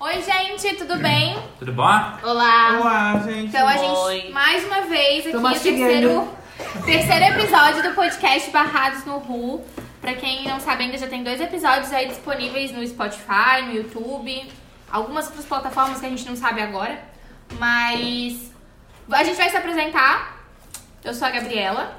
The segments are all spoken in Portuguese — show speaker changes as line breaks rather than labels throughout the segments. Oi, gente, tudo bem?
Tudo bom?
Olá!
Olá, gente.
Então a gente,
Oi.
mais uma vez, aqui
Tô
o
mastigando.
terceiro, terceiro episódio do podcast Barrados no Ru. Pra quem não sabe ainda, já tem dois episódios aí disponíveis no Spotify, no YouTube, algumas outras plataformas que a gente não sabe agora. Mas a gente vai se apresentar. Eu sou a Gabriela.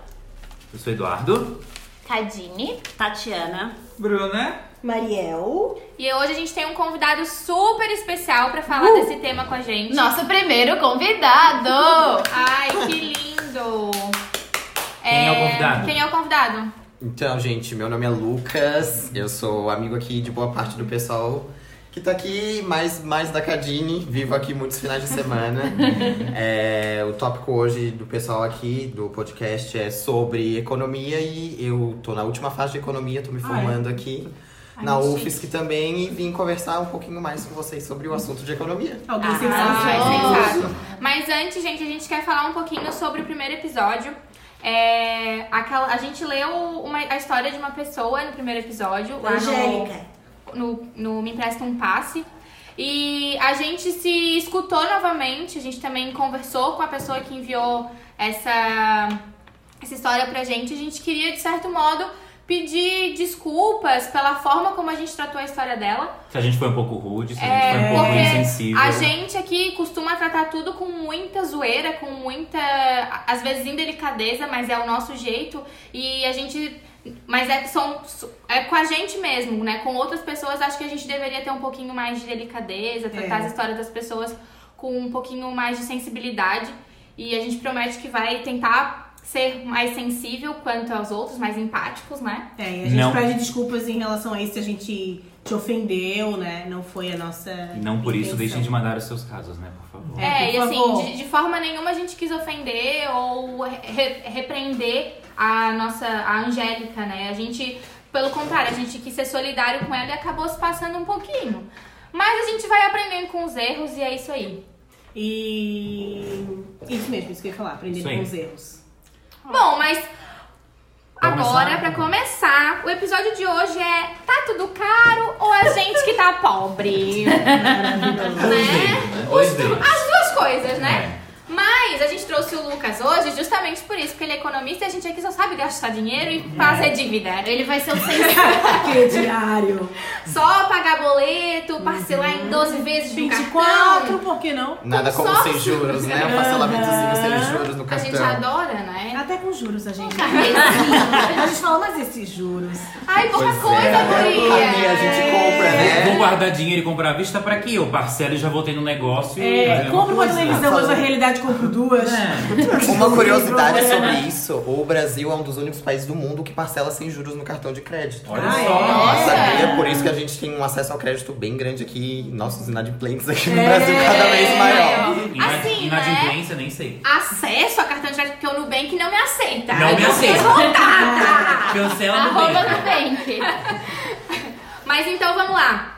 Eu sou Eduardo.
Cadine. Tatiana.
Bruna.
Mariel.
E hoje a gente tem um convidado super especial pra falar desse tema com a gente.
Nosso primeiro convidado!
Oh, Ai, que lindo!
Quem é o convidado?
Quem é o convidado?
Então, gente, meu nome é Lucas, eu sou amigo aqui de boa parte do pessoal que tá aqui, mais, mais da Cadine, vivo aqui muitos finais de semana. É, o tópico hoje do pessoal aqui, do podcast, é sobre economia e eu tô na última fase de economia, tô me formando aqui. Na UFSC também e vim conversar um pouquinho mais com vocês sobre o assunto de economia.
Alguém
Ah,
Ai,
é
sensacional.
sensato. Mas antes, gente, a gente quer falar um pouquinho sobre o primeiro episódio. É, aquela, a gente leu uma, a história de uma pessoa no primeiro episódio, lá no,
Angélica.
no, no Me Empresta um Passe. E a gente se escutou novamente, a gente também conversou com a pessoa que enviou essa, essa história pra gente. A gente queria, de certo modo, pedir desculpas pela forma como a gente tratou a história dela.
Se a gente foi um pouco rude, se a gente
É,
foi um pouco
porque
insensível.
A gente aqui costuma tratar tudo com muita zoeira, com muita, às vezes, indelicadeza, mas é o nosso jeito. E a gente. Mas é, são, é com a gente mesmo, né? Com outras pessoas, acho que a gente deveria ter um pouquinho mais de delicadeza, tratar
É.
as histórias das pessoas com um pouquinho mais de sensibilidade. E a gente promete que vai tentar ser mais sensível quanto aos outros, mais empáticos, né?
É, e a gente
Não.
pede desculpas em relação a isso se a gente te ofendeu, né? Não foi a nossa.
E não por isso
intenção.
deixem de mandar os seus casos, né, por favor.
É.
É,
por
e assim,
favor.
de, de forma nenhuma a gente quis ofender ou re- repreender a nossa a Angélica, né? A gente, pelo contrário, a gente quis ser solidário com ela e acabou se passando um pouquinho. Mas a gente vai aprendendo com os erros e é isso aí.
E. Isso mesmo, isso que eu ia falar, aprender
Isso aí.
com os erlos.
Bom, mas
Vamos
agora,
começar?
pra começar, o episódio de hoje é Tá tudo caro ou a gente que tá pobre?
Dois
né?
deles, né? Dois
Os-
deles.
As duas coisas,
É.
né? Mas a gente trouxe o Lucas hoje justamente por isso, porque ele é economista e a gente aqui só sabe gastar dinheiro
É.
e fazer dívida.
Ele vai ser um o sensível.
que diário!
Só pagar boleto, parcelar em 12 vezes no cartão.
24, por que não?
Nada como
sócio.
sem juros, né? Um parcelamentozinho sem juros no
A gente
cartão.
adora, né?
É Até com juros a gente.
carnezinho.
a gente fala, mas esses juros.
Ai, pouca
Pois
coisa,
é,
guria.
economia, a gente compra,
É.
né?
Vou guardar dinheiro e comprar à vista pra quê? Eu parcelo e já voltei no negócio e.
É,
fazer uma
compro uma
coisa.
televisão, mas na realidade compro duas.
É.
Uma curiosidade sobre isso: o Brasil é um dos únicos países do mundo que parcela sem juros no cartão de crédito.
Olha
Ah,
só.
é?
nossa.
Sabia? Por isso que a gente tem um acesso ao crédito bem grande aqui, nossos inadimplentes aqui no
É.
Brasil cada vez maior.
Maior.
Ina-
Assim, né?
inadimplência, nem sei.
Acesso a cartão de crédito, porque o Nubank não me aceita.
Não
Eu
me
tô
aceita.
revoltada.
Cancela no
Arroba
bem.
no bank.
Mas então vamos lá.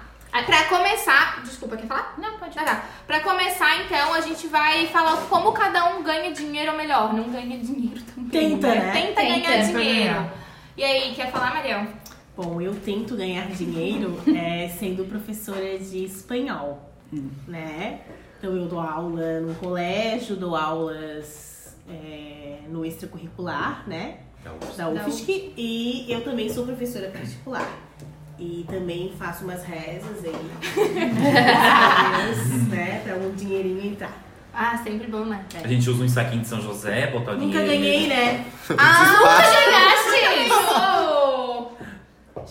Pra começar. Desculpa, quer falar?
Não, pode
Tá, tá. Pra começar, então, a gente vai falar como cada um ganha dinheiro, ou melhor, não ganha dinheiro também.
Tenta, né?
Tenta,
Tenta,
ganhar
tenta
dinheiro.
ganhar.
E aí, quer falar, Mariel?
Bom, eu tento ganhar dinheiro é, sendo professora de espanhol, né? Então eu dou aula no colégio, dou aulas é, no extracurricular, né? Da
Da
UFSC. E eu também sou professora particular. E também faço umas rezas aí, umas rezas, né? Pra um dinheirinho entrar.
Ah, sempre bom, né?
A gente usa um saquinho de São José, botar o
Nunca
dinheiro.
ganhei, né?
Ah,
Despacho.
Chegaste!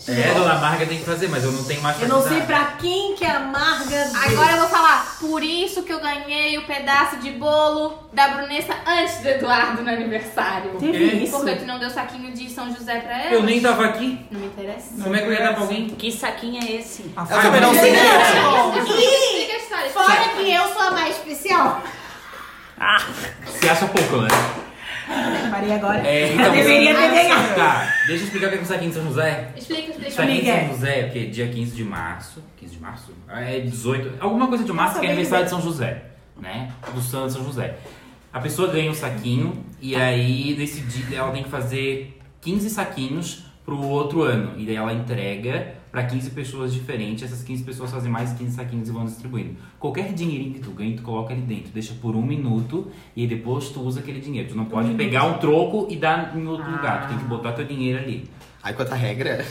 É, dona Marga tem que fazer, mas eu não tenho mais pra
Eu não
te dar.
sei pra quem que é a Marga deu.
Agora eu vou falar, por isso que eu ganhei o pedaço de bolo da Brunessa antes do Eduardo no aniversário.
Teve isso?
Porque tu não deu saquinho de São José pra ela?
Eu nem tava aqui.
Não me interessa.
Como é que eu ia dar pra alguém?
Que saquinho é esse?
Ah.
Eu também não sei.
Explica a história.
Fora que eu sou a mais especial.
Você acha pouco, né?
Parei agora.
É, então,
Deveria ter ganhado.
Tá, deixa eu explicar o que é um saquinho de São José.
Explica, explica.
Saquinho de
Amiga.
São José é porque dia 15 de março, 15 de março, é 18, alguma coisa de março
Nossa,
que é
bem
aniversário de São José, né? Do santo de São José. A pessoa ganha um saquinho e aí nesse dia ela tem que fazer 15 saquinhos pro outro ano. E daí ela entrega para 15 pessoas diferentes. Essas 15 pessoas fazem mais 15 saquinhos e vão distribuindo. Qualquer dinheirinho que tu ganha, tu coloca ali dentro, deixa por um minuto e aí depois tu usa aquele dinheiro. Tu não pode pegar um troco e dar em outro lugar. Tu tem que botar teu dinheiro ali.
Aí quanto a regra?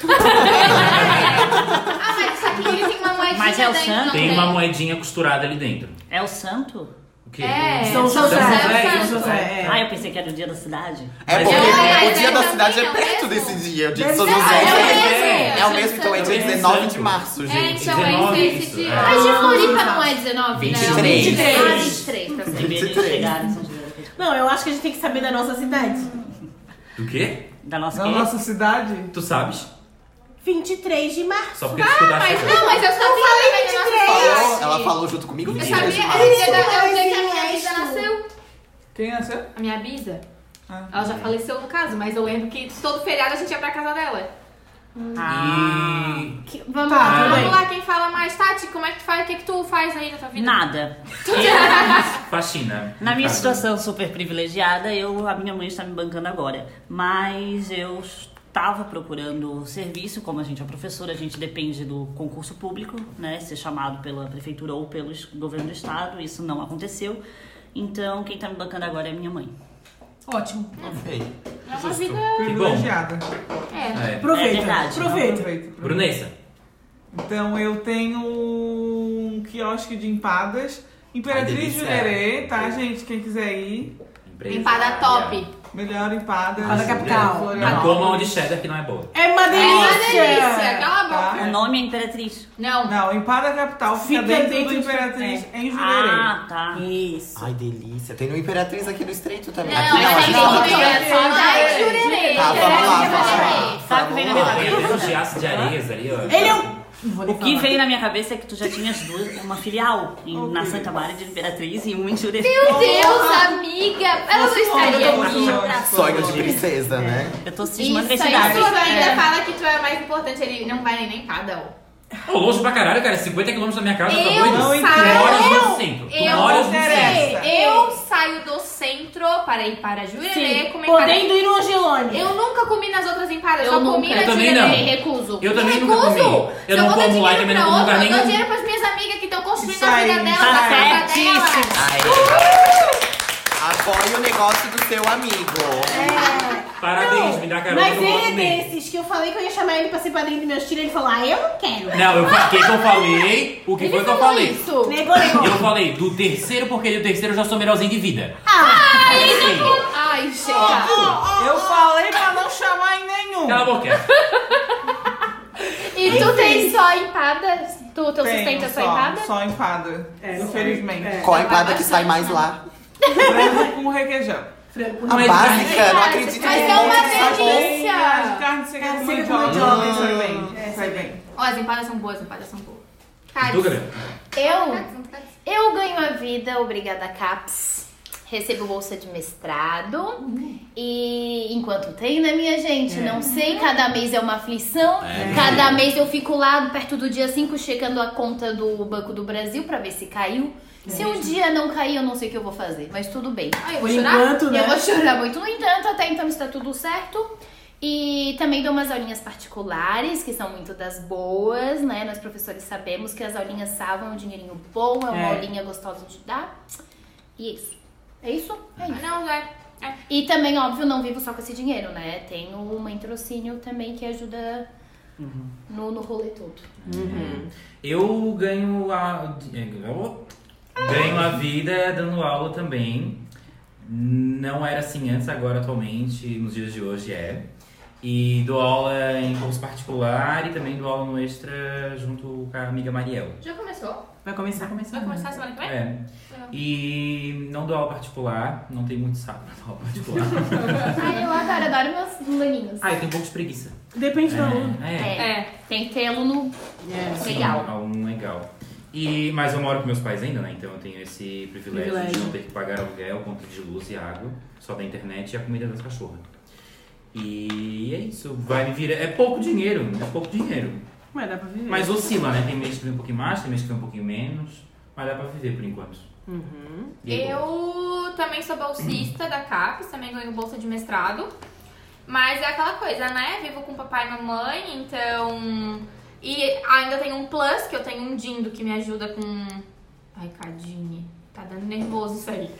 Ah, mas isso aqui ele tem uma moedinha
Mas é o
dentro,
santo.
não
Tem uma moedinha costurada ali dentro.
É o santo?
O quê?
É,
São
São
José,
José,
São
Santo.
José. é.
Ah, eu pensei que era o dia da cidade.
É
Mas
porque
é-
o dia da
é-
cidade
é
é
o
perto
mesmo?
desse dia. O dia
Deve
de São
ser-
José.
Ah, é o
mesmo,
É o
é
mesmo, então é
o
dia
mesmo.
19 de março,
É,
gente.
então é
19
esse
isso,
dia.
é.
Ah,
Mas de
gente,
Floripa não é 19, né?
23.
Ah, 23, tá certo.
23.
Chegaram, em São José.
Não, eu acho que a gente tem que saber da nossa cidade.
Do quê?
Da nossa
Na nossa cidade?
Tu sabes?
23 de março.
Só porque tu estudaste.
Ah, Mas não, mas eu sabia
Ela,
que era
ela falou junto comigo
Eu
23 de
sabia,
março.
era o dia da- era o dia que a minha
Isso,
bisa nasceu.
Quem é seu?
A minha bisa? Ela já faleceu no caso, mas eu lembro que todo feriado a gente ia pra casa dela.
Ah,
E...
que- vamos
Tá,
lá.
Ah,
tudo bem.
vamos lá, quem fala mais? Tati, como é que tu faz? O que, que tu faz aí na tua vida?
Nada.
Faxina.
Na minha
Tá.
situação super privilegiada, eu, a minha mãe está me bancando agora. Mas eu estava procurando um serviço, como a gente é professora, a gente depende do concurso público, né? Ser chamado pela prefeitura ou pelo es- governo do estado, isso não aconteceu. Então, quem está me bancando agora é minha mãe.
Ótimo.
Enfim.
É uma vida.
Que bom.
Privilegiada.
É.
É.
Aproveita.
É verdade.
aproveita.
Aproveita.
Brunessa.
Então eu tenho um quiosque de empadas.
Ai,
Imperatriz
delícia.
Jurerê, tá, gente? Quem quiser ir.
empresa.
Limpada top.
Melhor empada.
Empada
de
capital.
Florianópolis.
Não coma onde cheddar que não é boa.
É uma
É uma
delícia.
delícia, cala a boca.
Tá?
O nome é Imperatriz.
Não.
Não, Empada Capital fica,
Fica
dentro,
dentro
do
de-
Imperatriz em Jurerê.
Ah, tá.
Isso.
Ai, delícia. Tem no Imperatriz aqui no Estreito também.
Não,
aqui
mas é
acho
aí
que
tem
não.
que ver, só vai jurerê.
Tá, vamos lá, vamos lá.
Sabe o que vem na minha
é
Tem
cabeça?
até uns de de areias ali, ó.
Ele é um... Não vou nem
O que
falar.
veio na minha cabeça é que tu já tinhas duas, uma filial em- na
Ok.
Santa Maria de Imperatriz e uma em Jurerê.
Meu Deus, amiga. Ela não estaria
eu um tô
aqui.
é muito-
Sonho de princesa, né?
Eu tô cismando
Isso aí,
nesse
sua
dado.
mãe ainda fala que tu é mais importante, ele não vai nem cada um.
Ô, longe pra caralho, cara. 50 quilômetros da minha casa, tá
Eu
doido?
Não
Tu mora
saio.
no centro. Tu
Eu
mora no
interessa.
centro.
Ei, Eu saio do centro para ir para Jurerê
Sim.
comer empada.
Podendo ir no Angelone.
Eu nunca comi nas outras empadas,
Eu
só comi
nunca.
na
Eu também
Jurerê.
não.
Recuso.
Eu também nunca
Recuso.
comi. Eu
Se
não
vou dar
como lá e
dinheiro
também
pra
não como lugar
outra, Eu dou
nenhum.
dinheiro pras minhas amigas que estão construindo
Isso
a vida
aí,
delas,
tá
a casa delas.
certíssimo.
Aí. Apoie o negócio do seu amigo.
É,
Parabéns, me dá carona.
Mas
eu não
ele
gosto
é
dele.
desses que eu falei que eu ia chamar ele pra ser padrinho dos meus tiros. Ele falou, ah, eu não quero.
Não, eu fa- o que que eu falei? O que
Ele
foi que eu
falou
falei?
Isso.
Negou, negou.
Eu falei do terceiro, porque do terceiro eu já sou melhorzinho de vida. Sim.
Ai, chega.
Eu falei pra não chamar em nenhum.
Cala a boca.
E tu tem só empada? Tu, teu
Tenho
sustento é só
só,
empada?
Só empada.
É,
infelizmente.
é.
tá
Qual a empada que sai mais lá?
Frango com requeijão.
Franco.
A básica, não acredito que
Mas é
tem
Tá
uma
esse sabor.
delícia.
A de carne seca
Carne
com
seca com
mandioca.
mandioca.
Sai
Hum. É,
bem. Sai
sai
bem.
Ó, as empadas são boas, as empadas são boas.
Tu,
Cádiz.
Gabriel?
Cádiz,
Eu,
não Cádiz.
eu ganho a vida, obrigada CAPS. Recebo bolsa de mestrado. E enquanto tem, né, minha gente? Não sei, cada mês é uma aflição. Cada mês eu fico lá perto do dia 5 checando a conta do Banco do Brasil pra ver se caiu. Se um dia não cair, eu não sei o que eu vou fazer, mas tudo bem.
Ai, eu vou
Por
chorar?
enquanto, né?
Eu vou chorar muito, no entanto, até então está tudo certo. E também dou umas aulinhas particulares, que são muito das boas, né? Nós professores sabemos que as aulinhas salvam um dinheirinho bom, é uma
É.
aulinha gostosa de dar. E é isso. É isso? É isso.
Não, é.
E também, óbvio, não vivo só com esse dinheiro, né? Tenho uma mãe Trocínio também que ajuda no, no rolê todo.
Eu ganho a. é, Ganho a vida dando aula também. Não era assim antes, agora atualmente, nos dias de hoje é. E dou aula em curso particular e também dou aula no extra junto com a amiga Mariel.
Já começou?
Vai começar.
Vai começar semana que vem?
É. E não dou aula particular, não tem muito saco pra dar aula particular.
Ai, eu adoro, adoro meus laninhos.
ah, eu tenho um pouco de preguiça.
Depende do aluno.
É.
É, tem que ter aluno
É.
Sim,
legal.
aluno legal. E, mas eu moro com meus pais ainda, né? Então eu tenho esse privilégio, de
Privilégio.
não ter que pagar aluguel, conta de luz e água, só da internet e a comida das cachorras. E é isso, vai me virar. É pouco dinheiro, é pouco dinheiro.
Mas dá pra viver.
Mas oscila, né? Tem mês que vem um pouquinho mais, tem mês que vem um pouquinho menos, mas dá pra viver por enquanto. E aí,
Eu também sou bolsista da CAPES, também ganho bolsa de mestrado. Mas é aquela coisa, né? Vivo com papai e mamãe, então. E ainda tem um plus, que eu tenho um Dindo que me ajuda com. Ai, Cadine, tá dando nervoso isso aí.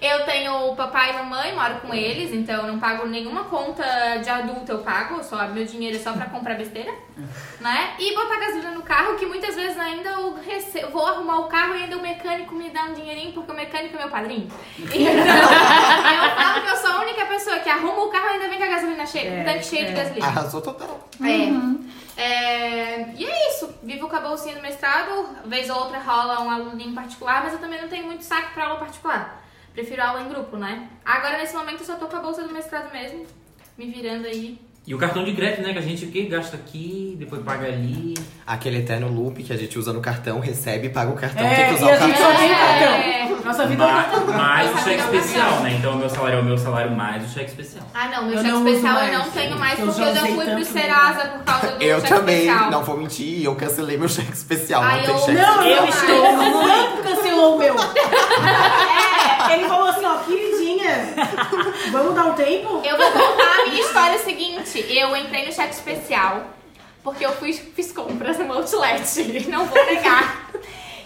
eu tenho o papai e mamãe, moro com eles, então eu não pago nenhuma conta de adulto, eu pago, só meu dinheiro é só pra comprar besteira, né? E botar gasolina no carro, que muitas vezes ainda eu, rece- eu vou arrumar o carro e ainda o mecânico me dá um dinheirinho, porque o mecânico é meu padrinho. Então, eu falo que eu sou a única pessoa que arruma o carro e ainda vem com a gasolina cheia, com um tanque cheio de gasolina.
Arrasou total.
É. É, E é isso. Vivo com a bolsinha do mestrado, vez ou outra rola um aluninho particular, mas eu também não tenho muito saco pra aula particular. Prefiro aula em grupo, né? Agora, nesse momento, eu só tô com a bolsa do mestrado mesmo, me virando aí.
E o cartão de crédito, né? Que a gente o quê? gasta aqui, depois paga ali.
Aquele eterno loop que a gente usa no cartão, recebe e paga o cartão. tem
É,
que
e
usar o
a gente
cartão.
só tem
É.
cartão. Nossa vida é um cartão.
Mas, mas o cheque especial, né? Então o meu salário é o meu salário mais o cheque especial.
Ah, não, meu
Eu
cheque
não uso
especial eu
mais,
não tenho mais,
eu
porque
já
eu não
usei
fui pro
tanto, né?
Serasa por causa do
Eu
cheque
também,
especial.
não vou mentir, eu cancelei meu cheque especial.
Ai,
não tem
eu-
cheque
Não,
especial.
Eu
Não,
estou
mas-
muito cancelou o meu.
É, ele falou assim, ó, queridinha, vamos dar um tempo?
Eu vou contar a minha história seguinte. Eu entrei no cheque especial porque eu fui, fiz compras no outlet. Não vou negar.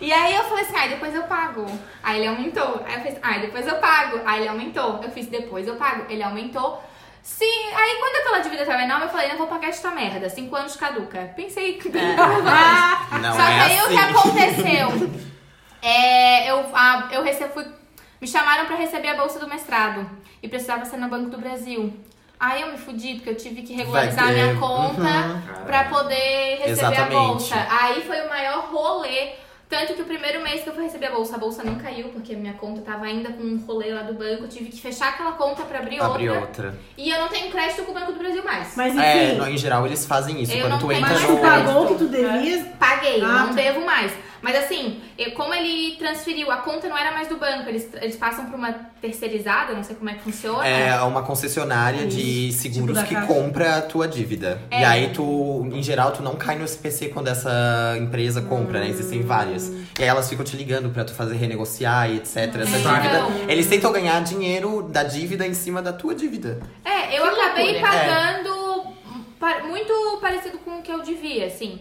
E aí eu falei assim, ai, depois eu pago. Aí ele aumentou. Aí eu fiz, ai, depois eu pago. Aí ele aumentou. Eu fiz, depois eu pago. Ele aumentou. Sim, aí quando aquela dívida tava enorme, eu falei, não vou pagar esta merda. Cinco anos caduca. Pensei que
Não
Só que
é
aí o que
assim.
aconteceu? É, eu, a- eu rece- fui- me chamaram pra receber a bolsa do mestrado e precisava ser no Banco do Brasil. Aí eu me fudi porque eu tive que regularizar a
Vai ter-
minha conta
Uhum.
pra poder receber
Exatamente.
a bolsa. Aí foi o maior rolê. Tanto que o primeiro mês que eu fui receber a bolsa, a bolsa não caiu, porque a minha conta tava ainda com um rolê lá do banco. Eu tive que fechar aquela conta pra abrir,
Abre
outra.
outra.
E eu não tenho crédito com o Banco do Brasil mais.
Mas enfim,
É, no- em geral eles fazem isso.
Eu não
Quando tu
tenho
entra
mas
mais
tu
no.
nada.
pagou o que tu devias?
É. Paguei,
Ah,
não
tá.
devo mais. Mas assim, eu- como ele transferiu, a conta não era mais do banco, eles, eles passam por uma terceirizada, não sei como é que funciona.
É uma concessionária de seguros
Tipo da
que
Caixa.
compra a tua dívida.
É.
E aí tu, em geral, tu não cai no SPC quando essa empresa compra, né?
Hum.
Existem várias. E aí elas ficam te ligando pra tu fazer renegociar e etc.
Hum.
Essa
É.
então.
dívida. Eles tentam ganhar dinheiro da dívida em cima da tua dívida.
É, eu acabei
loucura.
pagando pa- muito parecido com o que eu devia, assim.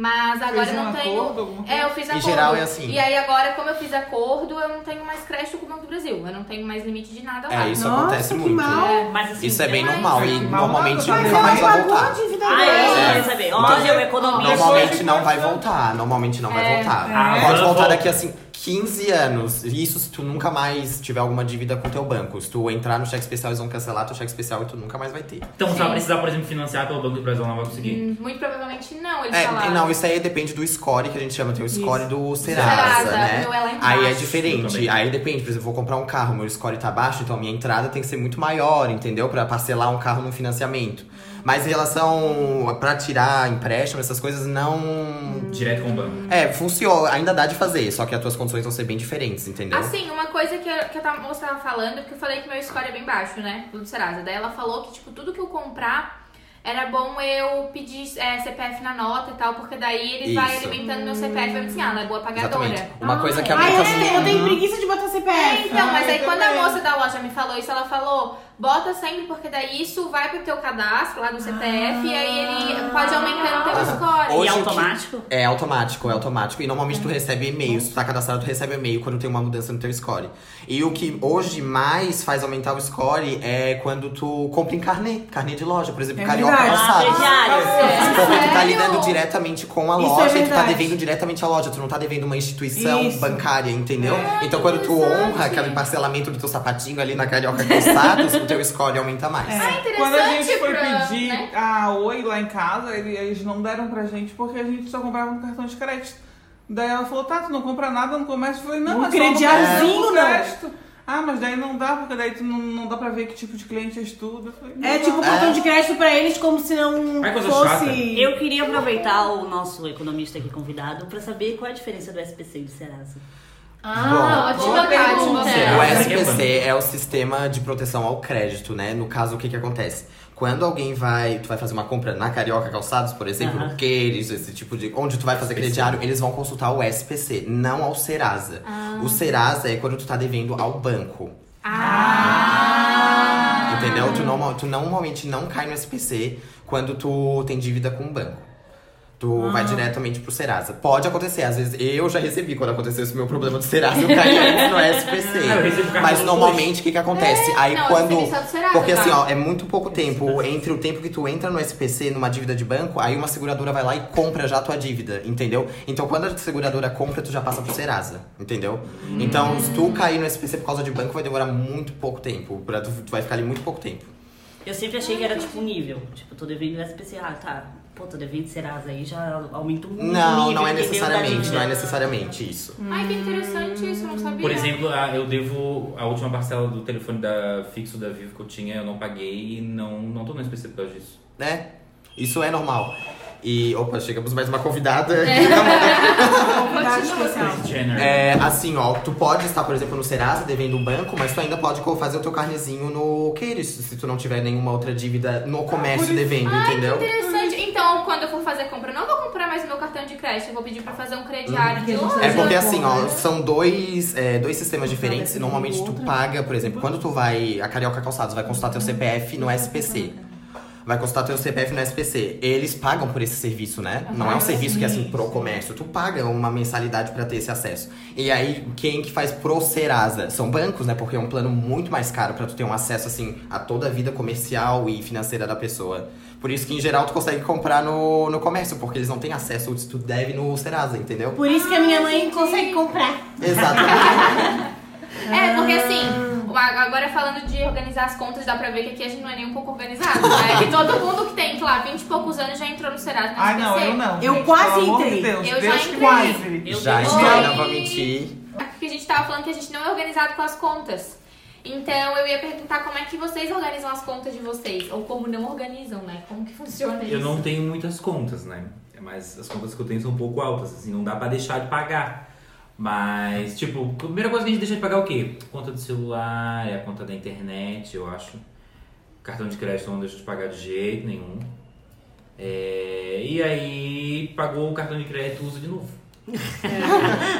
Mas agora
Fez
eu
um
não tenho.
acordo, alguma coisa?
É, eu fiz
Em
acordo.
geral é assim.
E aí agora, como eu fiz acordo, eu não tenho mais crédito com o Banco do Brasil. Eu não tenho mais limite de nada lá.
É, isso
Então tá. Nossa,
acontece
que
muito.
mal.
Mas assim.
Isso é bem
Mas-
normal. E
Mas-
normalmente
Mas-
nunca mais vai
pagou a
voltar.
dívida
Ah,
dela.
é,
É.
eu saber. Olha, eu economia.
Normalmente não vai voltar. Normalmente não vai voltar.
É.
Pode
Ah,
voltar
volta.
daqui assim 15 anos. Isso se tu nunca mais tiver alguma dívida com teu banco. Se tu entrar no cheque especial, eles vão cancelar teu cheque especial e tu nunca mais vai ter.
Então, se ela precisar, por exemplo, financiar pelo Banco do Brasil, ela não vai conseguir.
Hum, Muito provavelmente não, eles
É,
falaram.
não, isso aí depende do score que a gente chama. Tem o score do
Serasa,
Serasa, né?
o meu é lá embaixo.
Aí é
Eu
diferente.
também.
Aí depende, por exemplo, eu vou comprar um carro, meu score tá baixo, então a minha entrada tem que ser muito maior, entendeu? Pra parcelar um carro no financiamento. Mas em relação a- pra tirar empréstimo, essas coisas não.
Direto com o banco.
É, funciona, ainda dá de fazer, só que as tuas condições vão ser bem diferentes, entendeu?
Assim, uma coisa que, eu, que a ta- moça tava falando, que eu falei que meu score é bem baixo, né? Do Serasa. Daí ela falou que, tipo, tudo que eu comprar era bom eu pedir é, CPF na nota e tal, porque daí ele vai
Isso.
alimentando meu CPF e vai me assim, ah, ela é boa pagadora.
Exatamente. Uma
Ah,
coisa que
é.
Ah,
aumenta
é? Eu tenho preguiça de botar
É,
CPF.
então, mas
Ah,
aí
eu
quando a
também.
moça da loja me falou isso, ela falou, bota sempre, porque daí isso vai pro teu cadastro lá do CPF e aí
Ah.
ele pode aumentar o teu score.
E
Hoje em
automático?
É automático, é automático. E normalmente
Uhum.
tu recebe e-mail. Se tu tá cadastrado, tu recebe e-mail quando tem uma mudança no teu score. E o que hoje mais faz aumentar o score é quando tu compra em carnê, carnê de loja, por exemplo,
É
carioca
verdade.
não sabe.
Ah, crediário.
Porque tu tá
Sério?
lidando diretamente com a
Isso
loja
é
e tu tá
verdade.
devendo diretamente à loja, tu não tá devendo uma instituição
Isso.
bancária, entendeu? então quando tu honra aquele parcelamento do teu sapatinho ali na carioca calçados, o teu score aumenta mais.
Ah, é interessante
Quando a gente foi
pra-
pedir
né?
a Oi lá em casa, ele- eles não deram pra gente porque a gente só comprava no cartão de crédito. Daí ela falou, tá, tu não compra nada no comércio? Eu falei, não,
Um
é só no
crediarzinho,
cartão de
não.
crédito. Ah, mas daí não dá, porque daí tu não, não dá pra ver que tipo de cliente és tu. Eu falei, não
É
dá.
tipo cartão de crédito pra eles como se não
Ai, coisa chata.
fosse.
Eu queria aproveitar o nosso economista aqui convidado para saber qual é a diferença do SPC e do Serasa.
Ah,
Bom.
ótima pergunta.
O
Será?
SPC é o sistema de proteção ao crédito, né? No caso, o que que acontece? Quando alguém vai, tu vai fazer uma compra na Carioca Calçados, por exemplo,
Aham.
porque eles, esse tipo de, onde tu vai fazer crediário, eles vão consultar o SPC, não ao Serasa. O Serasa é quando tu tá devendo ao banco. Entendeu? Tu, normal- tu normalmente não cai no SPC quando tu tem dívida com o banco. Tu vai diretamente pro Serasa. Pode acontecer, às vezes eu já recebi quando aconteceu esse meu problema do Serasa, eu caí antes no SPC.
Ah, eu recebi cartão
Mas
dos
normalmente o que, que acontece? Aí
É, não, eu
quando.
recebi só do Serasa,
Porque
tá?
assim, ó, é muito pouco tempo. Entre o tempo que tu entra no SPC numa dívida de banco, aí uma seguradora vai lá e compra já a tua dívida, entendeu? Então quando a seguradora compra, tu já passa pro Serasa, entendeu? Então, se tu cair no SPC por causa de banco, vai demorar muito pouco tempo. Pra tu, tu vai ficar ali muito pouco tempo.
Eu sempre achei que era tipo um nível. Tipo, tô devendo SPC, ah, tá. Pô, tô devendo Serasa aí, já aumenta muito o
Não,
nível,
não é
entendeu? Da
necessariamente,
dívida.
não é necessariamente isso.
Ai, que interessante isso, eu não sabia.
Por exemplo, a- eu devo a última parcela do telefone da fixo da Vivo que eu tinha, eu não paguei e não, não tô no SPC por causa disso.
né? Isso é normal. E, opa, chegamos mais uma convidada.
É.
Convidado
tipo
especial.
assim."
Kris Jenner.
É, assim, ó, tu pode estar, por exemplo, no Serasa devendo um banco, mas tu ainda pode co- fazer o teu carnezinho no Queiris, se tu não tiver nenhuma outra dívida no comércio devendo, entendeu?
Interessante. Então, quando eu for fazer compra, eu não vou comprar mais meu cartão de crédito. Eu vou pedir pra fazer um crediário de
Uhum.
Porque a gente
loja.
É porque
Mas é
assim,
bom,
ó,
né?
são dois, é, dois sistemas diferentes e
dependendo
normalmente
do
tu
outro.
paga, por exemplo, quando tu vai, a Carioca Calçados vai consultar teu CPF no SPC. Vai consultar teu CPF no SPC. Eles pagam por esse serviço, né? Não é um serviço que é assim pro comércio. Tu paga uma mensalidade pra ter esse acesso. E aí, quem que faz pro Serasa? São bancos, né? Porque é um plano muito mais caro pra tu ter um acesso, assim, a toda a vida comercial e financeira da pessoa. Por isso que, em geral, tu consegue comprar no, no comércio, porque eles não têm acesso ao que tu deve no Serasa, entendeu?
Por isso que a
Ah,
minha mãe consegue comprar.
Exatamente.
É, porque assim, a- agora falando de organizar as contas, dá pra ver que aqui a gente não é nem um pouco organizado, né? Que todo mundo que tem, sei lá, 20 e poucos anos já entrou no Serasa. no
Ai, não,
SPC.
eu não.
Eu
gente,
quase
pelo amor de
entrei.
Deus,
Eu já
Deus que
entrei.
quase.
Eu
Já
tenho-
Oi.
está, não vou mentir.
Aqui a gente tava falando que a gente não é organizado com as contas. Então eu ia perguntar como é que vocês organizam as contas de vocês. Ou como não organizam, né? Como que funciona isso?
Eu não tenho muitas contas, né? Mas as contas que eu tenho são um pouco altas, assim, não dá pra deixar de pagar. Mas, tipo, a primeira coisa que a gente deixa de pagar é o quê? Conta do celular, é a conta da internet, eu acho. Cartão de crédito eu não deixa de pagar de jeito nenhum. É, e aí, pagou o cartão de crédito, usa de novo.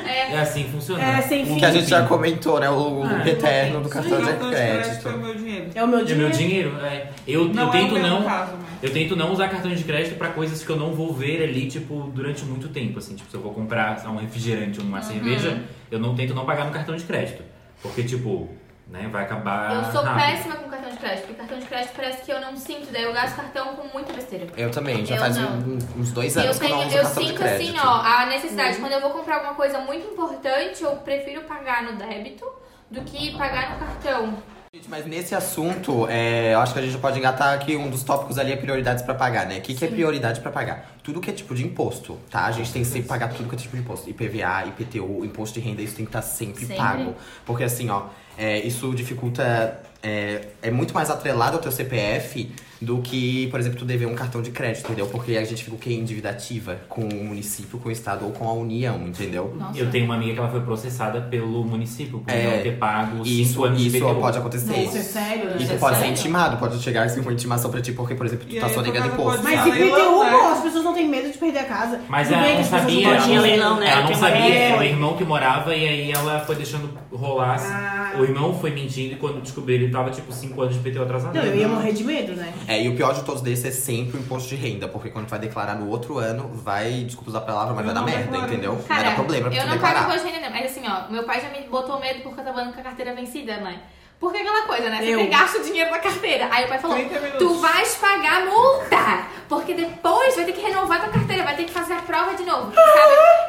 É.
É assim que funciona.
É, sem fim.
um Que a gente já comentou, né? O
Ah,
eterno do
Sim,
cartão de
cartão de crédito é o
crédito.
meu dinheiro.
É o meu
É meu
dinheiro.
dinheiro, é. Eu, eu
Não é o
tento
meu
não.
caso, mas...
Eu tento não usar cartão de crédito pra coisas que eu não vou ver ali, tipo, durante muito tempo, assim. Tipo, se eu vou comprar sei lá, um refrigerante ou uma cerveja, eu não tento não pagar no cartão de crédito. Porque, tipo, né, vai acabar
Eu
Ah,
sou
rápido.
péssima com cartão de crédito, porque cartão de crédito parece que eu não sinto, daí eu gasto cartão com muita besteira.
Eu também, já
Eu
faz
não.
um- uns dois
Eu,
anos que eu não
tenho,
uso
eu
cartão de
sinto
crédito.
assim, ó, a necessidade. Quando eu vou comprar alguma coisa muito importante, eu prefiro pagar no débito do que pagar no cartão.
Gente, Mas nesse assunto, é, eu acho que a gente pode engatar aqui um dos tópicos ali é prioridades pra pagar, né? O que, que é prioridade pra pagar? Tudo que é tipo de imposto, tá? A gente tem que sempre pagar tudo que é tipo de imposto. IPVA, IPTU, imposto de renda, isso tem que estar sempre,
Sempre.
pago. Porque assim, ó, é, isso dificulta. É, é muito mais atrelado ao teu CPF do que, por exemplo, tu dever um cartão de crédito, entendeu? Porque a gente fica o quê? Em dívida ativa com o município, com o estado ou com a União, entendeu?
Eu tenho uma amiga que ela foi processada pelo município por
É,
não ter pago
E isso,
cinco anos de
isso
IPTU.
pode acontecer.
Nossa, é sério, né?
Isso
É
pode ser
sério.
intimado, pode chegar assim uma intimação pra ti, porque, por exemplo,
E
tu tá
aí,
só
tu
negando
acaba
imposto.
com a
Mas
Ah,
se
sabe?
perder
leilão,
uma,
né?
as pessoas não têm medo de perder a casa.
um Mas
Tudo
ela
bem que
não
as pessoas
sabia,
podem
tinha
ela,
ler,
leilão, né?
ela não
Tem uma
sabia,
regra.
era o irmão que morava e aí ela foi deixando rolar. assim. O irmão foi mentindo e quando descobriu ele tava, tipo, cinco anos de IPTU atrasado.
Não, eu ia morrer de medo, né?
É, e o pior de todos desses é sempre o imposto de renda, porque quando tu vai declarar no outro ano, vai, desculpa usar a palavra, mas vai
Eu
dar
não
merda,
declaro.
entendeu? vai
Cara,
dar problema pra
eu
tu
não pago
declarar.
imposto de renda, não. Mas assim, ó, meu pai já me botou medo porque eu tava andando com a carteira vencida, mãe. Porque aquela coisa, né? Você
Eu.
tem- gasta o dinheiro da carteira. Aí o pai falou:
30 minutos.
Tu vais pagar multa! Porque depois vai ter que renovar tua carteira, vai ter que fazer a prova de novo.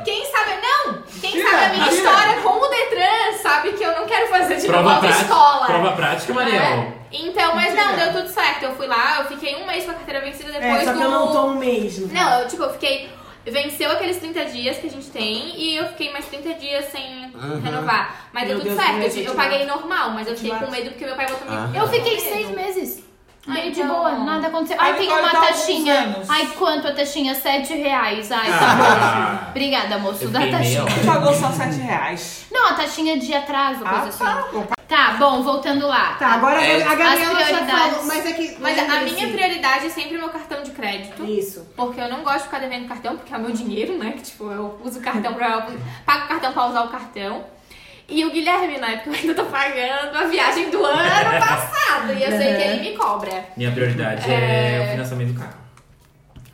Quem sabe, quem sabe não! Quem
Tira,
sabe a minha
tira.
história com o Detran sabe que eu não quero fazer de
Prova
novo a
prática,
escola.
prova prática, Mariel.
É. Então, mas não,
Tira.
deu tudo certo. Eu fui lá, eu fiquei um mês com a carteira vencida depois
É, só
do.
que eu não tô um mês. no caso.
Não, eu, tipo, eu fiquei. Venceu aqueles 30 dias que a gente tem e eu fiquei mais 30 dias sem renovar. Mas
Meu
deu tudo
Deus, é
certo.
eu ia
Eu, ti- eu
te
paguei normal, mas eu fiquei
te
com
bate.
medo porque meu pai botou
Ah.
me.
Eu fiquei seis meses. Bem de
então.
boa, nada aconteceu.
Aí
Ai, tem
agora
uma
dá alguns
taxinha.
anos.
Ai, quanto a taxinha? Sete reais. Ai, tá
Ah.
bom. Obrigada, moço,
Eu
da
fiquei meia
taxinha.
hora.
Tu pagou só 7 reais.
Não, a taxinha de atraso, coisa
Ah,
assim.
tá. Não
Tá, bom, voltando lá.
Tá, agora
É,
a Gabriela
as
já
prioridades.
falou, mas é que...
Mas a minha
assim,
prioridade é sempre o meu cartão de crédito.
Isso.
Porque eu não gosto de ficar devendo cartão, porque é o meu dinheiro, né? Que tipo, eu uso o cartão pra. pago o cartão pra usar o cartão. E o Guilherme, né? Porque eu ainda tô pagando a viagem do ano passado. E eu sei que ele me cobra.
Minha prioridade é... o financiamento do carro.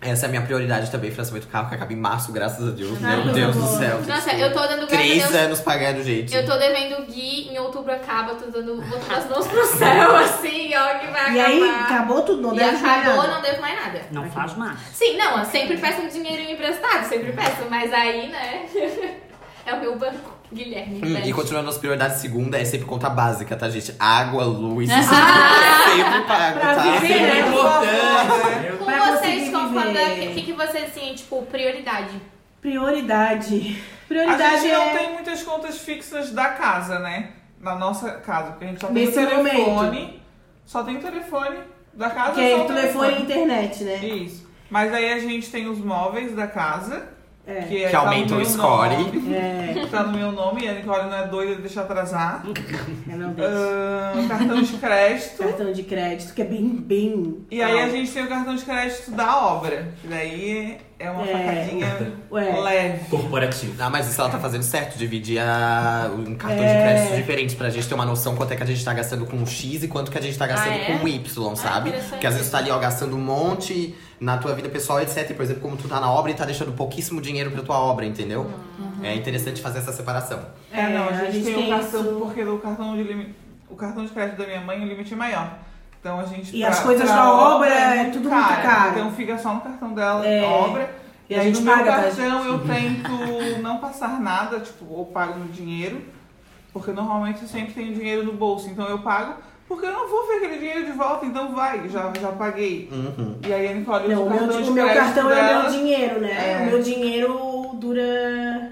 Essa é a minha prioridade também, financiamento do carro, que acaba em março, graças a Deus.
Ai,
Meu Deus
por
do céu.
Nossa,
tipo,
eu tô dando graças a
Três
Deus.
anos pagando, gente.
Eu tô devendo o Gui, em outubro acaba, tô dando, botando as mãos pro céu, assim, ó, que vai
E
acabar.
aí, acabou tudo, não
e
deve
acabou,
nada.
não devo mais nada.
Não faz mais.
Sim, não, eu sempre peço um dinheirinho emprestado, sempre peço, mas aí, né, é o meu banco, Guilherme.
Hum,
né?
e continuando as prioridades, segunda é sempre conta básica, tá, gente? Água, luz, sempre pago,
Pra
tá?
viver, né?
É importante. Eu-
Com
Pra
vocês,
conseguir
qual foi
viver.
o que, que vocês, assim, tipo, prioridade?
Prioridade.
A
Prioridade
gente não
é...
tem muitas contas fixas da casa, né? Na nossa casa, porque a gente só tem
Nesse
o telefone. Só tem o telefone da casa.
Que é
só o
telefone e internet, né?
Isso. Mas aí a gente tem os móveis da casa.
É.
Que, é-
Que
tá
aumenta
no
o
meu
score.
nome,
É,
Tá no meu nome, e a Nicole não é doida de deixar atrasar.
eu não deixo.
Ah. Ahn, cartão de crédito.
é Cartão de crédito, que é bem, bem...
E aí a
alto.
gente tem o cartão de crédito da obra. Que daí é uma
É.
facadinha
Ué.
leve.
Corporativo.
Ah, mas isso ela tá fazendo certo, dividir a- um cartão de
É.
crédito diferente pra gente ter uma noção quanto é que a gente tá gastando com o X e quanto que a gente tá gastando
Ah, é?
com o Y, sabe?
interessante.
Porque às vezes tu tá ali, ó, gastando um monte na tua vida pessoal, etc. E, Por exemplo, como tu tá na obra e tá deixando pouquíssimo dinheiro pra tua obra, entendeu?
Uhum.
É interessante fazer essa separação.
É, não, a gente, tem, o cartão,
isso.
porque o cartão de limite. O cartão de crédito da minha mãe, o limite é maior. Então a gente.
E as coisas da obra é tudo muito caro.
Então fica só no cartão dela,
É.
obra.
E
E,
a
aí
gente
no meu
paga pra
cartão eu tento não passar nada, tipo, ou pago no dinheiro. Porque normalmente eu sempre tenho dinheiro no bolso. Então eu pago, porque eu não vou ver aquele dinheiro de volta, então vai, já, já paguei.
Uhum.
E aí a Nicole usa
Não, o
o
meu,
cartão de
o meu
crédito
cartão é o
dela.
meu dinheiro, né?
É.
O meu dinheiro dura.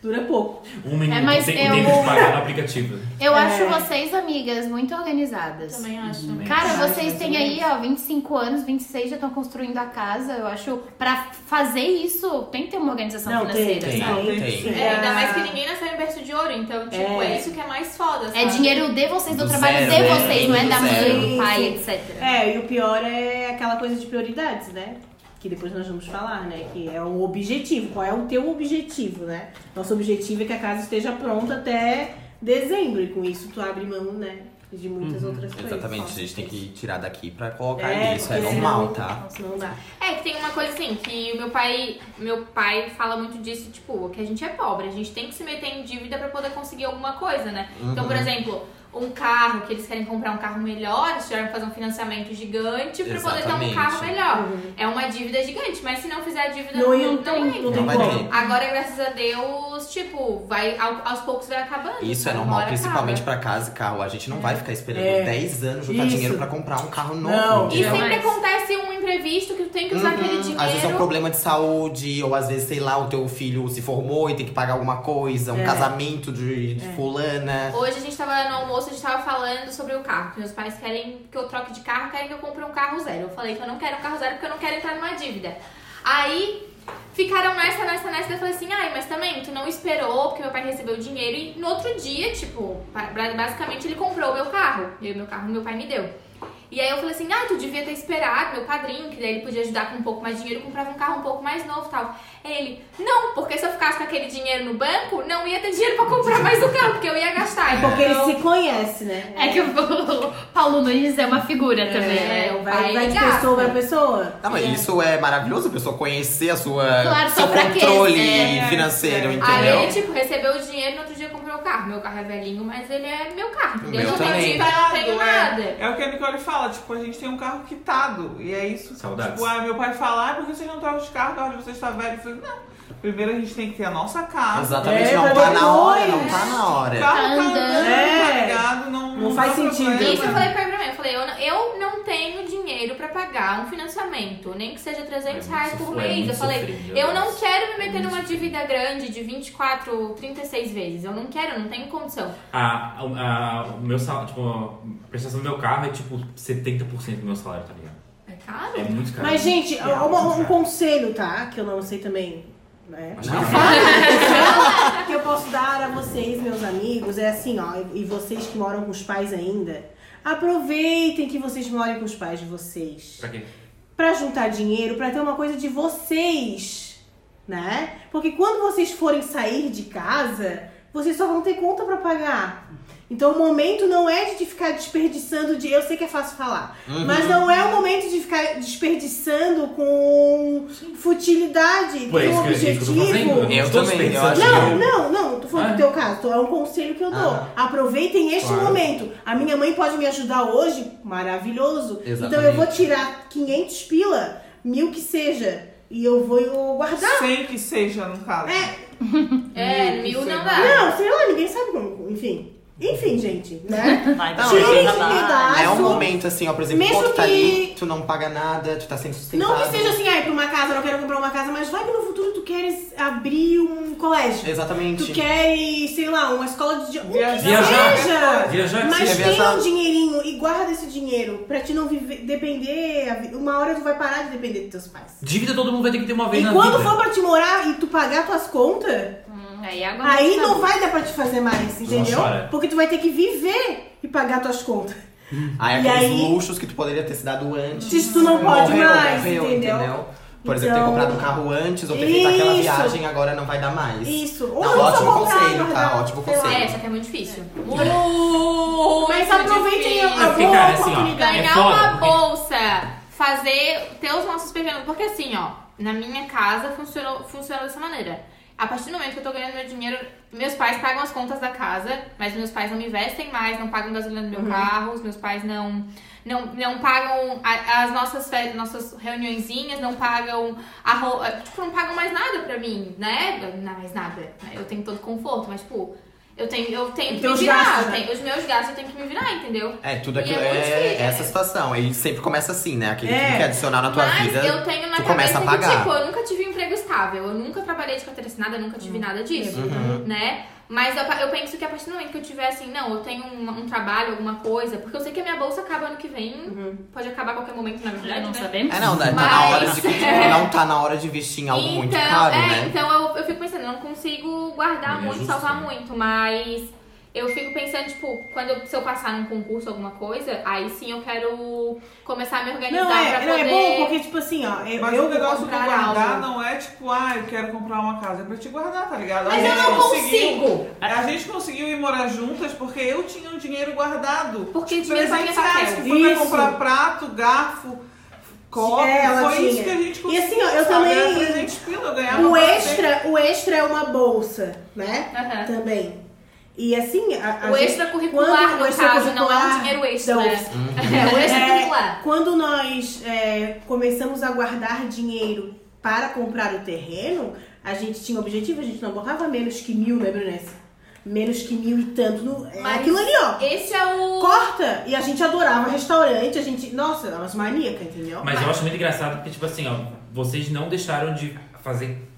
dura pouco.
Um menino
É, mas
tem
eu-
tempo de pagar no aplicativo.
Eu
É.
acho vocês, amigas, muito organizadas.
Também acho.
Cara,
Acho
vocês
mais
têm
ou
aí, ó, 25 anos, 26 já estão construindo a casa. Eu acho, pra fazer isso, tem que ter uma organização financeira.
tem.
sabe?
tem.
É, ainda mais que ninguém nasceu em berço de ouro, então, tipo, é, isso que é mais foda, sabe?
É dinheiro de vocês, do,
Do
trabalho
zero,
de
né?
vocês, não é
Do
da mãe,
zero.
do pai,
Sim.
etc.
É, e o pior é aquela coisa de prioridades, né? Que depois nós vamos falar, né? Que é o objetivo. Qual é o teu objetivo, né? Nosso objetivo é que a casa esteja pronta até dezembro. E com isso tu abre mão, né? De muitas outras coisas.
Uhum. Exatamente, a
Ó,
gente tem que tirar daqui pra colocar
É,
nisso, é
porque
normal,
senão-
tá?
Não dá.
É que tem uma coisa assim, que o meu pai, meu pai fala muito disso, tipo, que a gente é pobre, a gente tem que se meter em dívida pra poder conseguir alguma coisa, né? Então, por exemplo, um carro, que eles querem comprar um carro melhor, eles tiveram que fazer um financiamento gigante pra poder ter um
Exatamente.
carro melhor. É uma dívida gigante, mas se não fizer a dívida,
Não,
não,
não,
não
tem- não
entra.
tem
Não vai
como.
Agora, graças a Deus, tipo, vai, ao- aos poucos vai acabando.
Isso é
sabe? Uma
normal,
hora
principalmente
acaba.
pra casa e carro. A gente não vai ficar esperando
É.
10 anos juntar
Isso.
dinheiro pra comprar um carro novo.
Não.
E
entendeu?
sempre
Mas-
acontece um imprevisto que tu tem que usar aquele
Uhum. Às vezes é um
dinheiro.
problema de saúde, ou às vezes, sei lá, o teu filho se formou e tem que pagar alguma coisa, um
É.
casamento de, de fulana.
Hoje a gente tava no almoço, a gente tava falando sobre o carro. Que meus pais querem que eu troque de carro, querem que eu compre um carro zero. Eu falei que eu não quero um carro zero porque eu não quero entrar numa dívida. Aí ficaram nessa, nessa, nessa. Eu falei assim, ai, mas também, tu não esperou porque meu pai recebeu o dinheiro. E no outro dia, tipo, ba- basicamente ele comprou o meu carro. E o meu carro meu pai me deu. E aí eu falei assim, ah, tu devia ter esperado meu padrinho, que daí ele podia ajudar com um pouco mais de dinheiro, comprava um carro um pouco mais novo e tal. Ele, não, porque se eu ficasse com aquele dinheiro no banco, não ia ter dinheiro pra comprar mais um carro, porque eu ia gastar.
É Porque ele
Então,
se conhece, né?
É que o Paulo Nunes é uma figura também,
É,
né?
vai,
pai
vai de
gasta.
pessoa pra pessoa.
Não, mas isso é maravilhoso, a pessoa conhecer a sua
Claro,
seu
sua fraqueza,
controle
é.
financeiro,
É.
Aí
entendeu?
ele, tipo, recebeu o dinheiro e no outro dia comprou o carro. Meu carro é velhinho, mas ele é meu carro.
O
entendeu?
meu
Eu não tenho
também.
dívida, não tenho
Quitado, é.
nada.
É o que a Nicole fala, tipo, a gente tem um carro quitado. E é isso.
Saudades.
Tipo, ah, meu pai fala, ah, por que vocês não trocam de carro? O carro de vocês tá velho. Eu falei, não. Primeiro a gente tem que ter a nossa casa.
Exatamente,
É,
não
vai
tá na hora,
depois.
não tá na
O
hora.
carro tá
Tá
andando, tá
andando.
ligado? Não,
É. Não faz
dá
sentido.
problema.
Isso eu falei pra ele pra mim, eu falei, eu não, eu não tenho dinheiro pra pagar um financiamento, nem que seja 300
É muito
reais por
sofrido, é
mês.
muito
Eu falei,
sofrido,
eu não
nossa.
quero me meter numa dívida grande de 24, 36 vezes. Eu não quero, eu não tenho condição.
A, a, a- Ah, o meu salário, tipo, a prestação do meu carro é tipo 70% do meu salário, tá ligado?
É caro?
É muito caro.
Mas, gente,
É,
uma- um,
muito caro.
conselho, tá? Que eu não sei também, né? que eu posso dar a vocês, meus amigos, é assim, ó, e vocês que moram com os pais ainda, aproveitem que vocês moram com os pais de vocês.
Pra quê?
Pra juntar dinheiro, pra ter uma coisa de vocês, né? Porque quando vocês forem sair de casa, vocês só vão ter conta pra pagar. Então o momento não é de ficar desperdiçando de. Eu sei que é fácil falar,
Uhum.
mas não é o momento de ficar desperdiçando com futilidade.
Por Tipo,
Tem
é isso
um
que eu digo que eu tô fazendo. assim,
objetivo.
não
Eu
tô
também, eu
dispensando.
acho que
Não, não, não, tu falando
Ah.
do teu caso, tu- é um conselho que eu dou.
Né? Ah.
Aproveitem este
Claro.
momento. A minha mãe pode me ajudar hoje, maravilhoso. Então eu
Exatamente.
vou tirar 500 pila, mil que seja, e eu vou eu guardar.
Sem que seja, no caso.
É.
É,
Hum,
mil
sei
não
lá.
dá.
Não, sei lá, ninguém sabe como, enfim. Enfim, gente, né?
Vai
Não,
pra
gente,
gente,
que
trabalho.
É um
Azul.
momento assim, ó, por exemplo,
Mesmo
quando tu tá
que-
ali, tu não paga nada, tu tá sendo sustentado.
Não que seja assim, ai, pra uma casa, não quero comprar uma casa, mas vai que no futuro tu queres abrir um colégio.
Exatamente.
Tu queres, sei lá, uma escola de. o que
Viajar.
seja!
Viajar que
Mas
Você
seja.
quer
tem
viajar?
um dinheirinho e guarda esse dinheiro pra te não viver, depender. a vi- Uma hora tu vai parar de depender dos teus pais.
Dívida todo mundo vai ter que ter uma vez
E
na
quando
vida.
for pra te morar e tu pagar tuas contas,
Hum, aí agora
aí
tá
não
bom.
vai dar pra te fazer mais, entendeu?
chora.
Porque tu vai ter que viver e pagar tuas contas.
Aí
E
aqueles
aí-
luxos que tu poderia ter se dado antes.
Diz tu não pode
morreu,
mais,
morreu,
entendeu?
Por exemplo, ter
Então-
comprado um carro antes ou ter feito aquela
Isso.
viagem agora não vai dar mais.
Isso. Ou
Não,
não
ótimo
só comprar,
conselho,
guardar,
tá? Ótimo
sei lá.
conselho.
É, só que é muito difícil.
Mas
Muito
aproveitem a,
difícil.
a
É porque,
boa
cara, assim, ó,
oportunidade.
é
Ganhar
foda,
uma
porque-
bolsa, fazer, ter os nossos pequenos. Porque assim, ó, na minha casa funcionou, funcionou dessa maneira. A partir do momento que eu tô ganhando meu dinheiro, meus pais pagam as contas da casa, mas meus pais não me investem mais, não pagam gasolina no
Uhum.
meu carro, os meus pais não. Não, não pagam a- as nossas férias, nossas reuniõezinhas, não pagam a roupa. Tipo, não pagam mais nada pra mim, né? Não, mais nada. Eu tenho todo conforto, mas, tipo, eu tenho, eu tenho que me
Teus
virar.
gastos,
eu
né?
tenho- os meus gastos eu tenho que me virar, entendeu?
É,
E
tudo aquilo
é
é,
muito difícil,
essa
é.
situação. E sempre começa assim, né? Aquele
É.
que quer adicionar na tua
Mas
vida.
eu tenho na
tu
cabeça
começa a pagar.
que, tipo, eu nunca tive um emprego estável. Eu nunca trabalhei de carteira assinada, eu nunca tive
Uhum.
nada disso,
Uhum.
né? Mas eu, eu penso que a partir do momento que eu tiver assim, não, eu tenho um, um trabalho, alguma coisa, porque eu sei que a minha bolsa acaba ano que vem,
Uhum.
pode acabar a qualquer momento, na
Já
verdade,
não
né?
sabemos.
É, não, né? Tá na
Mas- é.
hora de que tipo, não tá na hora de investir em algo
então,
muito caro,
é,
né?
Então eu, eu fico pensando, eu não consigo guardar
Ele é
muito,
justo,
salvar
né?
muito, mas eu fico pensando, tipo, quando eu- se eu passar num concurso, alguma coisa, aí sim eu quero começar a me organizar
tá
Não, é,
pra
não,
poder.
é bom porque, tipo assim, ó, eu,
Mas
eu
o negócio do
comprar
guardar
algo.
não é tipo, ah, eu quero comprar uma casa. É pra te guardar, tá ligado?
Mas
A
eu
gente
não
conseguiu-
consigo.
A gente conseguiu ir morar juntas porque eu tinha um dinheiro guardado.
Porque
Tipo,
dinheiro pra
300
minha
reais,
Raquel.
que foi pra
Isso.
comprar prato, garfo, copo.
É, ela
foi isso
tinha.
que a gente
E
conseguiu.
assim, ó, eu
sabe? Era
também-
300 pila, eu ganhava
O
pra
extra, o extra é uma bolsa, né?
Aham.
Também. E assim, a, a
É. O
gente-
extracurricular,
quando-
no
o
caso, não é um
extracurricular
dinheiro extra.
da
É,
UFSC.
o extracurricular.
Quando nós é, começamos a guardar dinheiro para comprar o terreno, a gente tinha objetivo, a gente não borrava menos que mil, né, Brunessa? Menos que mil e tanto. No, é
Mas-
aquilo ali, ó.
Esse é o.
Corta! E a gente adorava restaurante, a gente. Nossa, era umas maníacas, entendeu?
Mas eu acho muito engraçado porque, tipo assim, ó, vocês não deixaram de fazer.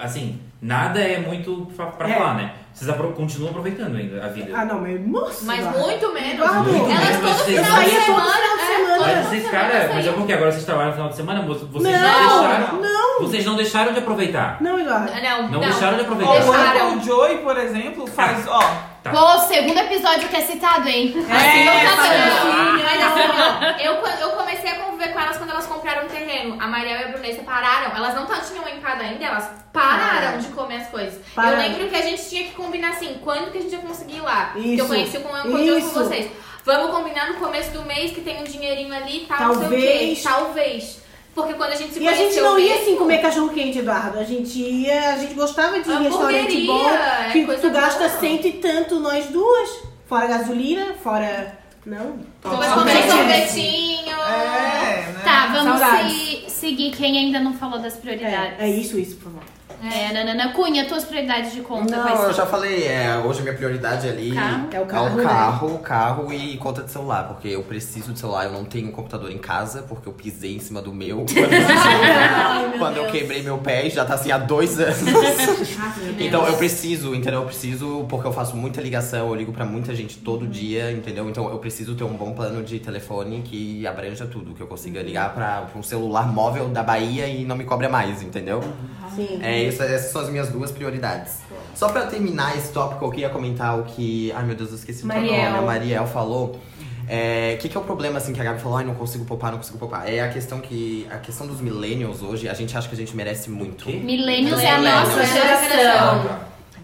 Assim, nada é muito pra, pra
É.
falar, né? Vocês apro- continuam aproveitando ainda a vida.
Ah, não, mas. Nossa!
Mas
Eduardo.
muito menos.
Eduardo.
Muito
Elas
menos,
todo
vocês
final de
saíam todo
semana.
final de
é,
semana.
todo
Mas
final
vocês,
de
cara,
semana
mas é
saíam.
porque agora vocês trabalham no final de semana, vo- vocês não,
Não,
deixaram.
não.
Vocês não deixaram de aproveitar.
Não, Eduardo.
Não,
Não deixaram de
Ó,
aproveitar.
o
Deixaram.
Uncle Joey, por exemplo, faz, ó.
É,
Tá.
Bom, o segundo episódio que é citado, hein?
Assim, não tá
essa-
dando. Mas assim, ó, eu, quan- eu comecei a conviver com elas quando elas compraram o terreno. A Mariel e a Brunessa pararam. Elas não tá- tinham encado ainda, elas pararam de comer as coisas. Eu
Pararam.
lembro que a gente tinha que combinar assim, quando que a gente ia conseguir ir lá. Que
Isso.
eu conheci com, eu com
Isso.
vocês. Vamos combinar no começo do mês que tem um dinheirinho ali e tal, não sei o quê.
Talvez.
Talvez. Porque quando a gente se
E a
conheceu
gente não ia assim
mesmo-
comer cachorro quente, Eduardo. A gente ia, a gente gostava de ir em
Hamburgueria,
restaurante bom,
é
que
coisa
tu gasta
boa.
cento e tanto nós duas. Fora gasolina, fora. Não.
Vamos comer sorvetinho.
É, né?
Tá, vamos
Saudades.
se- seguir quem ainda não falou das prioridades.
É, é isso, isso, por favor.
É, Nanana Cunha, tuas prioridades de conta quais
Não,
são?
eu já falei, é, hoje a minha prioridade ali
Carro.
É o carro, né?
carro, carro e conta de celular, porque eu preciso de celular, eu não tenho um computador em casa, porque eu pisei em cima do meu
Ai, meu
quando eu
Deus.
quebrei meu pé, e já tá assim há dois anos. Então eu preciso, entendeu? Eu preciso, porque eu faço muita ligação, eu ligo pra muita gente todo dia, entendeu? Então eu preciso ter um bom plano de telefone que abranja tudo, que eu consiga ligar pra, pra um celular móvel da Bahia e não me cobra mais, entendeu?
Sim.
É, isso, essas são as minhas duas prioridades. Só pra terminar esse tópico, eu queria comentar o que. Ai, meu Deus, eu esqueci o teu
Mariel.
nome. A Mariel falou. O que, que é o problema, assim, que a Gabi falou, ai, não consigo poupar, não consigo poupar. É a questão que. A questão dos millennials hoje, a gente acha que a gente merece muito.
Quê?
Millennials é a
Millennials.
nossa geração.
tá.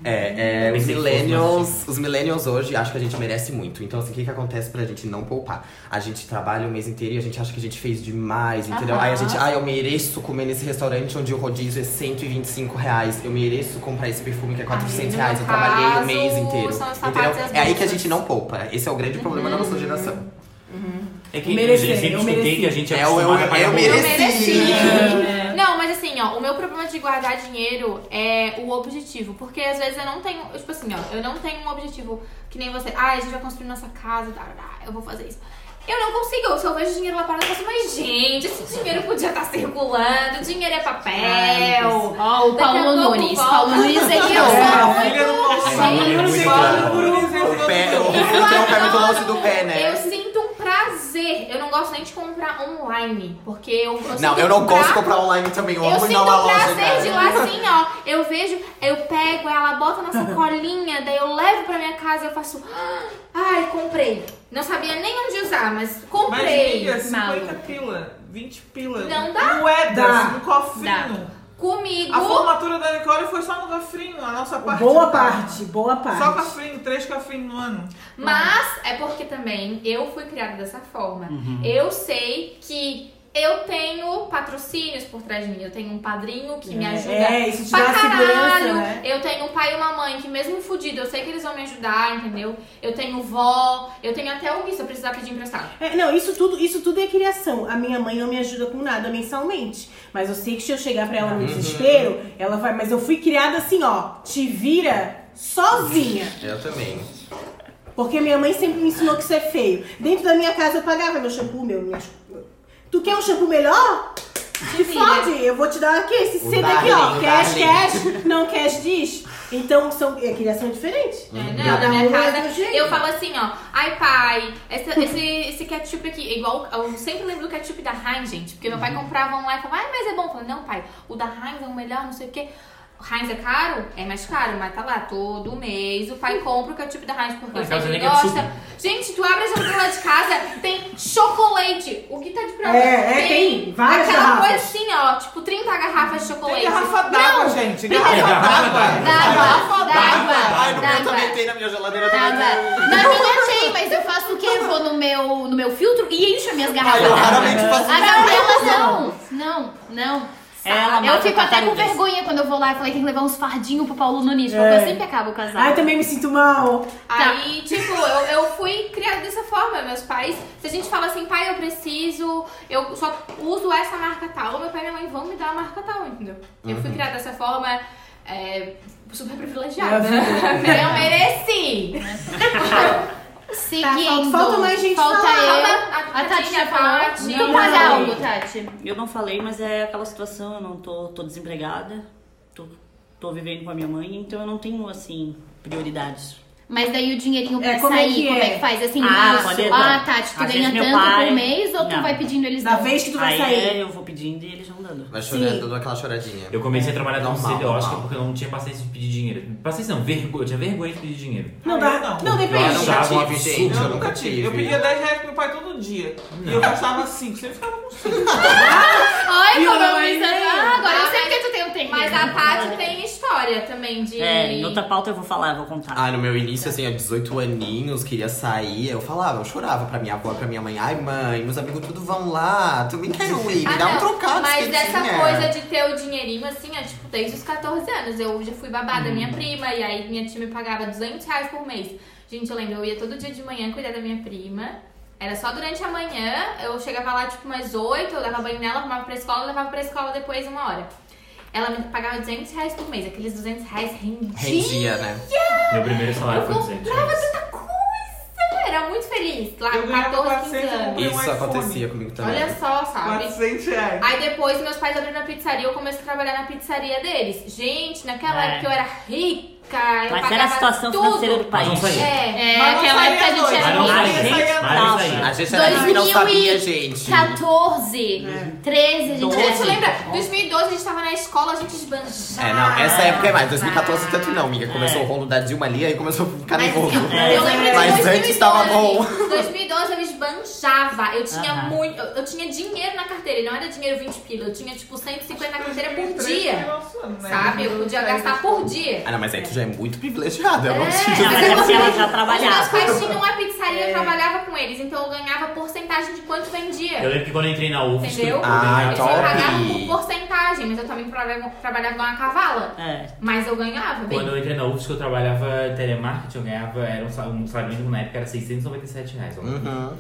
É, é, os
Pensei que fosse mais
millennials, os millennials hoje acho que a gente merece muito. Então, assim, o que, que acontece pra gente não poupar? A gente trabalha o mês inteiro e a gente acha que a gente fez demais, entendeu? Aí a gente, ah, eu mereço comer nesse restaurante onde o rodízio é 125 reais. Eu mereço comprar esse perfume que é 400
no
reais. Eu
meu
trabalhei o
caso,
mês inteiro.
são os sapatos
Entendeu?
e as
É aí que a
bolsas.
gente não poupa. Esse é o grande problema da nossa geração.
É que
Merecer,
a gente sempre
eu
escutei
mereci.
que a gente é
É, eu-
acostumado
eu-
a pagar
eu
muito.
Eu
mereci.
mereci.
É.
Não, mas assim, ó, o meu problema de guardar dinheiro é o objetivo. Porque às vezes eu não tenho. Tipo assim, ó, eu não tenho um objetivo que nem você. Ah, a gente vai construir nossa casa, tá, tá, tá, eu vou fazer isso. Eu não consigo, se eu vejo dinheiro lá parado, eu faço, mas gente, esse dinheiro podia estar circulando, dinheiro é papel.
Ó, o
Daqui a
Paulo
pouco
Nunes.
volta.
Paulo Nunes é que eu.
A filha do Bolsonaro
Muito
brigando
claro.
por um exemplo
O pé, o
do outro.
tem um pé muito longe do pé, né?
Eu sinto um prazer. Eu não gosto nem de comprar online. Porque eu. eu
Não,
sinto
eu não
um
gosto de
prazer.
comprar online também. Eu
Eu
amo ir
sinto
na
o
loja.
prazer de
cara.
lá assim, ó. Eu vejo, eu pego ela, boto na sacolinha, daí eu levo pra minha casa, eu faço. "Ah, Ai, comprei. Não sabia nem onde usar, mas
Mas
comprei.
liga, assim, 50
maluco.
pila, 20 pila.
Não dá.
Moedas
Dá.
no cofrinho.
Comigo.
A formatura da Nicole foi só no cofrinho, a nossa parte.
Boa
do
parte, boa parte.
Só cofrinho, três cofrinhos no ano.
Mas é porque também eu fui criada dessa forma.
Uhum.
Eu sei que eu tenho patrocínios por trás de mim. Eu tenho um padrinho que me
É,
ajuda.
É, isso te
Pra
dá segurança,
caralho!
né?
Eu tenho um pai e uma mãe que, mesmo fudido, eu sei que eles vão me ajudar, entendeu? Eu tenho vó, eu tenho até o Gui se eu precisar pedir emprestado.
É, não, isso tudo, isso tudo é criação. A minha mãe não me ajuda com nada mensalmente. Mas eu sei que se eu chegar pra ela
Uhum.
no desespero, ela vai. Mas eu fui criada assim, ó, te vira sozinha.
Eu também.
Porque minha mãe sempre me ensinou que isso é feio. Dentro da minha casa eu pagava meu shampoo, meu. Minha... Tu quer um shampoo melhor?
Se
Te
vira.
fode, eu vou te dar aqui, esse
O
C daqui, ó.
Darling, o
Cash,
Darling.
cash, não cash, diz. Então são, é criação diferente.
É, não,
Cada
na minha
um é do
casa
jeito.
eu falo assim, ó, ai pai, essa- esse, esse ketchup aqui, é igual, eu sempre lembro do ketchup da Heinz, gente, porque meu pai comprava um lá e falava, ai, mas é bom. Eu falava, não, pai, o da Heinz é o melhor, não sei o quê. O Heinz é caro? É mais caro, mas tá lá, todo mês o pai compra o ketchup da Heinz porque
Mas
ele sempre
nem
gosta. Gente, tu abre a janela lá de casa, tem chocolate. O que tá de prova?
É, é, tem várias
Aquela
garrafas.
coisa assim, ó, tipo 30 garrafas de chocolate.
Tem garrafa d'água, gente. Garrafa
D'água,
d'água.
Ai,
d'água,
no meu
d'água.
também tem na minha geladeira
Nada.
também. tem.
Na minha tem, mas eu faço o quê? Eu vou no meu, no meu filtro e encho as minhas garrafas.
Ai, eu
d'água.
raramente faço
As amarelas não. Não, não.
É,
É,
Ela
eu
mata
fico até com
tartarugas.
vergonha quando eu vou lá e falei que tem que levar uns fardinhos pro Paulo Nunes, porque
É.
eu sempre acabo com as
Ai,
águas.
também me sinto mal.
Aí, tipo, eu, eu fui criada dessa forma. Meus pais, se a gente fala assim, pai, eu preciso, eu só uso essa marca tal, meu pai e minha mãe vão me dar a marca tal, entendeu? Eu fui criada dessa forma, é, super privilegiada. eu mereci!
Seguindo.
falta mais gente
falta
falar.
eu.
A- a
A, Tati
Tati
já
já
falou.
falou.
Tu
Não,
paga
não.
algo, Tati.
Eu não falei, mas é aquela situação, eu não tô, tô desempregada, tô, tô vivendo com a minha mãe, então eu não tenho, assim, prioridades.
Mas daí o dinheirinho pra
É, como é
sair,
que
como é
é?
que faz? Assim,
Ah,
isso.
pode-
ah, Tati, tu
Às
ganha
vezes meu
tanto
pai-
por mês ou tu
Não.
vai pedindo eles
Da
dão?
vez que tu vai
Aí é,
sair.
é.
eu vou pedindo e eles vão dando.
Vai
Sim.
chorando, dando aquela choradinha.
Eu comecei a trabalhar tão
É Normal,
cedo, eu acho que
normal.
porque eu não tinha paciência de pedir dinheiro. Paciência não, vergonha, eu tinha vergonha de pedir dinheiro.
Não
Ah,
dá.
eu não.
Não,
Eu
depende.
achava um
Eu nunca tive,
absurdo.
Eu nunca tive. Eu pedia 10 reais pro meu pai todo dia. E eu gastava 5. Sempre ficava com 5.
Ai,
Viu,
como eu
mãe?
me
Ah,
sinto- Agora eu sei
que tu tem um tempo.
Mas a Paty tem história também de.
É, em outra pauta eu vou falar, eu vou contar.
Ah, no meu início, assim, há 18 aninhos, queria sair, eu falava, eu chorava pra minha avó, pra minha mãe. Ai, mãe, meus amigos tudo vão lá, também quero ir, me
Ah,
dá um
não,
trocado. é.
Mas
esquecinha."
essa coisa de ter o dinheirinho, assim, é tipo, desde os 14 anos. Eu já fui babada,
Uhum.
minha prima, e aí minha tia me pagava 200 reais por mês. Gente, eu lembro, eu ia todo dia de manhã cuidar da minha prima. Era só durante a manhã, eu chegava lá tipo umas 8, eu dava banho nela, arrumava pra escola, levava pra escola depois uma hora. Ela me pagava 200 reais por mês, aqueles 200 reais rendiam
Rendia, né?
Meu primeiro salário
Eu
foi 200 reais.
tanta coisa! Era muito feliz, lá
Eu
com
ganhava
14, 15
400
anos.
comprei um
Isso
iPhone.
acontecia comigo também.
Olha só, sabe?
400 reais.
Aí depois meus pais abriram a pizzaria, eu comecei a trabalhar na pizzaria deles. Gente, naquela
É.
época eu era rica, eu
Mas
pagava
era a situação
tudo.
financeira do
Mas não
país.
saía.
É.
É,
Mas não
aquela
saía
época a
dois,
gente era
Mas não
Não
rico.
saía,
saía,
saía
mas não
nada.
A
saía.
gente era que não sabia, gente.
14, 13, a gente
A gente
era
lembra, 2012 a gente tava na escola, a gente esbanjava.
É, não, essa época é mais. 2014 tanto não, amiga. Começou o rolo da Dilma ali, aí começou a ficar nervoso.
Eu lembro de
Mas antes
2012.
tava bom.
2012 eu esbanjava, gastava. Eu tinha
Aham.
muito. Eu, eu tinha dinheiro na carteira. E não era dinheiro 20 pila. Eu tinha tipo 150 na carteira por
Três
dia.
crianças, né?
Sabe? Eu podia gastar por dia.
Ah, não, mas aí tu já é muito privilegiada.
É,
vamos te
mas
dizer.
eu
Ela,
consegui-
ela já
Os meus
trabalhava.
pais tinham uma pizzaria,
É.
eu trabalhava com eles, então eu ganhava porcentagem de quanto
Eu
vendia.
lembro que quando eu entrei na UFSC,
Entendeu?
eu
Ah,
ganhava-
Eles me
top.
pagavam por porcentagem, mas eu também trabalhava, trabalhava igual uma cavala.
É.
Mas eu ganhava bem.
Quando eu entrei na UFSC, eu trabalhava telemarketing, eu ganhava, era um salário, um salário mínimo na época era 697 reais. ó.
Uhum.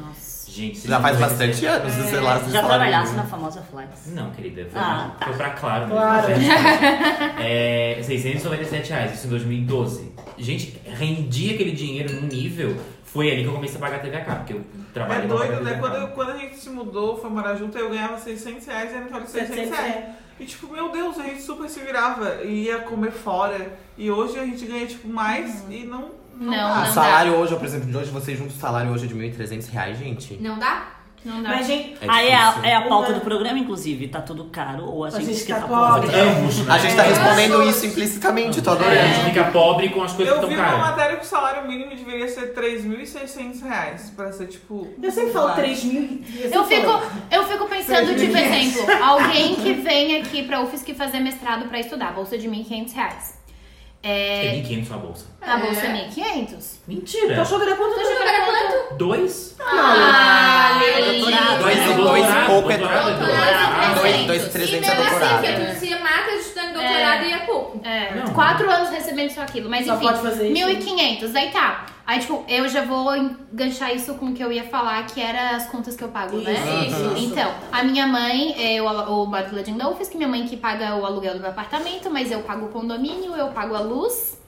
Gente,
Já
Uhum.
faz
697.
bastante anos, sei lá. se
Já
fala
trabalhasse
mesmo.
na famosa
É
Flex.
Não, querida, foi,
Ah,
foi pra claro.
Claro.
Mesmo. É, 697 reais, isso em 2012. Gente, rendia aquele dinheiro num nível. Foi ali que eu comecei a pagar a TV a cabo, porque eu trabalhei
É
pra pagar
doido,
a TV
né?
a
Quando, eu-
cabo.
quando a gente se mudou, foi morar junto, eu ganhava 600 reais e um a Nicole 600 reais. E tipo, meu Deus, a gente super se virava e ia comer fora. E hoje a gente ganha, tipo, mais
Uhum.
e não.
Não,
dá.
O
não
Ah, salário hoje, ó, por exemplo, de hoje, vocês juntam o salário hoje é de 1.300 reais, gente.
Não dá?
Não dá.
Mas, gente,
É
Aí é a,
difícil.
é a pauta do programa, inclusive. Tá tudo caro ou a gente, que tá
pobre.
pobre.
Ambos, né? É,
A gente tá
É.
respondendo isso implicitamente, tô
A gente
É.
adorando.
fica pobre com as coisas que
Eu vi
estão
uma
caras.
matéria que o salário mínimo deveria ser 3.600 reais. Pra ser, tipo.
eu sempre falo 3 mil.
Eu fico, eu fico pensando, tipo, exemplo, alguém que vem aqui pra UFSC fazer mestrado pra estudar, bolsa de 1.500 reais.
É
É,
1.500 na bolsa.
a bolsa é 1.500.
Mentira!
Tô achando que era é quanto?
Tu achou que era é quanto?
Tá.
Dois?
Ah,
doutorado.
Dois,
Doutorado,
dois e pouco é
doutorado,
dois.
doutorado.
Dois, dois,
E
trezentos
mesmo
é
assim,
doutorado.
porque tu se mata estudando doutorado e é pouco.
É,
Não.
quatro anos recebendo só aquilo, mas
né? Só
enfim,
pode fazer isso. né?
1.500, aí tá. Aí, tipo, eu já vou enganchar isso com o que eu ia falar, que era as contas que eu pago, né?
Isso, isso, isso.
Então, a minha mãe, é, eu, o Bárbara de Andolfes, que minha mãe que paga o aluguel do meu apartamento, mas eu pago o condomínio, eu pago a luz,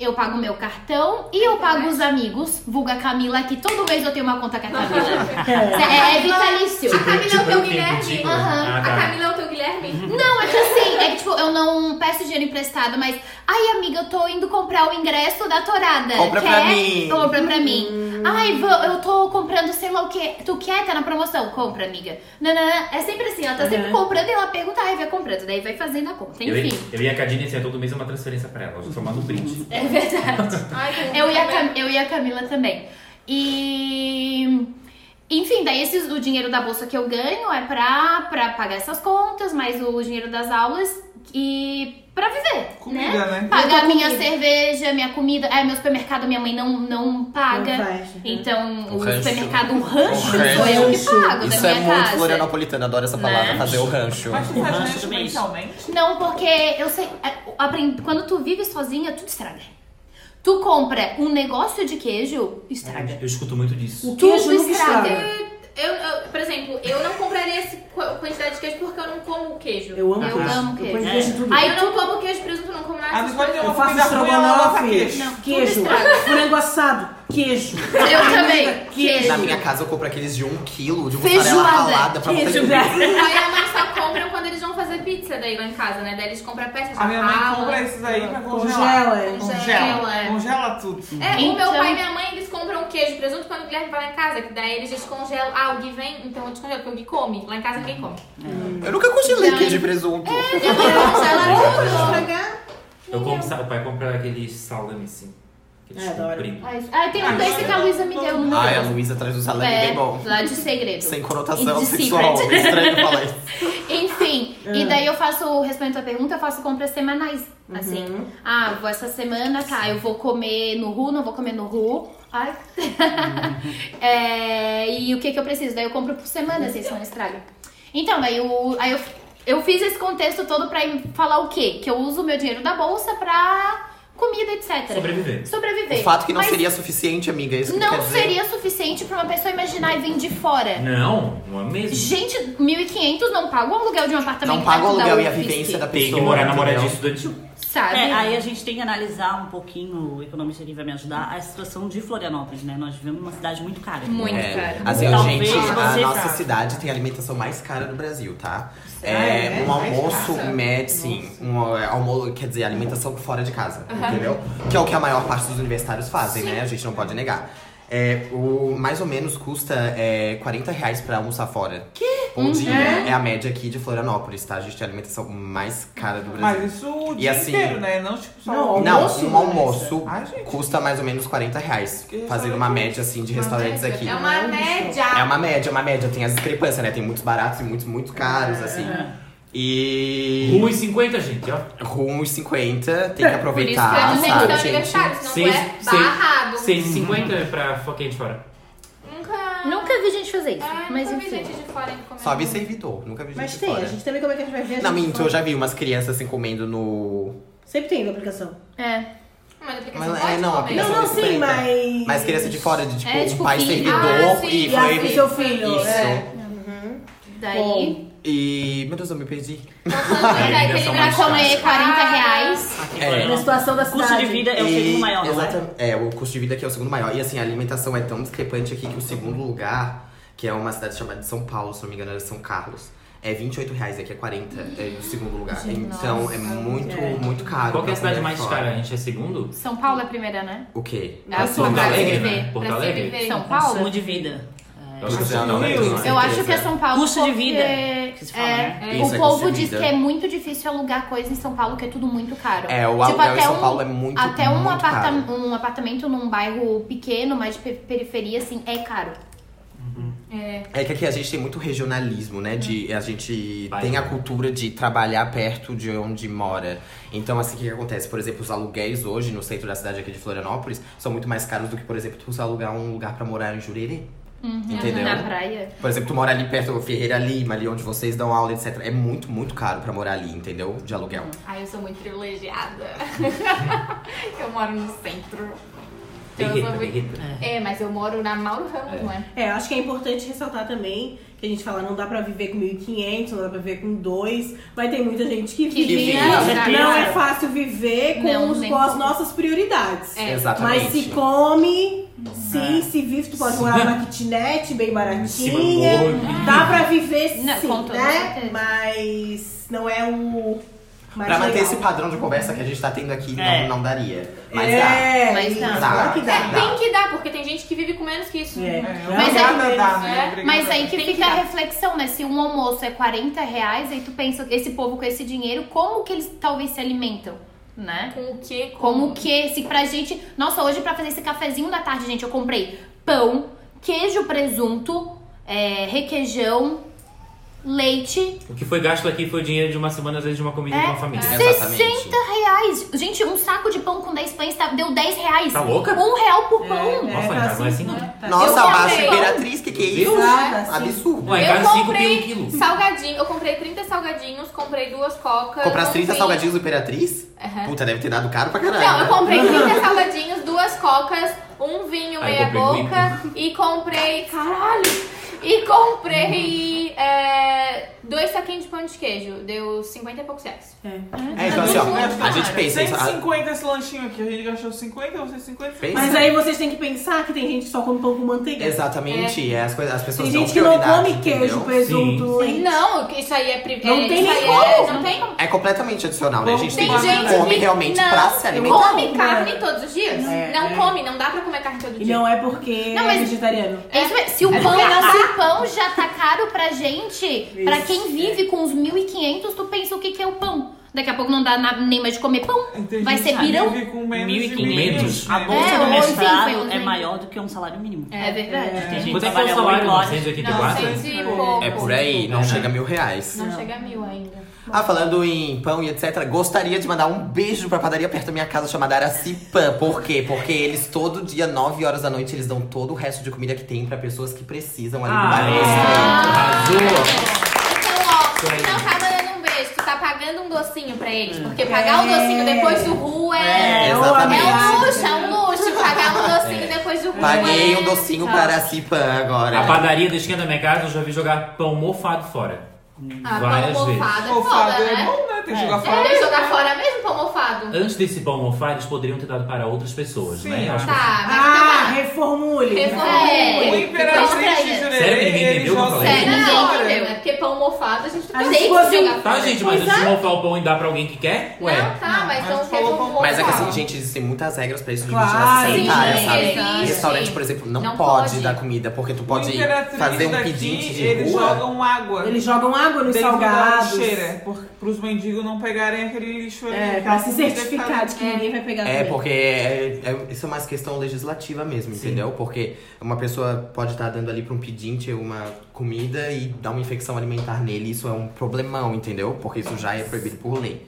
eu pago o meu cartão e eu pago os amigos, vulga Camila, que todo mês eu tenho uma conta com a Camila. é, é vitalício.
A Camila é o
tipo,
teu
eu tenho
Guilherme?
contigo?
Aham.
Ah,
A
tá.
Camila é o teu Guilherme?
Não, é que assim, é que tipo, eu não peço dinheiro emprestado, mas. Ai, amiga, eu tô indo comprar o ingresso da torada.
Compra
quer?
pra mim."
Compra pra mim. Ai, vã- eu tô comprando sei lá o quê. Tu quer? Tá na promoção. Compra, amiga. Nananã. É sempre assim, ela tá sempre comprando e ela pergunta, ai, vai comprando. Daí vai fazendo a conta.
Eu,
Enfim.
eu e a Cadine, assim, é todo mês é uma transferência pra ela. Eu tô tomando brinde.
É verdade.
Ai, que
Eu e, a
bom.
Cam- eu e a Camila também. E. Enfim, daí esses, o dinheiro da bolsa que eu ganho é pra, pra pagar essas contas, mais o dinheiro das aulas e pra viver. né?
Comida, né?
Pagar minha cerveja, minha comida. É, meu supermercado minha mãe não, não Ah, paga.
Não faz, né?
Então,
Uhum. O
o,
rancho.
supermercado, o rancho,
O rancho.
sou eu que pago
Isso
da
é
minha
muito
casa.
florianopolitano, adoro essa palavra,
Né?
fazer o rancho.
Mas tu né,
O rancho
faz lanche
do mês.
mensalmente?
Não, porque eu sei. é, aprend- Quando tu vive sozinha, tudo estraga. Tu compra um negócio de queijo, estraga.
É, Eu escuto muito disso.
O queijo
Tudo
nunca estraga.
estraga.
Eu, eu- por exemplo, eu não compraria essa qu- quantidade de queijo porque eu não como queijo.
Eu amo
Eu
queijo.
amo
Eu ponho
queijo.
queijo em tudo.
Aí eu não como queijo, presunto, não como
A
nada. dessas
Nicole tem
coisas.
uma
Eu faço
comida ruim, ela lava queijo.
estrogonofe, queijo,
tudo estraga.
frango assado, queijo.
Eu também. Queijo.
Na minha casa eu compro aqueles de um quilo de
Feijoada.
mussarela ralada pra
Queijo, né?
fazer
velho.
Aí a mãe só compra quando eles vão fazer pizza daí lá em casa, né? Daí eles compram peça de
A minha mãe
rala.
compra esses aí pra congelar.
Congela. é.
Congela.
Congela.
Congela tudo.
É, o meu
Então-
pai e minha mãe, eles compram queijo e presunto quando o Guilherme vai lá em casa, que daí eles descongelam. Ah, o Gui vem, então eu descongelo, porque o Gui come. Lá em casa ninguém come.
Eu nunca congelei queijo de presunto.
É.
tá,
Eu compro, sa- o pai compra aqueles salames, assim. Aqueles
É, da hora.
compridos.
Ah, tem um desse que a Luísa me deu no
Ai, a
Deus.
Luísa traz um salame
É,
bem bom.
lá de segredo.
Sem
E
conotação
de
sexual. é
secret.
Estranho falar isso.
Enfim,
Ah.
e daí eu faço, respondendo a pergunta, eu faço compras semanais.
Uhum.
Assim, ah, vou essa semana, tá, eu vou comer no Ru, não vou comer no Ru. Ai.
Uhum.
É, e o que que eu preciso? Daí eu compro por semana, assim, senão estraga. Então, daí eu, aí eu, eu fiz esse contexto todo pra falar o quê? Que eu uso o meu dinheiro da bolsa pra comida, etc.
Sobreviver.
Sobreviver.
O fato é que não
Mas
seria suficiente, amiga, é isso que tu quer
Não
dizer?
seria suficiente pra uma pessoa imaginar e vir de fora.
Não, não é mesmo.
Gente, 1.500 não paga o aluguel de um apartamento.
Não paga o
perto da
aluguel e a
UFSC,
vivência da pessoa. né,
Tem que morar na
entendeu?
moradia estudantil.
Sabe?
É, aí a gente tem que analisar um pouquinho, o economista aqui vai me ajudar, a situação de Florianópolis, né? Nós vivemos numa cidade muito cara.
Muito
É,
caro.
Assim, ó,
Talvez
gente, a
você-
nossa cidade tem a alimentação mais cara do Brasil, tá?
Sério?
É, um almoço médio, sim. Um, é, almo, quer dizer, alimentação fora de casa, entendeu? Que é o que a maior parte dos universitários fazem, né? A gente não pode negar. É, o, mais ou menos custa é, 40 reais pra almoçar fora. Que? Ondinha é a média aqui de Florianópolis, tá? A gente tem a alimentação mais cara do Brasil.
Mas isso o
E
dia
assim-
inteiro, né? Não, tipo, só
Não,
Não,
almoço,
um
né?
almoço
Ai, gente.
custa mais ou menos 40 reais.
Que
Fazendo uma
restaurante.
média, assim, de restaurantes aqui.
É uma média.
É uma média, uma média. Tem as discrepâncias, né? Tem muitos baratos e muitos, muito caros, assim.
É.
E...
1,50, gente, ó.
Rumo os 50, tem
Por isso que
que
eu
É aproveitar,
não tenho que dar
sabe, gente?
aniversário, senão
Seis-
é
seis-
barrado.
6,50 pra foquete fora.
Nunca.
Nunca Ah, vi gente fazer isso,
É,
mas
nunca vi
enfim.
gente de fora indo comer.
Só vi servidor, nunca vi gente
Mas
de
tem,
fora.
a gente também como é que a gente vai ver? a
Não,
gente
minto,
fora.
eu já vi umas crianças assim comendo no.
Sempre tem na aplicação.
É.
Mas a aplicação
Mas,
pode
é, não, a
comer.
aplicação
Não, não,
de
sim,
preta.
mas-
Mas criança de fora, de tipo,
É, tipo,
um pai
filho.
servidor
Ah, sim.
e
E a-
foi.
e seu filho.
Isso.
É.
Daí,
E. Meu Deus, eu me perdi.
Mas aí aquele
São
então
pra
mais
braço
comer
mais
40
caro.
reais.
Aqui
É.
fora,
Na
não.
situação da cidade.
Custo de vida é o segundo maior, não é?
Exatamente. É, o custo de vida aqui é o segundo maior. E assim, a alimentação é tão discrepante aqui que o segundo lugar, que é uma cidade chamada de São Paulo, se não me engano, era São Carlos. É 28 reais, aqui é 40, é o segundo lugar. Então é muito, muito caro.
Qual que é a
pra comer
cidade mais
Ah, fora.
cara? A gente é segundo?
São Paulo é a primeira, né?
O quê?
É
São
a sua
Porto
pra se
Alegre,
viver,
né? Porto
pra se
Alegre.
viver. São
Consumo
Paulo?
de vida.
Eu acho que
Acho
já não
que
é,
Rio.
com
Eu acho que é
certeza.
São Paulo
Custo de
porque-
vida, que se fala, né?
é,
Isso, é
o
custo
povo
de
diz
vida.
que é muito difícil alugar coisa em São Paulo, que é tudo muito caro.
É, o
Tipo,
aluguel
até
em São
um-
Paulo é muito,
Até um,
muito
aparta-
caro.
um apartamento num bairro pequeno, mais de pe- periferia, assim, é caro.
É que aqui a gente tem muito regionalismo, né? De, a gente
Vai.
tem a cultura de trabalhar perto de onde mora. Então, assim, o que, que acontece? Por exemplo, os aluguéis hoje no centro da cidade aqui de Florianópolis são muito mais caros do que, por exemplo, tu alugar um lugar pra morar em Jurerê.
Uhum.
Entendeu?
Na Tá. praia.
Por exemplo, tu mora ali perto do Ferreira Lima, ali onde vocês dão aula, etc. É muito, muito caro pra morar ali, entendeu? De aluguel.
Ai, eu sou muito privilegiada. eu moro no centro.
Tem
Eu
reta,
sou
tem
muito-
reta.
É, mas eu moro na Mauro Ramos, não é?
É, eu acho que é importante ressaltar também que a gente fala, não dá pra viver com 1.500, não dá pra viver com 2, mas tem muita gente que,
Que
vive.
vive,
Não,
claro.
é fácil viver com,
né? Não,
os-
nem
com as
como.
nossas prioridades.
É.
Exatamente.
Mas se come, sim,
é.
se vive, tu pode morar numa kitnet
cima
bem
do
baratinha.
morro.
Dá pra viver
Não,
sim,
com toda
né?
certeza.
Mas não é o mais
Pra manter
legal.
esse padrão de conversa que a gente tá tendo aqui,
É.
não, não daria. Mas dá.
é,
Mas dá.
claro que
É,
dá. né?
tem que dar, porque tem gente que vive com menos que isso.
É.
Mas
mas
é
nada
que-
dá, né?
é,
Obrigada.
Mas aí que
Tem que
fica a
dar.
reflexão, né? Se um almoço é 40 reais, aí tu pensa, esse povo com esse dinheiro, como que eles talvez se alimentam, né?
Com o quê?
Como que, se pra gente... Nossa, hoje pra fazer esse cafezinho da tarde, gente, eu comprei pão, queijo, presunto, é, requeijão, leite,
O que foi gasto aqui foi o dinheiro de uma semana, às vezes, de uma comida de uma família.
Exatamente.
60 reais! Gente, um saco de pão com 10 pães tá, deu 10 reais.
Tá louca?
Um real por pão.
Nossa, lá em casa não é assim, não.
tá.
Eu
Nossa, abaixo
comprei.
Imperatriz, que que é isso?
Exato, assim.
Absurdo.
Lá em
Eu
casa, 5
comprei-
pelo quilo.
Salgadinho, eu comprei 30 salgadinhos, comprei duas cocas.
Comprar as
um
30
vinho.
salgadinhos do Imperatriz? Puta, deve ter dado caro pra caralho.
É. Não, eu
né?
comprei 30 salgadinhos, duas cocas, um vinho
Ah,
Aí
meia
comprei
boca e comprei. Caralho! E comprei é, dois saquinhos de pão de queijo. Deu 50 e poucos reais.
É, então assim,
Não,
ó,
não,
a gente
cara,
pensa isso. a-
150 esse lanchinho aqui, a gente gastou 50, vocês 50.
Pensa.
Mas aí vocês têm que pensar que tem gente que só come pão com manteiga.
Exatamente, é, as, coisas, as pessoas
Tem
dão
gente que não
prioridade,
come queijo,
entendeu?
presunto, leite.
Não, isso aí é privilégio.
Não tem
isso
nem
aí é-
como.
Não tem como.
É completamente adicional, né? A gente tem,
Tem
gente
gente
que come
que
realmente
não
pra se alimentar.
Come
Não.
carne todos os dias?
É.
não come, não dá pra comer carne todo
E
dia.
não é porque
Não, mas-
é vegetariano.
É isso mesmo. se o pão, se o pão já tá caro pra gente, pra quem vive com os 1.500, tu pensa o que, que é o pão. Daqui a pouco não dá na- nem mais de comer pão.
Tem
Vai
gente
ser
que
pirão?
vive com menos de
1.500.
1.500.
A
né?
bolsa
É,
do
ontem foi
mestrado
ontem.
é maior do que um salário mínimo.
É verdade.
Tem gente que
Quanto é que foi o
trabalha
salário?
oito horas.
184?
900 e pouco.
É por aí, não
É.
chega a mil reais.
Não chega a mil ainda.
Ah, falando em pão e etc, gostaria de mandar um beijo pra padaria perto da minha casa chamada Aracipan. Por quê? Porque eles todo dia, 9 horas da noite, eles dão todo o resto de comida que tem pra pessoas que precisam ali do
Ah,
bairro.
é.
Então, ó, tu não tá mandando um beijo, tu tá pagando um docinho pra eles. Porque pagar o docinho depois do ru é.
Hum. É,
É,
exatamente.
um luxo, é um luxo. Pagar um docinho depois do ru
Paguei
é-
um docinho para Aracipan agora.
A padaria da esquina da minha casa, eu já vi jogar pão mofado fora.
Ah,
várias
pão
vezes.
mofado é
O fado
foda,
é
né?
bom, né? Tem que jogar fora.
É, jogar fora mesmo pão mofado?
Antes desse pão mofado, eles poderiam ter dado para outras pessoas,
Sim.
né? Eu acho que-
Tá, mas
Ah, é.
então vai
Reformule.
O
Reformule.
Imperatriz
Compra
de
ele.
Jurerê,
Sério, ninguém
ele
entendeu o que eu
joga
falei?
É. Então, Sério,
né?
ele
ninguém
fora.
entendeu. É porque pão mofado a gente
A
não
gente
tem
ficou
que
assim,
jogar
Tá,
fora.
gente, mas
Pois
se
é.
desmofar o pão e dar pra alguém que quer? Ué.
Não, tá, mas
mas
então
falou
reformule.
pão
Mas é que assim,
Claro.
gente, existem muitas regras pra isso de
Claro, sim,
claro, sanitária,
sim,
sabe?
existe.
Restaurante, por exemplo, não,
Não
pode,
pode.
dar comida, porque tu
O
pode
Imperatriz
fazer um
daqui,
pedinte de
Eles
rua.
jogam água.
Eles jogam água nos
Dentro da
salgados.
lixeira, por- pros mendigos não pegarem aquele lixo ali.
É, pra
aquela
se
comida que
certificar de que ninguém vai pegar
É,
também.
porque é- é- isso é mais questão legislativa mesmo, entendeu? Porque uma pessoa pode estar dando ali pra um pedinte uma comida e dar uma infecção alimentar nele, isso é um problemão, entendeu? Porque isso já é proibido por lei.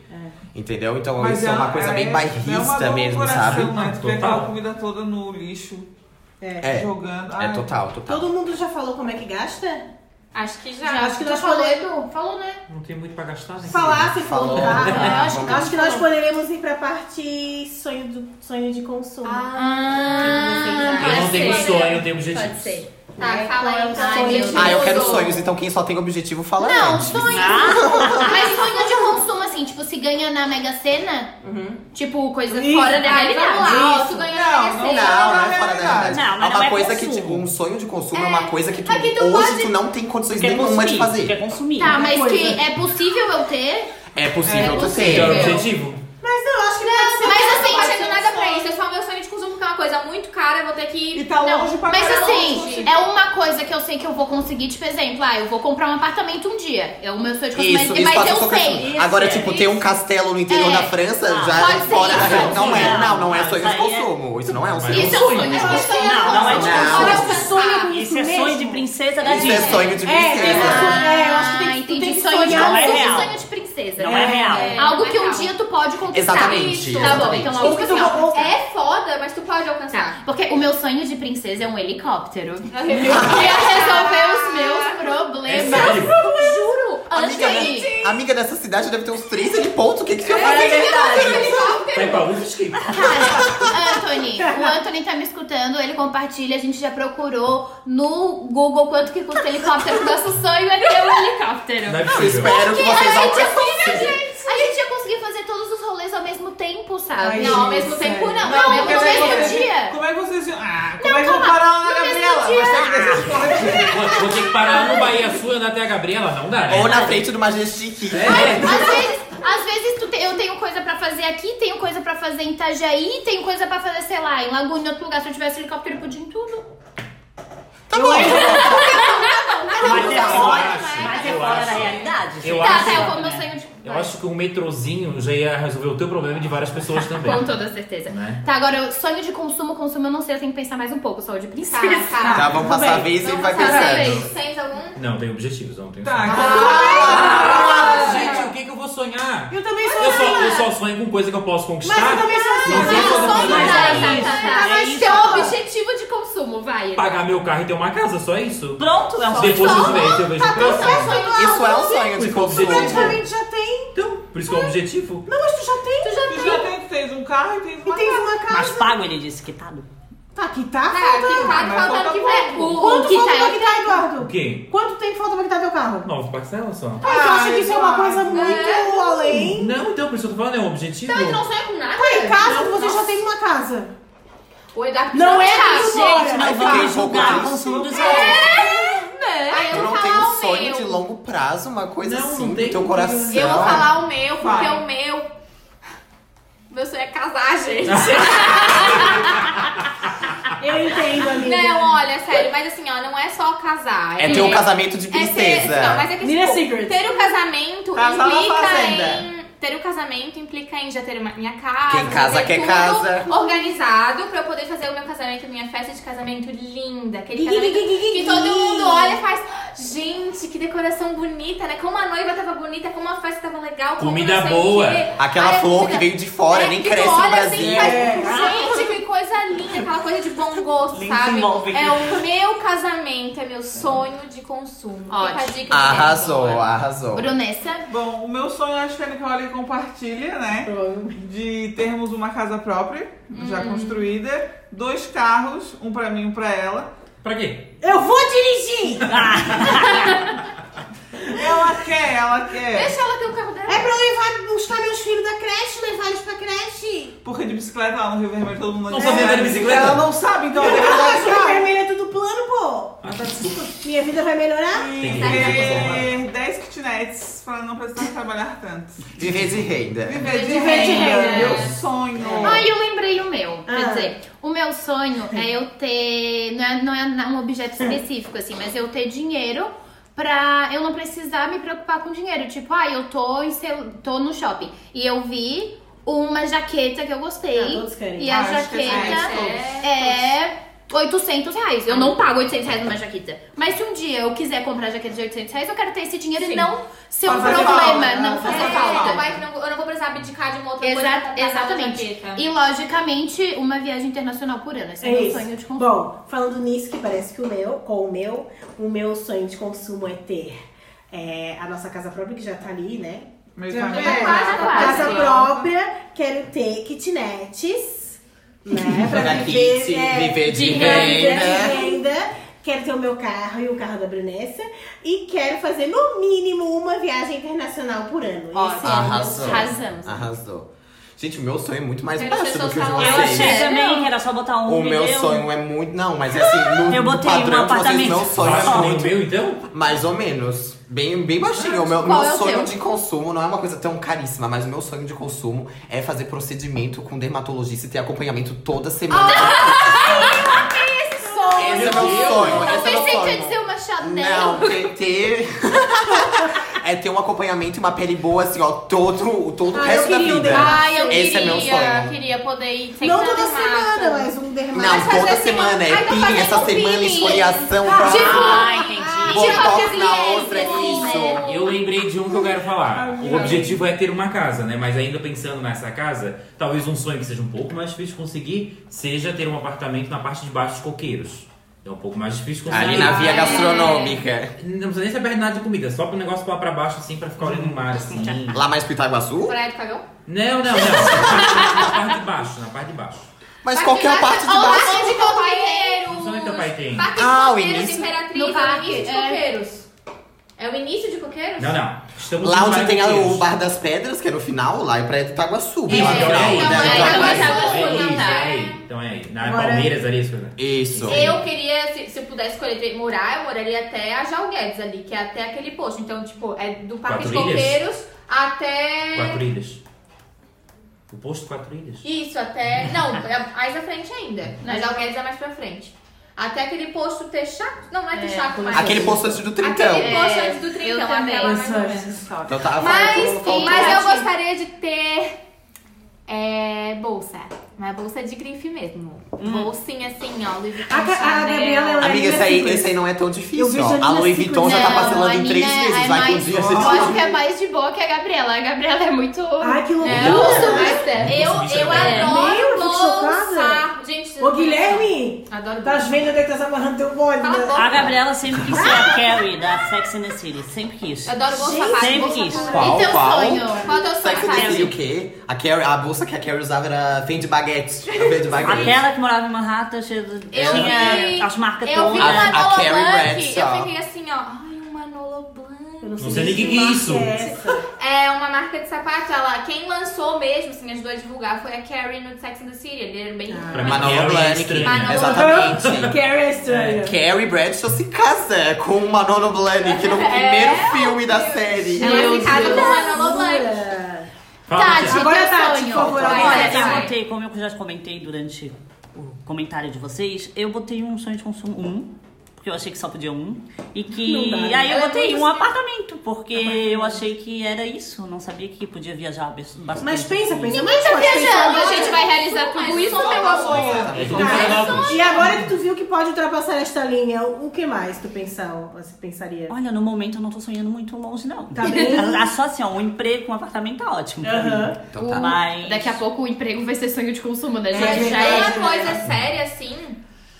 Entendeu? Então isso é, uma coisa bem
é uma
bairrista
dor no
mesmo,
coração,
sabe?
Né? Tu vê
Total.
aquela comida toda no lixo,
É.
É,
jogando.
é
Ai,
total, total.
Todo mundo já falou como é que gasta?
Acho que já.
Já, acho que
Tu
nós
falou,
falou-
Edu. Falou, né?
Não tem muito pra gastar, né?
Falar, se
Assim, Falou.
for tá?
É,
acho,
vamos-
acho que nós poderemos ir pra parte sonho, do, sonho de consumo.
Ah,
Ah,
Eu não
pode
tenho
ser.
sonho, eu tenho um objetivo.
Pode ser.
Tá, fala aí então.
Ai, meu
gente.
Deus.
Ah, eu quero
Usou.
sonhos, então quem só tem objetivo fala
Não,
antes.
sonho.
Ah,
Mas sonho de consumo, assim, tipo, se ganha na Mega Sena, tipo, coisa
Isso,
fora da
Ai,
realidade.
vamos lá, ó,
Isso.
tu ganhou
Não,
na Mega
não
Sena.
Não, não é
É
fora da realidade.
verdade.
Não, mas
é uma
não é
coisa que,
consumo.
tipo, um sonho de consumo é,
É,
uma coisa que tu,
é que tu
hoje
pode-
tu não tem condições
quer
nenhuma
consumir,
de
tu
fazer.
quer consumir.
Tá, mas
coisa.
que é possível eu ter?
É possível
É
tu
possível.
ter.
Então, é o objetivo.
Mas eu acho que não, pode ser
Mas assim,
pode
não chega
ser um
nada pra
sonho.
isso. É só meu sonho de consumo, porque é uma coisa muito cara, eu vou ter que.
E tá
Não,
longe pra
Mas
caramba,
assim,
longe.
é uma coisa que eu sei que eu vou conseguir, tipo, exemplo, ah, eu vou comprar um apartamento um dia. É o meu sonho de consumo,
Isso,
mas,
isso
mas
passa
eu
sua
sei.
questão. Agora, tipo, ter um castelo no interior
É.
da França já
pode
é
ser
fora da
isso.
realidade. Não é,
Não,
não, não é
não,
sonho
isso
de
aí é-
consumo. Isso não é um sonho.
Isso é um sonho de
Eu acho que
consumo.
Não, não é de
um
Não.
consumo.
Eu acho que sonho com
Isso é
isso
sonho de
mesmo.
princesa da
Isso
Disney.
é sonho de
É, esse
princesa.
sonho- é, eu acho que
Ah,
tem que, tu tem
entendi.
que
Sonho de
sonhar.
Não é
consumo e
real.
sonho de princesa.
Não é real.
É,
Algo que
não é
um
real.
dia tu pode conquistar.
Exatamente.
Tá bom, então
exatamente.
algo que
Ou que tu
assim, ó,
roubou-
É foda, mas tu pode alcançar.
Porque o meu sonho de princesa é um helicóptero.
Ia
Ia resolver os meus problemas.
É sério?
Juro!
Amiga,
Antes
né? Amiga, nessa cidade deve ter uns 3 helipontos. O que que você vai fazer?
Tá igual o skate.
Cara, Anthony, o Anthony tá me escutando, ele compartilha, a gente já procurou no Google quanto que custa helicóptero. Nosso sonho é ter um helicóptero.
Não é
Eu
possível.
espero que
Porque a
vocês
gente ia
alcancem.
conseguir, a gente ia conseguir fazer todos os rolês ao mesmo tempo, sabe?
Ai,
não, ao mesmo
sério.
tempo não,
Não,
não
porque
no
daí
mesmo
vocês-
dia.
Como é que vocês iam. Ah, como é que eu
calma,
parar lá na
no mesmo
Gabriela? Mas
dia.
tem que descer os corredores.
Vou, vou ter que parar lá no Bahia Sul e andar até a Gabriela? Não dá, né? É,
Ou na frente do Majestic.
Às vezes, às vezes tu te- eu tenho coisa pra fazer aqui, tenho coisa pra fazer em Itajaí, tenho coisa pra fazer, sei lá, em Laguna, em outro lugar. Se eu tivesse helicóptero, eu podia em tudo.
Tá bom.
Mas é fora,
acho,
mas é
eu
fora
acho.
da realidade.
Eu
Tá,
acho- é.
tá, eu como meu sonho de...
Eu acho que um metrozinho já ia resolver o teu problema e de várias pessoas também.
Com toda certeza.
Né?
Tá, agora, eu- sonho de consumo, consumo, eu não sei, eu tenho que pensar mais um pouco, só o de princesa.
Tá,
Tá, vamos passar a vez e vai pensando.
Sente algum?
Não, tem objetivos, eu não tenho
Tá,
sonho. Ah, gente, o que, que eu vou sonhar?
Eu também sou
Eu só,
assim.
eu só sonho com coisa que eu posso conquistar.
Mas eu também sou assim.
Não tem coisa
um
pra
Tá,
mais.
tá, tá, tá.
É
Mas
isso.
teu objetivo de consumo, vai.
Pagar meu carro e ter uma casa, só isso.
Pronto, é um
Depois dos meses
assim.
eu vejo o próximo.
Isso é um sonho de
Isso é um
consumo.
objetivo.
Tá Praticamente já tem.
Então, por isso que é o objetivo.
Não, mas tu já tem. Tu já
Tu já tem, tu tens um carro e tens
E
uma
tens
casa.
uma casa.
Mas pago, ele disse, quitado.
Tá, que tá
Tá, que
faltando.
tá faltando que vai. O, o
Quanto
que
falta pra
tá.
quitar, Eduardo?
O quê?
Quanto tempo falta pra quitar teu carro?
Nove parcelas só?
Ah, tu acha
Ah,
que isso é uma
Eduardo.
coisa muito além? Tá
Não, então, por isso que eu tô falando, é um objetivo.
Ele não tá sonha com nada?
Em casa, você já tem uma casa.
O Eduardo
Não
precisa
é
tirar.
isso.
Gente, não
Ai, fiquei um
vamos
pouco
julgar o
triste.
consumo dos outros.
Aí eu
Tu
vou
não tem
falar
um
o
sonho
meu.
de longo prazo, uma coisa
Não, não
assim,
tem.
do teu coração.
Eu vou falar o meu, porque é
Vai.
o meu. Meu sonho é casar, gente.
Eu entendo, amiga.
não, olha, sério, mas assim, ó, não é só casar.
É ter um casamento de
É ser,
princesa.
não, mas é que
Mira
tipo,
Secret.
ter o casamento
Casar na
implica
fazenda.
em. Ter o casamento implica em já ter uma, minha casa.
Quem casa
fazer
quer
tudo
casa.
Organizado pra eu poder fazer o meu casamento, minha festa de casamento linda. Aquele
Gui, gui,
casamento
gui, gui, gui,
que todo
gui.
mundo olha e faz. Gente, que decoração bonita, né? Como a noiva tava bonita, como a festa tava legal. Como
Comida
não sei o
boa.
quê.
Aquela
Aí a
flor
comida-
que veio de fora,
É,
nem
que tu
cresce no
olha
Brasil.
assim, mas, Gente, que coisa linda, aquela coisa de bom gosto,
Linda
sabe?
envolve.
É o meu casamento, é meu sonho de consumo. Fica a
Ótimo.
dica,
Arrasou,
gente.
arrasou.
Brunessa,
Bom, o meu sonho acho que a Nicole compartilha, né? De termos uma casa própria, já construída, dois carros, um pra mim e um pra ela.
Pra quê?
Eu vou dirigir!
Ela quer, ela quer.
Deixa ela
um
ter o carro dela.
É pra eu levar, buscar meus filhos da creche, levar eles pra creche.
Porque de bicicleta lá no Rio Vermelho todo mundo
Não sabia andar de bicicleta?
Ela não sabe sabe, então.
A
Ela
taxa
sabe.
vermelha é tudo plano, pô.
Ah, tá, desculpa.
Minha vida vai melhorar?
E
que resolver essa
ter 10 É, kitnets pra não precisar trabalhar tanto.
Viver de renda.
Viver de
Viver de
renda,
renda.
meu sonho.
Ah, eu lembrei o meu. Quer
Ah.
dizer, o meu sonho é eu ter. Não é, não é um objeto específico, assim, mas eu ter dinheiro pra eu não precisar me preocupar com dinheiro. Tipo, ah, eu tô, em seu- tô no shopping e eu vi uma jaqueta que eu
Ah,
gostei.
todos querem.
e a
Ah, acho que
jaqueta
essa
é. 800 reais. Eu não pago 800 reais numa jaqueta. Mas se um dia eu quiser comprar a jaqueta de 800 reais, eu quero ter esse dinheiro e não ser um
Pra fazer
problema,
falta.
não fazer
É,
falta.
Vai que não- eu não vou precisar abdicar de uma outra coisa. pra
Exa
comprar outra
exatamente.
jaqueta.
E logicamente, uma viagem internacional por ano. Esse é, meu sonho de consumo.
Bom, falando nisso, que parece que o meu, com o meu, o meu sonho de consumo é ter é, a nossa casa própria, que já tá ali, né?
Meio
Já
caminho.
tá
quase, quase.
Casa própria, quero ter kitnetes, né? Pra
Pra
viver,
kit,
é,
viver
de
de renda.
renda. Quero ter o meu carro e o carro da Brunessa. E quero fazer, no mínimo, uma viagem internacional por ano. Esse é o meu
Arrasou.
Arrasamos.
Arrasou. Gente, o meu sonho é muito mais
Quero
baixo
ser
do que o de
social.
Eu
Sim.
achei
vocês.
também que era só botar um
O meu
milhão.
sonho é muito. Não, mas assim, no
Eu botei um
padrão de vocês,
apartamento.
meu sonho
Baixo
é
que nem o
muito.
meu, então?
Mais ou menos. Bem, bem baixinho. O meu,
Qual
meu
é o
sonho
teu?
de consumo não é uma coisa tão caríssima, mas o meu sonho de consumo é fazer procedimento com dermatologista e ter acompanhamento toda semana. Esse é meu sonho.
Eu
Esse é meu
pensei que ia
sonho.
dizer uma Chanel.
Não, ter. ter- é ter um acompanhamento e uma pele boa, assim, ó, todo, todo o
Ah,
resto
eu
da
queria um
vida.
dermatologista.
Ai, eu
Esse é
queria,
meu sonho.
queria poder ir sem
Não toda
tanto mato.
semana, mas um dermato.
Não,
fazer
toda
semana-
semana
Ai,
é
tô
pin,
fazendo
essa
um
semana
peeling.
esfoliação
Ah,
pra
tipo,
Ah, entendi.
botox
tipo
na
Pugliese,
outra, é
assim,
isso.
Eu lembrei de um que eu quero falar. O objetivo é ter uma casa, né? Mas ainda pensando nessa casa, talvez um sonho que seja um pouco mais difícil de conseguir seja ter um apartamento na parte de baixo dos coqueiros. É um pouco mais difícil de conseguir.
Ali na via gastronômica.
Não precisa nem saber nada de comida, só pro negócio pular pra baixo, assim, pra ficar olhando o mar, assim.
Lá mais pro Itaguaçu?
Praia do Cagão?
Não, não, não. Na parte de baixo, na parte de baixo.
Mas qualquer parte de baixo.
Parque de coqueiros.
Onde teu pai tem?
Parque
Ah, o
de coqueiros,
início.
Imperatriz.
No
é o
parque,
início de
é.
coqueiros. É o início de coqueiros?
Não, não. Estamos
Lá
no
onde
Vale
tem a-
do
o
Queijo.
Bar das Pedras, que é no final, lá é pra Itaguaçu. bem
Isso,
lá no
então é
final,
aí.
não,
né?
é
então
Itaguaçu,
é aí,
não
isso,
dá.
é aí. Então é aí. Na
Agora-
Palmeiras, ali, isso, né?
Isso.
Eu queria, se, se eu pudesse escolher entre morar, eu moraria até a Jalguedes ali, que é até aquele posto. Então, tipo, é do Parque
Quatro
de
Ilhas?
Coqueiros até.
Quatro Ilhas. O posto Quatro Ilhas.
Isso, até. Não, é mais à frente ainda. Na Jalguedes é mais pra frente. Até aquele posto Texaco. Não, não é Texaco, mas.
Aquele posto antes do Trintão.
Aquele posto antes do
eu
Trintão,
também.
até lá mais ou menos.
Então tá, fala todo
Mas,
mundo, fala todo
mas
mundo.
eu gostaria de ter é, bolsa. Uma bolsa de grife mesmo. Bolsinha assim, ó. Louis Vuitton, né?
A Ga- a
Chanel.
Gabriela, é ela-
Amiga, esse aí, esse aí não é tão
Eu vi
difícil, ó.
Janina
A Louis
Secret.
Vuitton já tá
Não,
parcelando
a
em três
Nina
vezes, vai
é
com
mais-
dia.
Eu acho
você-
que é mais de boa que a Gabriela. A Gabriela é muito.
Ai, que loucura. né?
É, eu sou vista.
Eu, eu
É.
Meu, eu
adoro
fico chocada.
bolsa. Gente,
Ô, Guilherme, tá
Adoro
das
bolsa.
vendas deve estar amarrando teu bode,
Cala a
né?
boca.
A Gabriela sempre quis ser a Carrie da Sex and the City. Sempre quis.
Eu adoro bolsa
Gente,
fácil.
sempre
bolsa
quis.
fácil.
Qual,
e teu
qual?
sonho?
Qual é o teu sonho,
Sabe que eu
Fábio?
decidi o quê? A, Carrie, a bolsa que a Carrie usava era Fendi Baguette. A Fendi Baguette.
Aquela que morava em Manhattan, cheia de,
Eu vi-
tinha as marcas
Eu vi
todas.
uma
A- a Carrie
Manolo Blanc.
Bradshaw.
Eu fiquei assim, ó. Ai, uma Manolo Blanc.
Não sei nem o que que é isso.
É uma marca de sapato. Ela, quem lançou mesmo, assim, ajudou a divulgar foi a Carrie no Sex and the City. Ele era bem.
Pra mim,
Manolo
Carrie é
Blahnik.
estranha.
Manolo-
Exatamente.
Carrie é estranha.
Carrie Bradshaw se casa com o Manolo Blahnik
É.
no primeiro filme da série.
Ela se casa com o Manolo Blanc.
Loucura.
Fala,
tá
Tati.
Tiago.
Agora,
teu
Tati,
sonho?
por favor,
Vai,
agora.
Olha,
vai.
eu botei, como eu já comentei durante o comentário de vocês, eu botei um sonho de consumo um, porque eu achei que só podia um. E que.
Não dá, né?
aí eu
Ela é
botei
muito
um
assim.
apartamento, porque eu achei que era isso. Não sabia que podia viajar bas- bastante.
Mas pensa,
assim.
pensa.
Ninguém tá
mas pensa
viajando,
agora.
A gente vai realizar tudo isso, meu amor.
Eu tô pensando alto.
Tá. E agora que tu viu que pode ultrapassar esta linha, o que mais tu pensar, você pensaria?
Olha, no momento eu não tô sonhando muito longe, não.
Tá bem.
Ah, Só assim, ó, um emprego com um apartamento tá ótimo. pra
Aham.
mim.
Então tá.
Mas.
Daqui a pouco o emprego vai ser sonho de consumo, né,
Mas
gente?
É
tem
Já é.
uma coisa séria, assim,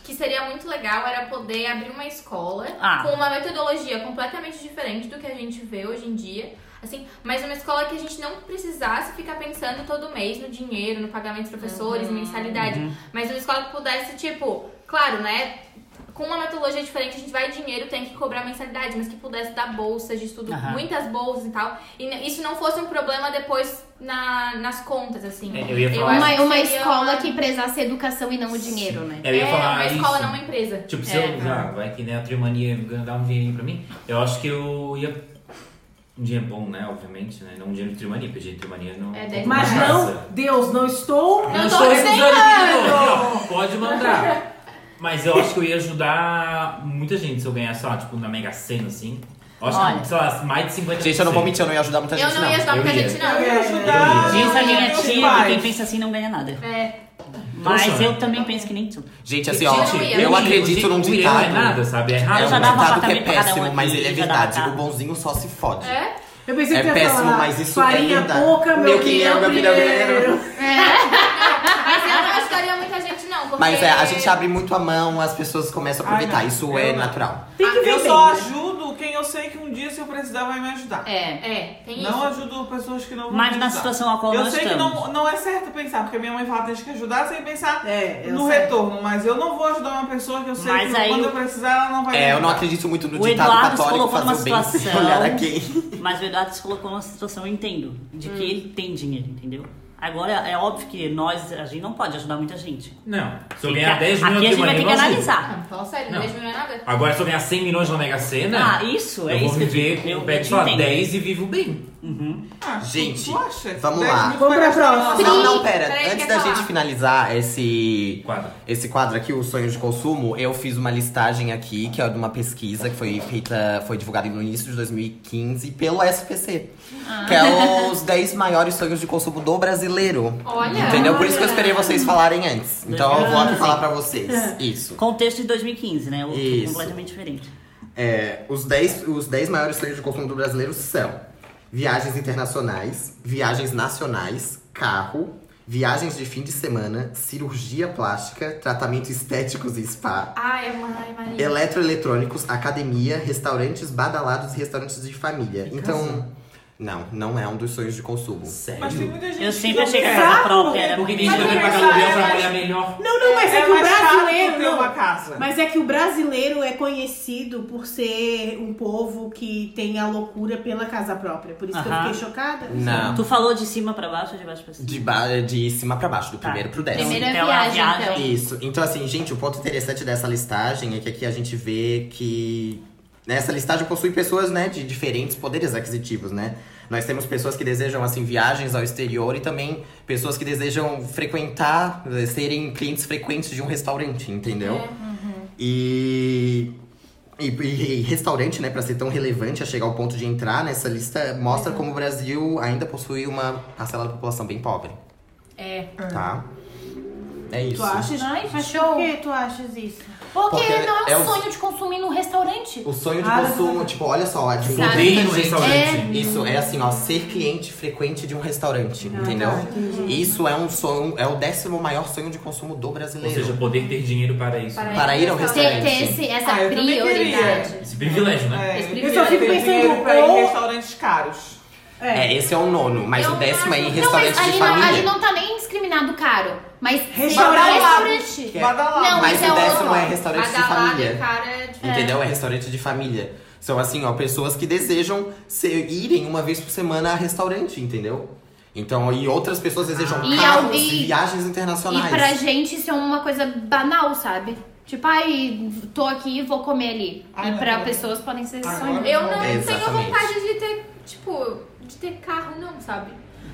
que seria muito legal era poder abrir uma escola
Ah.
com uma metodologia completamente diferente do que a gente vê hoje em dia. Assim, mas uma escola que a gente não precisasse ficar pensando todo mês no dinheiro, no pagamento dos professores, mensalidade. Mas uma escola que pudesse, tipo, claro, né? com uma metodologia diferente, a gente vai dinheiro, tem que cobrar mensalidade, mas que pudesse dar bolsas de estudo,
Aham.
muitas bolsas e tal. E n- isso não fosse um problema depois na, nas contas, assim.
É, eu ia falar-
acho
Uma,
que
uma
seria
escola
uma-
que prezasse educação e não o dinheiro, né?
Eu ia
é,
falar
uma
isso.
escola, não uma empresa.
Tipo, se
É,
eu já vai que né, a triomania dar um dinheirinho pra mim, eu acho que eu ia. Um dinheiro bom, né? Obviamente, né? Não um dinheiro de triomania, porque dinheiro de triomania não.
É, deve-
Mas não, Deus, não estou.
Não tô
estou
recebendo!
dinheiro! Pode mandar! Mas eu acho que eu ia ajudar muita gente se eu ganhar, sei lá, tipo, na Mega Sena, assim. Eu acho
Olha.
que, sei lá, mais de 50
Gente, eu não vou mentir, eu não ia ajudar muita gente,
Eu não ia ajudar
eu
muita
ia.
gente,
Eu ia
não.
ajudar.
Diz a minha
meus
tia que
pais.
quem pensa assim não ganha nada.
É,
Então,
Mas
Funciona.
eu também penso que nem tu.
Então,
Gente, assim, ó,
Gente, eu não ia. Ah,
eu acredito
Gente,
num
o dinheiro
ditado.
Não é nada, sabe? É
É
errado.
um
já dava
ditado que é
apartamento pra cada um
péssimo,
aqui,
mas ele é
já dava
verdade.
casa.
O bonzinho só se fode.
né? é.
Eu pensei que
É
tu ia
péssimo,
falar,
mas isso é
farinha
verdade.
pouca, meu,
Meu quinhão, meu quinhão
primeiro.
Mas eu não ajudaria muita gente, não. Porque...
Mas é, a gente abre muito a mão, as pessoas começam a
Ai,
aproveitar.
não.
Isso
Eu
é
não.
natural.
Tem que ver
Ah, Eu
bem,
só
né?
ajudo quem eu sei que um dia, se eu precisar, vai me ajudar.
É.
É, tem
Não
isso.
ajudo pessoas que não vão
Mas
me
na
ajudar.
situação a qual
Eu
nós
sei que
estamos.
não, não é certo pensar, porque minha mãe fala que tem que ajudar sem pensar
É, eu
no
sei.
retorno. Mas eu não vou ajudar uma pessoa que eu sei
Mas
que
aí
quando
o-
eu precisar, ela não vai me
É, eu não
ajudar.
acredito muito no
O
ditado
Eduardo
católico
colocou numa
fazer o bem sem
situação-
olhar a quem.
Mas o Eduardo se colocou numa situação, eu entendo, de que ele tem dinheiro, entendeu? Agora, é óbvio que nós, a gente não pode ajudar muita gente.
Não. Se eu
Tem que-
ganhar 10 milhões
aqui a
de
gente
triomania,
vai
eu
ter
um
que
ajudo.
analisar.
Ah, fala sério, não.
Não.
10 milhões não é nada.
Agora, se eu ganhar 100 milhões na Mega Sena,
Ah, isso, é
eu vou
isso que eu
viver,
digo.
eu
Eu
pego,
te
sei lá,
entendo.
10 e vivo bem.
Ah,
Gente,
tu acha?
vamos
Dez
lá.
mil
Vamos pra
vai gastar
próxima.
nada.
Não, não, pera.
Peraí,
Antes
quer
da
falar?
gente finalizar esse
Quadro.
esse quadro aqui, o sonho de consumo, eu fiz uma listagem aqui, que é de uma pesquisa que foi feita, foi divulgada no início de 2015 pelo SPC. Que é os 10 maiores sonhos de consumo do brasileiro.
Olha.
Entendeu? Por isso que eu esperei vocês falarem antes. Então eu vou aqui falar pra vocês. Isso.
Contexto de 2015, né? Outro
Isso.
completamente diferente.
É, os 10 os 10 maiores sonhos de consumo do brasileiro são viagens internacionais, viagens nacionais, carro, viagens de fim de semana, cirurgia plástica, tratamentos estéticos e spa,
Ai, ai, Maria.
eletroeletrônicos, academia, restaurantes badalados e restaurantes de família. Então, não, não é um dos sonhos de consumo.
Mas tem
Sério.
muita gente
Eu
que
sempre
não
achei que a
quer.
casa própria era
Porque
muito
tem gente que vai
Mas
pagar
eu
aluguel pra
acho-
mulher melhor.
Não, não, mas é, que o
mais caro
brasileiro.
ter uma
Não,
casa.
mas é que o brasileiro é conhecido por ser um povo que tem a loucura pela casa própria. Por isso que eu
Aham.
fiquei chocada.
Não.
Tu falou de cima pra baixo ou de baixo pra cima?
De, ba- de cima pra baixo, do
Tá.
primeiro pro décimo.
Primeira
Então, a
viagem,
viagem.
então.
Isso. Então, assim, gente, o ponto interessante dessa listagem é que aqui a gente vê que nessa listagem possui pessoas, né, de diferentes poderes aquisitivos, né? Nós temos pessoas que desejam, assim, viagens ao exterior e também pessoas que desejam frequentar, eh, serem clientes frequentes de um restaurante, entendeu? E. E, e- e restaurante, né, pra ser tão relevante a chegar ao ponto de entrar nessa lista,
Uhum.
mostra como o Brasil ainda possui uma parcela da população bem pobre,
É.
tá? É isso.
Tu achas?
Ai,
mas
show.
por que tu achas isso?
Porque,
Porque
não é
é
um
um-
sonho de consumir num restaurante.
O sonho de
Ah,
consumo, tipo, olha só, a
Tipo, bem no restaurante.
Isso é assim, ó, ser cliente frequente de um restaurante,
Ah,
entendeu?
tá, entendi.
Isso é um sonho, é o décimo maior sonho de consumo do
É.
Ou
brasileiro.
seja, poder ter dinheiro para isso.
Para-
para ir ao
Ter,
É um restaurante.
ter esse, essa
Ah, eu também
prioridade.
Esse privilégio, né?
É,
Esse
eu
só
fico
tenho
pensando,
dinheiro pra ir
ou-
em restaurantes caros.
É, esse é o nono, mas
Eu
o décimo é em
acho-
Não,
restaurante
mas ali
de
um não,
família.
ali não tá nem discriminado caro. Mas
Restaurante.
restaurante.
Badalado.
Não,
mas
mas é
o décimo
outro.
é restaurante de
Badalado
família.
e cara de...
Entendeu? É restaurante de família. São assim, ó, pessoas que desejam ser, irem uma vez por semana a restaurante, entendeu? Então, e outras pessoas desejam
E
carros,
alguém-
viagens
E
internacionais.
pra gente isso é uma coisa banal, sabe? Tipo, ai, tô aqui e vou comer ali.
Ah,
e
não,
pra
não.
pessoas podem ser
Agora
sonhos.
Eu não
É,
tenho
exatamente.
vontade de ter, tipo, de ter carro, não, sabe?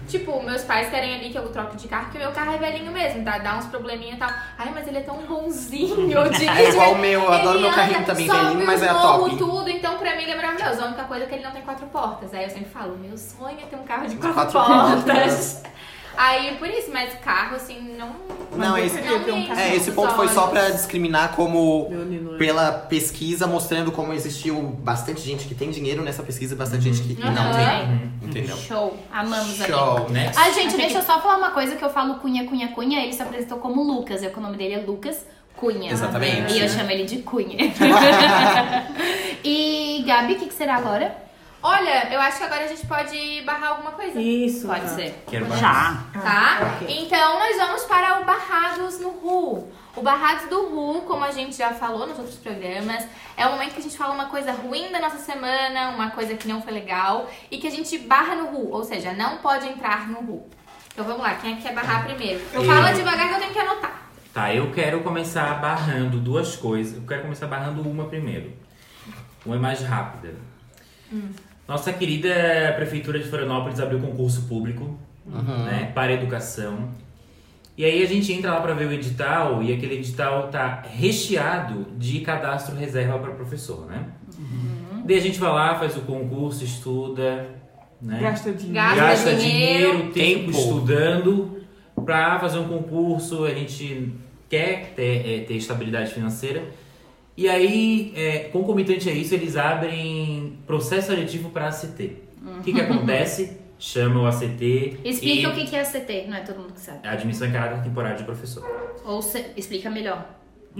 Tipo, meus pais querem ali que eu troque de carro, porque meu carro é velhinho mesmo, tá? Dá uns probleminha e tal. Ai, mas ele é tão bonzinho, eu dirijo.
É igual o meu, eu
Ele
adoro meu
anda,
carrinho também,
sobe
velhinho, mas
os
é
morros,
top.
tudo, então pra mim ele é maravilhoso. A única coisa é que ele não tem quatro portas. Aí eu sempre falo, meu sonho é ter um carro de quatro,
Quatro
portas.
portas.
Aí por isso, mas carro, assim, não.
Não,
eu
esse-
queria ter um
me
carro.
É,
enche
esse
os
ponto foi só
olhos.
pra discriminar como
Meu Nino.
pela pesquisa mostrando como existiu bastante gente que tem dinheiro nessa pesquisa e bastante gente que
Uhum.
É.
não tem, entendeu?
Show. Amamos ali.
Show, né?
Ai, gente, deixa eu só falar uma coisa que eu falo Cunha, Cunha, Cunha. Ele se apresentou como Lucas. Eu, que o nome dele é Lucas Cunha.
Exatamente.
E eu chamo ele de Cunha. e Gabi, o que, que será agora?
Olha, eu acho que agora a gente pode barrar alguma coisa.
Isso.
Pode
tá.
ser.
Quero mais.
Já.
Tá?
ok.
Então nós vamos para o Barrados no Ru. O Barrados do Ru, como a gente já falou nos outros programas, é o momento que a gente fala uma coisa ruim da nossa semana, uma coisa que não foi legal e que a gente barra no Ru, ou seja, não pode entrar no Ru. Então vamos lá, quem é que quer barrar primeiro?
Eu.
Fala devagar que eu tenho que anotar.
Tá, eu quero começar barrando duas coisas. Eu quero começar barrando uma primeiro. Uma é mais rápida. Nossa querida Prefeitura de Florianópolis abriu concurso público né, para educação. E aí a gente entra lá para ver o edital e aquele edital tá recheado de cadastro reserva para professor, né? Daí a gente vai lá, faz o concurso, estuda, né?
Gasta dinheiro.
Gasta
gasta
dinheiro,
dinheiro, tempo estudando pra fazer um concurso. A gente quer ter, é, ter estabilidade financeira. E aí, é, concomitante a isso, eles abrem processo seletivo pra ACT. O que, que acontece? Chama o ACT.
Uhum. Explica
e
o que que é CT, não é todo mundo que sabe.
a Admissão é em caráter temporário de professor.
Ou se- explica melhor.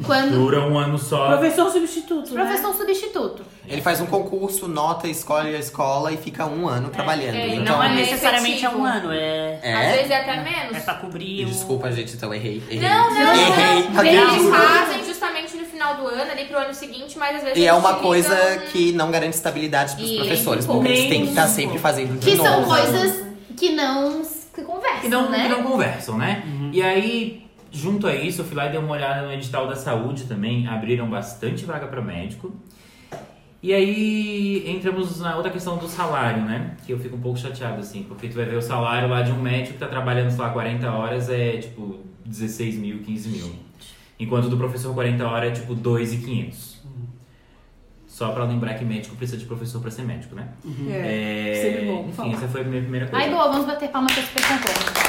Quando
Dura um ano só.
Professor substituto, né?
professor substituto.
Ele faz um concurso, nota, escolhe a escola e fica um ano trabalhando.
é,
então,
Não é
é
necessariamente é
efetivo.
um ano, é,
Às
é?
vezes é até menos.
é pra cobrir o...
Desculpa, gente, então errei. errei.
Não, não,
errei. é
não.
Cadê
Eles
o-
fazem justamente no final do ano, ali pro ano seguinte, mas às vezes.
E é
eles
uma
utilizam-
coisa que não garante estabilidade pros
E nem
professores,
um pouco.
porque eles têm que
Nem
estar
um
sempre
pouco.
fazendo de
Que são
novo.
coisas que não se conversam,
que não,
né?
que não conversam, né? E aí, junto a isso, eu fui lá e dei uma olhada no edital da saúde também. Abriram bastante vaga para médico. E aí entramos na outra questão do salário, né? Que eu fico um pouco chateado, assim, porque tu vai ver o salário lá de um médico que tá trabalhando, sei lá, 40 horas é tipo 16 mil, 15 mil. Enquanto do professor 40 horas é tipo 2,500. Só pra lembrar que médico precisa de professor pra ser médico, né? É,
Sempre bom
Enfim,
falar.
essa foi a minha primeira coisa.
Ai, boa, vamos bater palma pra super concurso.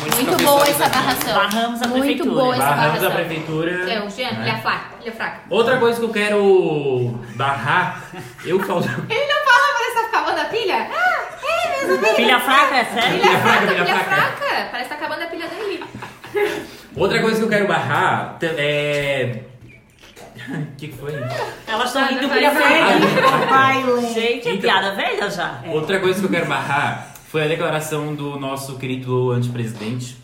Muitos
Muito
professores
boa essa
aqui.
barração.
Barramos a
Muito
prefeitura.
boa essa
Barramos da
barração.
prefeitura.
É, o Jean, ele é fraco, ele é fraco.
Outra coisa que eu quero barrar, eu falo.
Ele não fala, parece que tá acabando a pilha. Ah, é, meus amigos.
Filha fraca, é sério?
Pilha fraca, pilha
Pilha
é
fraca.
fraca. Parece que tá acabando a pilha dele.
Outra coisa que eu quero barrar t- é. O que que foi?
Elas estão
Nada,
indo
vai,
filha
vai.
fraca.
Vai ler.
é Gente, é
Então-
piada velha já.
Outra coisa que eu quero barrar foi a declaração do nosso querido antepresidente,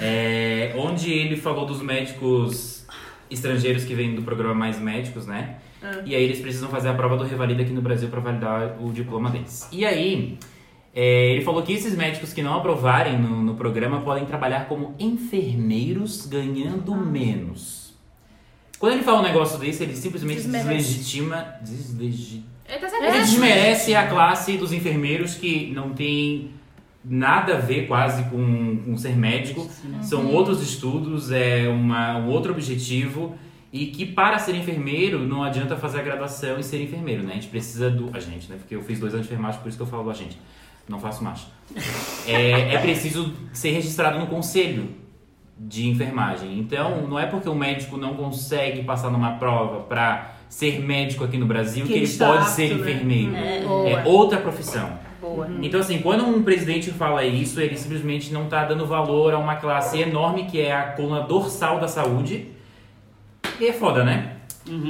é, onde ele falou dos médicos estrangeiros que vêm do programa Mais Médicos, né? E aí eles precisam fazer a prova do Revalida aqui no Brasil pra validar o diploma deles. E aí, é, ele falou que esses médicos que não aprovarem no, no programa podem trabalhar como enfermeiros ganhando menos. Quando ele fala um negócio desse, ele simplesmente deslegitima. Deslegitima.
Ele tá
Ele
sabendo.
desmerece a classe dos enfermeiros que não tem nada a ver quase com, com ser médico. São outros estudos, é uma, um outro objetivo. E que para ser enfermeiro não adianta fazer a graduação e ser enfermeiro, né? A gente precisa do. A gente, né? Porque eu fiz dois anos de enfermagem, por isso que eu falo a gente. Não faço mais. É, é preciso ser registrado no conselho de enfermagem. Então, não é porque o médico não consegue passar numa prova para ser médico aqui no Brasil que,
Que
ele
está
pode
apto,
ser
né?
enfermeiro.
Boa.
É outra profissão.
Boa.
Então, assim, quando um presidente fala isso, ele simplesmente não tá dando valor a uma classe enorme que é a coluna dorsal da saúde. E é foda, né?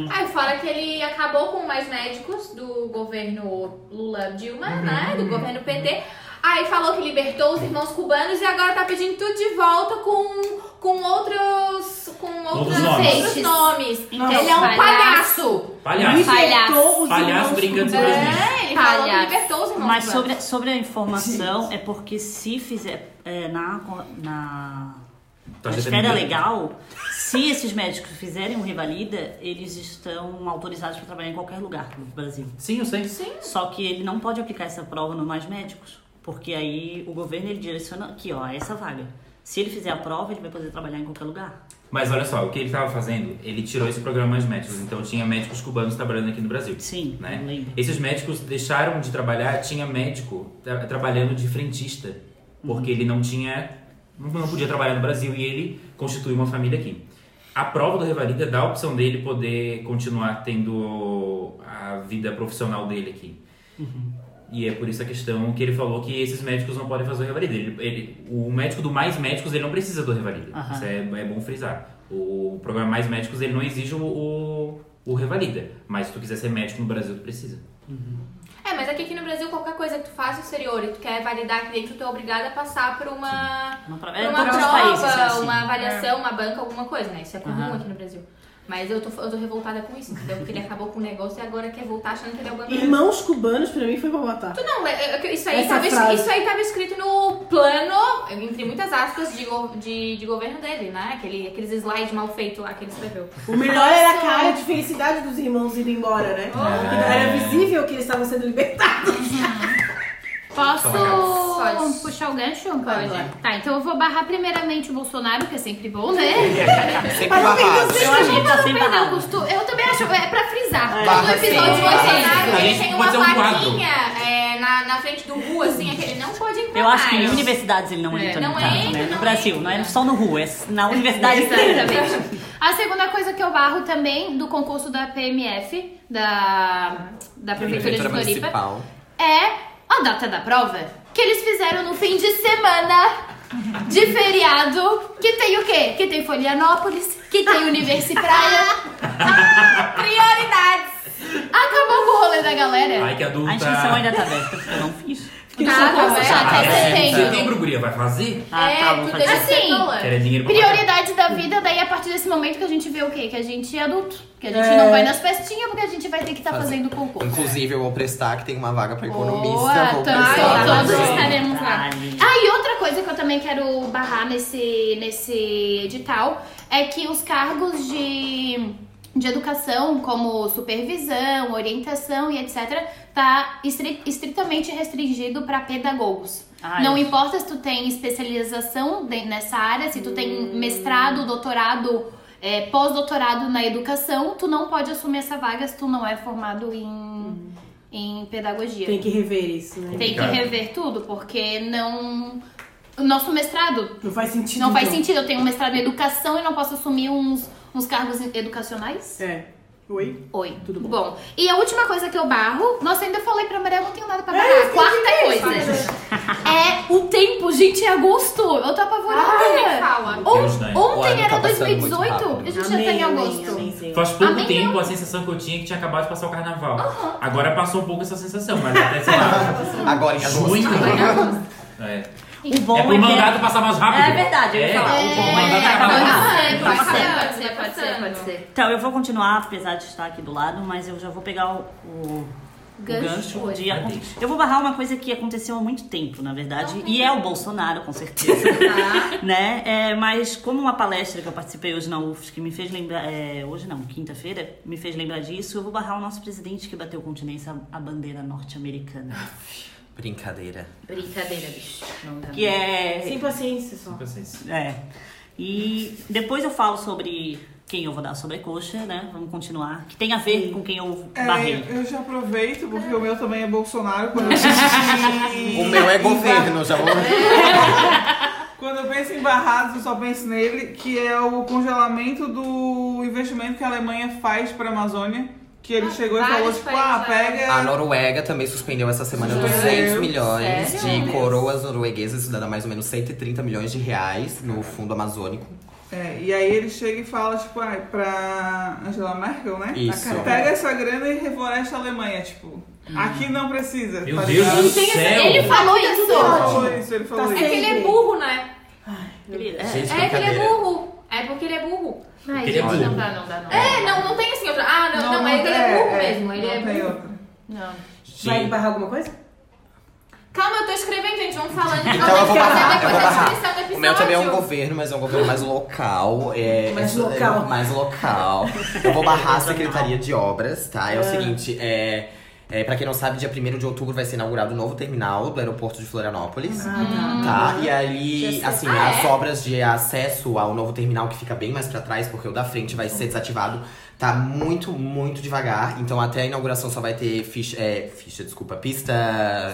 Aí fora que ele acabou com mais médicos do governo Lula Dilma, né? Do governo PT. Aí falou que libertou os irmãos cubanos e agora tá pedindo tudo de volta com, com outros. com outros,
nomes.
outros nomes.
Não,
ele é um
palhaço.
palhaço.
Palhaço.
Palhaço.
Libertou os
Palhaço
irmãos
brincando de
com-
presidente.
É, ele falou que
Palhaço.
libertou os irmãos
Mas
cubanos.
sobre, sobre a informação, é porque se fizer é, na, na,
Tá
na
achando
esfera
que-
legal, se esses médicos fizerem um revalida, eles estão autorizados para trabalhar em qualquer lugar no Brasil.
Sim, eu sei.
Só que ele não pode aplicar essa prova no Mais Médicos, porque aí o governo ele direciona aqui, ó, essa vaga. Se ele fizer a prova, ele vai poder trabalhar em qualquer lugar.
Mas olha só, o que ele tava fazendo? Ele tirou esse programa de médicos. Então tinha médicos cubanos trabalhando aqui no Brasil.
Sim,
né?
eu lembro.
Esses médicos deixaram de trabalhar, tinha médico tra- trabalhando de frentista, porque ele não tinha, não não podia trabalhar no Brasil e ele constituiu uma família aqui. A prova do Revalida dá a opção dele poder continuar tendo a vida profissional dele aqui. E é por isso a questão que ele falou que esses médicos não podem fazer o Revalida. Ele, ele- o médico do Mais Médicos, ele não precisa do Revalida.
Aham.
Isso é, é bom frisar. O programa Mais Médicos, ele não exige o, o, o Revalida. Mas se tu quiser ser médico no Brasil, tu precisa.
É, mas aqui, aqui no Brasil, qualquer coisa que tu faz no exterior e tu quer validar aqui dentro, tu é obrigado a passar por uma,
Uma, pro-
por
é,
uma
todos os
prova,
países são assim.
uma avaliação, uma banca, alguma coisa, né? Isso é comum
Aham.
aqui no Brasil. Mas eu tô, eu tô revoltada com isso, entendeu? Porque ele acabou com o negócio e agora quer voltar achando que ele é o banco.
Irmãos cubanos, pra mim, foi pra matar.
Não, é- é que isso aí,
Essa
estava,
frase.
isso aí tava escrito no plano, entre muitas aspas, de, go- de, de governo dele, né? Aquele, aqueles slides mal feitos lá que ele escreveu.
O melhor era a cara de felicidade dos irmãos indo embora, né? Porque era visível que eles estavam sendo libertados.
Posso
Pode.
puxar o gancho?
Pode.
Tá, então eu vou barrar primeiramente o Bolsonaro, que é sempre bom, né?
Sempre
Mas
um
não tem
barrado.
que
Eu acho que ele tá sem
Perdeu o
barrado.
costume. Eu também acho, é pra frisar.
Barra
No episódio
sim.
do
A
Bolsonaro, ele
gente
tem uma
pode ter um quadro.
plaquinha é, na, na frente do Gu, assim, aquele não pode entrar.
Eu acho que em
mais.
universidades ele não
É,
entra
não
no caso,
entra,
né?
não
No Brasil, não é
entra.
só no rua, é na universidade inteira.
Exatamente. A segunda coisa que eu barro também do concurso da PMF, da, da Prefeitura de
Prefeitura
Floripa,
Municipal.
é a data da prova que eles fizeram no fim de semana de feriado, que tem o quê? Que tem Florianópolis, que tem Universi Praia.
Prioridades.
Acabou com o rolê da galera.
Ai, que adulta.
É. A inscrição ainda tá aberta, porque eu não fiz.
Tá, tá,
concurso
tá, tá,
Ah, é,
entendo.
setembro, guria, vai fazer?
Ah,
é,
tá, vamos
tu
fazer.
deixa de ser
Assim,
tola.
Quer dinheiro pra pagar.
Prioridade da vida, daí a partir desse momento que a gente vê o quê? Que a gente é adulto. Que a gente não vai nas festinhas porque a gente vai ter que estar fazendo concurso.
Inclusive, eu vou prestar que tem uma vaga pra economista.
Boa,
vou
também,
prestar.
todos
Sim.
estaremos lá.
Detalhe.
Ah, e outra coisa que eu também quero barrar nesse, nesse edital é que os cargos de, de educação, como supervisão, orientação e etc., tá estri- estritamente restringido para pedagogos.
Ah,
Não
é.
importa se tu tem especialização de- nessa área, se tu tem mestrado, doutorado, é, pós-doutorado na educação, tu não pode assumir essa vaga se tu não é formado em, em pedagogia.
Tem que rever isso, né?
Tem que
Complicado.
rever tudo, porque não. O nosso mestrado
Não faz sentido.
não faz
então.
sentido. Eu tenho um mestrado em educação e não posso assumir uns, uns cargos educacionais?
É. Oi?
Oi.
Tudo bom.
E a última coisa que eu barro, nossa, ainda falei pra Maria, eu não tenho nada pra
É,
barrar.
eu esqueci
Quarta coisa.
né?
É o tempo, gente, é agosto. Eu
é
tô
Ai,
apavorada.
fala.
Deus, né?
Ontem, ontem
O ano tá
era
passando muito
2018
rápido.
e a gente já tá em agosto.
Faz pouco
Amém,
tempo a sensação que eu tinha que tinha acabado de passar o carnaval. Agora passou um pouco essa sensação, mas até sei lá.
Agora em agosto.
junho. É.
O bom
É pro
que-
mandado passar mais rápido.
É verdade, eu ia
É,
falar.
O
É,
mandado
tá
acaba
acabando.
mais rápido.
Pode
Pode
ser,
ser,
pode ser, pode ser, pode ser.
Então, eu vou continuar, apesar de estar aqui do lado, mas eu já vou pegar o, o- o
Gancho.
gancho, de...
Ai,
acon-
Deus.
Eu vou barrar uma coisa que aconteceu há muito tempo, na verdade, e é o Bolsonaro, com certeza. né? É, mas como uma palestra que eu participei hoje na UFSC que me fez lembrar... é, hoje não, quinta-feira, me fez lembrar disso, eu vou barrar o nosso presidente que bateu continência à à bandeira norte-americana.
Brincadeira.
Brincadeira, bicho. Não dá.
Que é...
Sem paciência só.
Vocês.
É. E depois eu falo sobre quem eu vou dar sobrecoxa, né? Vamos continuar. Que tem a ver com quem eu barrei.
É, eu já aproveito, porque o meu também é Bolsonaro. Quando
O meu é governo, já vou.
Quando eu penso em barrados, eu só penso nele, que é o congelamento do investimento que a Alemanha faz para a Amazônia. Que ele chegou e
vários
falou, tipo,
países,
ah,
né?
pega...
A Noruega também suspendeu essa semana
Meu
200
Deus.
milhões
Sério?
de coroas norueguesas, isso dá mais ou menos 130 milhões de reais no fundo amazônico.
É, e aí ele chega e fala, tipo, ah, pra Angela Merkel, né?
Isso.
"Ah, Pega essa grana e refloresta a Alemanha, tipo. Aqui não precisa.
Meu
tá
Deus
ligado?
do
Tem essa-
céu.
Ele falou isso.
Ele falou isso, ele falou
Tá
É
isso.
que ele é burro, né?
Ele- é.
Gente,
É que ele é
brincadeira.
burro. É porque ele é burro.
Ai,
Ele é
Ah, gente, não
burro.
dá, não dá, não.
É, não, não tem assim outra. Ah, não, não, é que ele é burro mesmo. Ele
não
é
tem
burro.
outra.
Não.
Vai
Gente,
barrar alguma coisa?
Calma, eu tô escrevendo, gente. Vamos falando.
Então eu vou barrar, eu vou
descrição do
barrar.
episódio.
O meu também é um governo, mas é um governo mais local. É,
Mais
é-
local.
é mais local. Eu vou barrar a Secretaria de Obras, tá? É o seguinte, é. É, pra quem não sabe, dia 1 de outubro vai ser inaugurado o novo terminal do aeroporto de Florianópolis. tá. E aí, assim, as obras de acesso ao novo terminal, que fica bem mais pra trás, porque o da frente vai ser desativado, tá muito, muito devagar. Então, até a inauguração só vai ter ficha, é, ficha desculpa, pista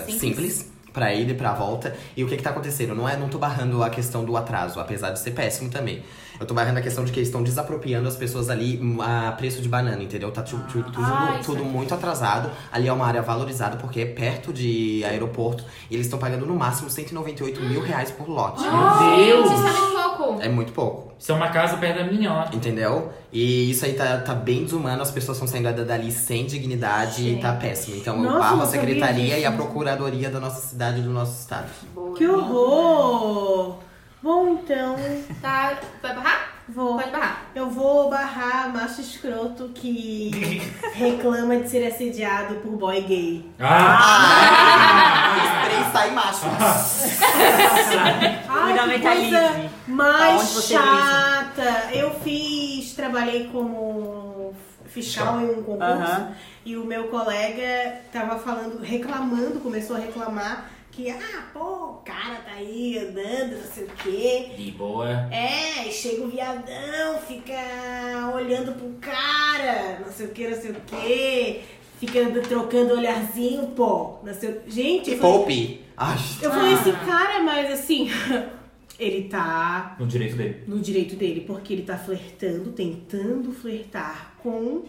Simples.
simples pra ida e pra volta. E o que que tá acontecendo? Não é, não tô barrando a questão do atraso, apesar de ser péssimo também. Eu tô barrando a questão de que eles estão desapropriando as pessoas ali hum, a preço de banana, entendeu? Tá tu- tu- tudo,
Ah, isso
tudo
aqui.
muito atrasado. Ali é uma área valorizada porque é perto de aeroporto. E eles estão pagando no máximo 198 mil reais por lote.
Ah.
Meu
Gente,
Deus!
isso é muito pouco.
É muito pouco,
Isso é uma casa perto da minha, ó.
entendeu? E isso aí tá, tá bem desumano, as pessoas estão saindo da- dali sem dignidade e tá péssimo. Então
Nossa,
eu barro
não
a
sabia
secretaria
disso.
e a procuradoria da nossa cidade e do nosso estado.
Que horror! Bom, então,
Tá. Vai barrar?
vou.
Pode barrar.
Eu vou barrar macho escroto que reclama de ser assediado por boy gay.
Ah! Três sai macho.
Ai,
Ainda
que
bem que a
coisa
Lizzy.
mais
Aonde você
chata! Eu fiz, trabalhei como fiscal em um concurso
Aham.
e o meu colega tava falando, reclamando, começou a reclamar que, ah, pô, o cara tá aí andando, não sei o quê.
De boa.
É, e chega o viadão, fica olhando pro cara, não sei o que, não sei o que, fica ando- trocando olharzinho, pô, não sei o que. Gente, eu falei,
Poupe. Ai.
eu falei assim, cara, mas assim, ele tá
No direito dele.
no direito dele, porque ele tá flertando, tentando flertar com,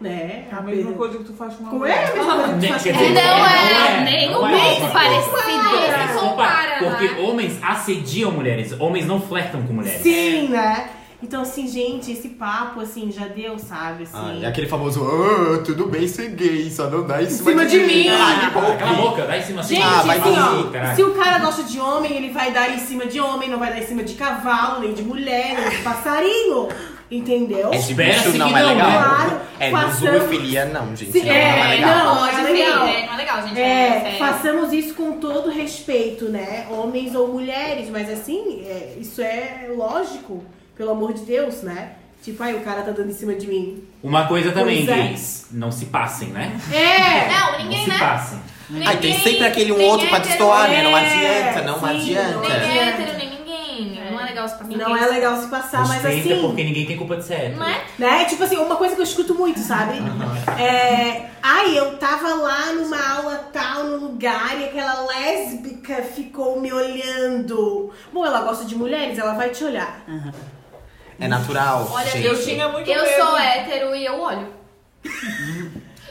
né,
É a
pessoa-
mesma coisa que tu faz com uma
Com ele, é a mesma coisa que tu faz
Quer
com
dizer,
ele.
Não é,
não
nem
não
um
é
pouco
uma
parecido.
coisa.
Se compara,
Porque
né?
homens assediam mulheres, homens não flertam com mulheres.
Sim,
É.
né? Então, assim, gente, esse papo, assim, já deu, sabe, assim.
Ah, e aquele famoso, "Ah, tudo bem ser gay, só não dá em cima,
cima de mim.
Ah, que
Cala a
poupe.
boca, dá em cima assim.
Gente,
Ah, vai
assim,
dormir,
ó,
caralho.
se o cara gosta de homem, ele vai dar em cima de homem, não vai dar em cima de cavalo, nem de mulher, nem de passarinho. Entendeu?
Esse
Espera-se
bicho não
que
é
não,
legal.
claro.
É, não
Façamos-
zoofilia não, gente.
Se-
Não, não é
É,
legal.
não, é
Pode ver,
legal.
né? Não é legal, gente.
É,
sério.
façamos isso com todo respeito, né? Homens ou mulheres, mas assim, é, isso é lógico, pelo amor de Deus, né? Tipo, aí o cara tá dando em cima de mim.
Uma coisa também,
Pois é.
gays, não se passem, né?
É!
Não,
não
ninguém,
se
né?
passem.
Ai, tem
Ninguém-
sempre aquele um
nem
outro pra
hétero,
destoar, né? Não
é,
adianta, não
sim,
adianta.
Nem
É.
hétero, nem ninguém. Não é legal se passar
Não é legal se passar, mas
Respeita,
assim.
porque ninguém tem culpa de ser hétero.
Não é?
Né? Tipo assim, uma coisa que eu escuto muito, sabe? É, ai, eu tava lá numa aula tal, num lugar, e aquela lésbica ficou me olhando. Bom, ela gosta de mulheres, ela vai te olhar.
É natural,
Olha,
gente.
eu
tinha muito
Eu
medo.
sou hétero e eu olho.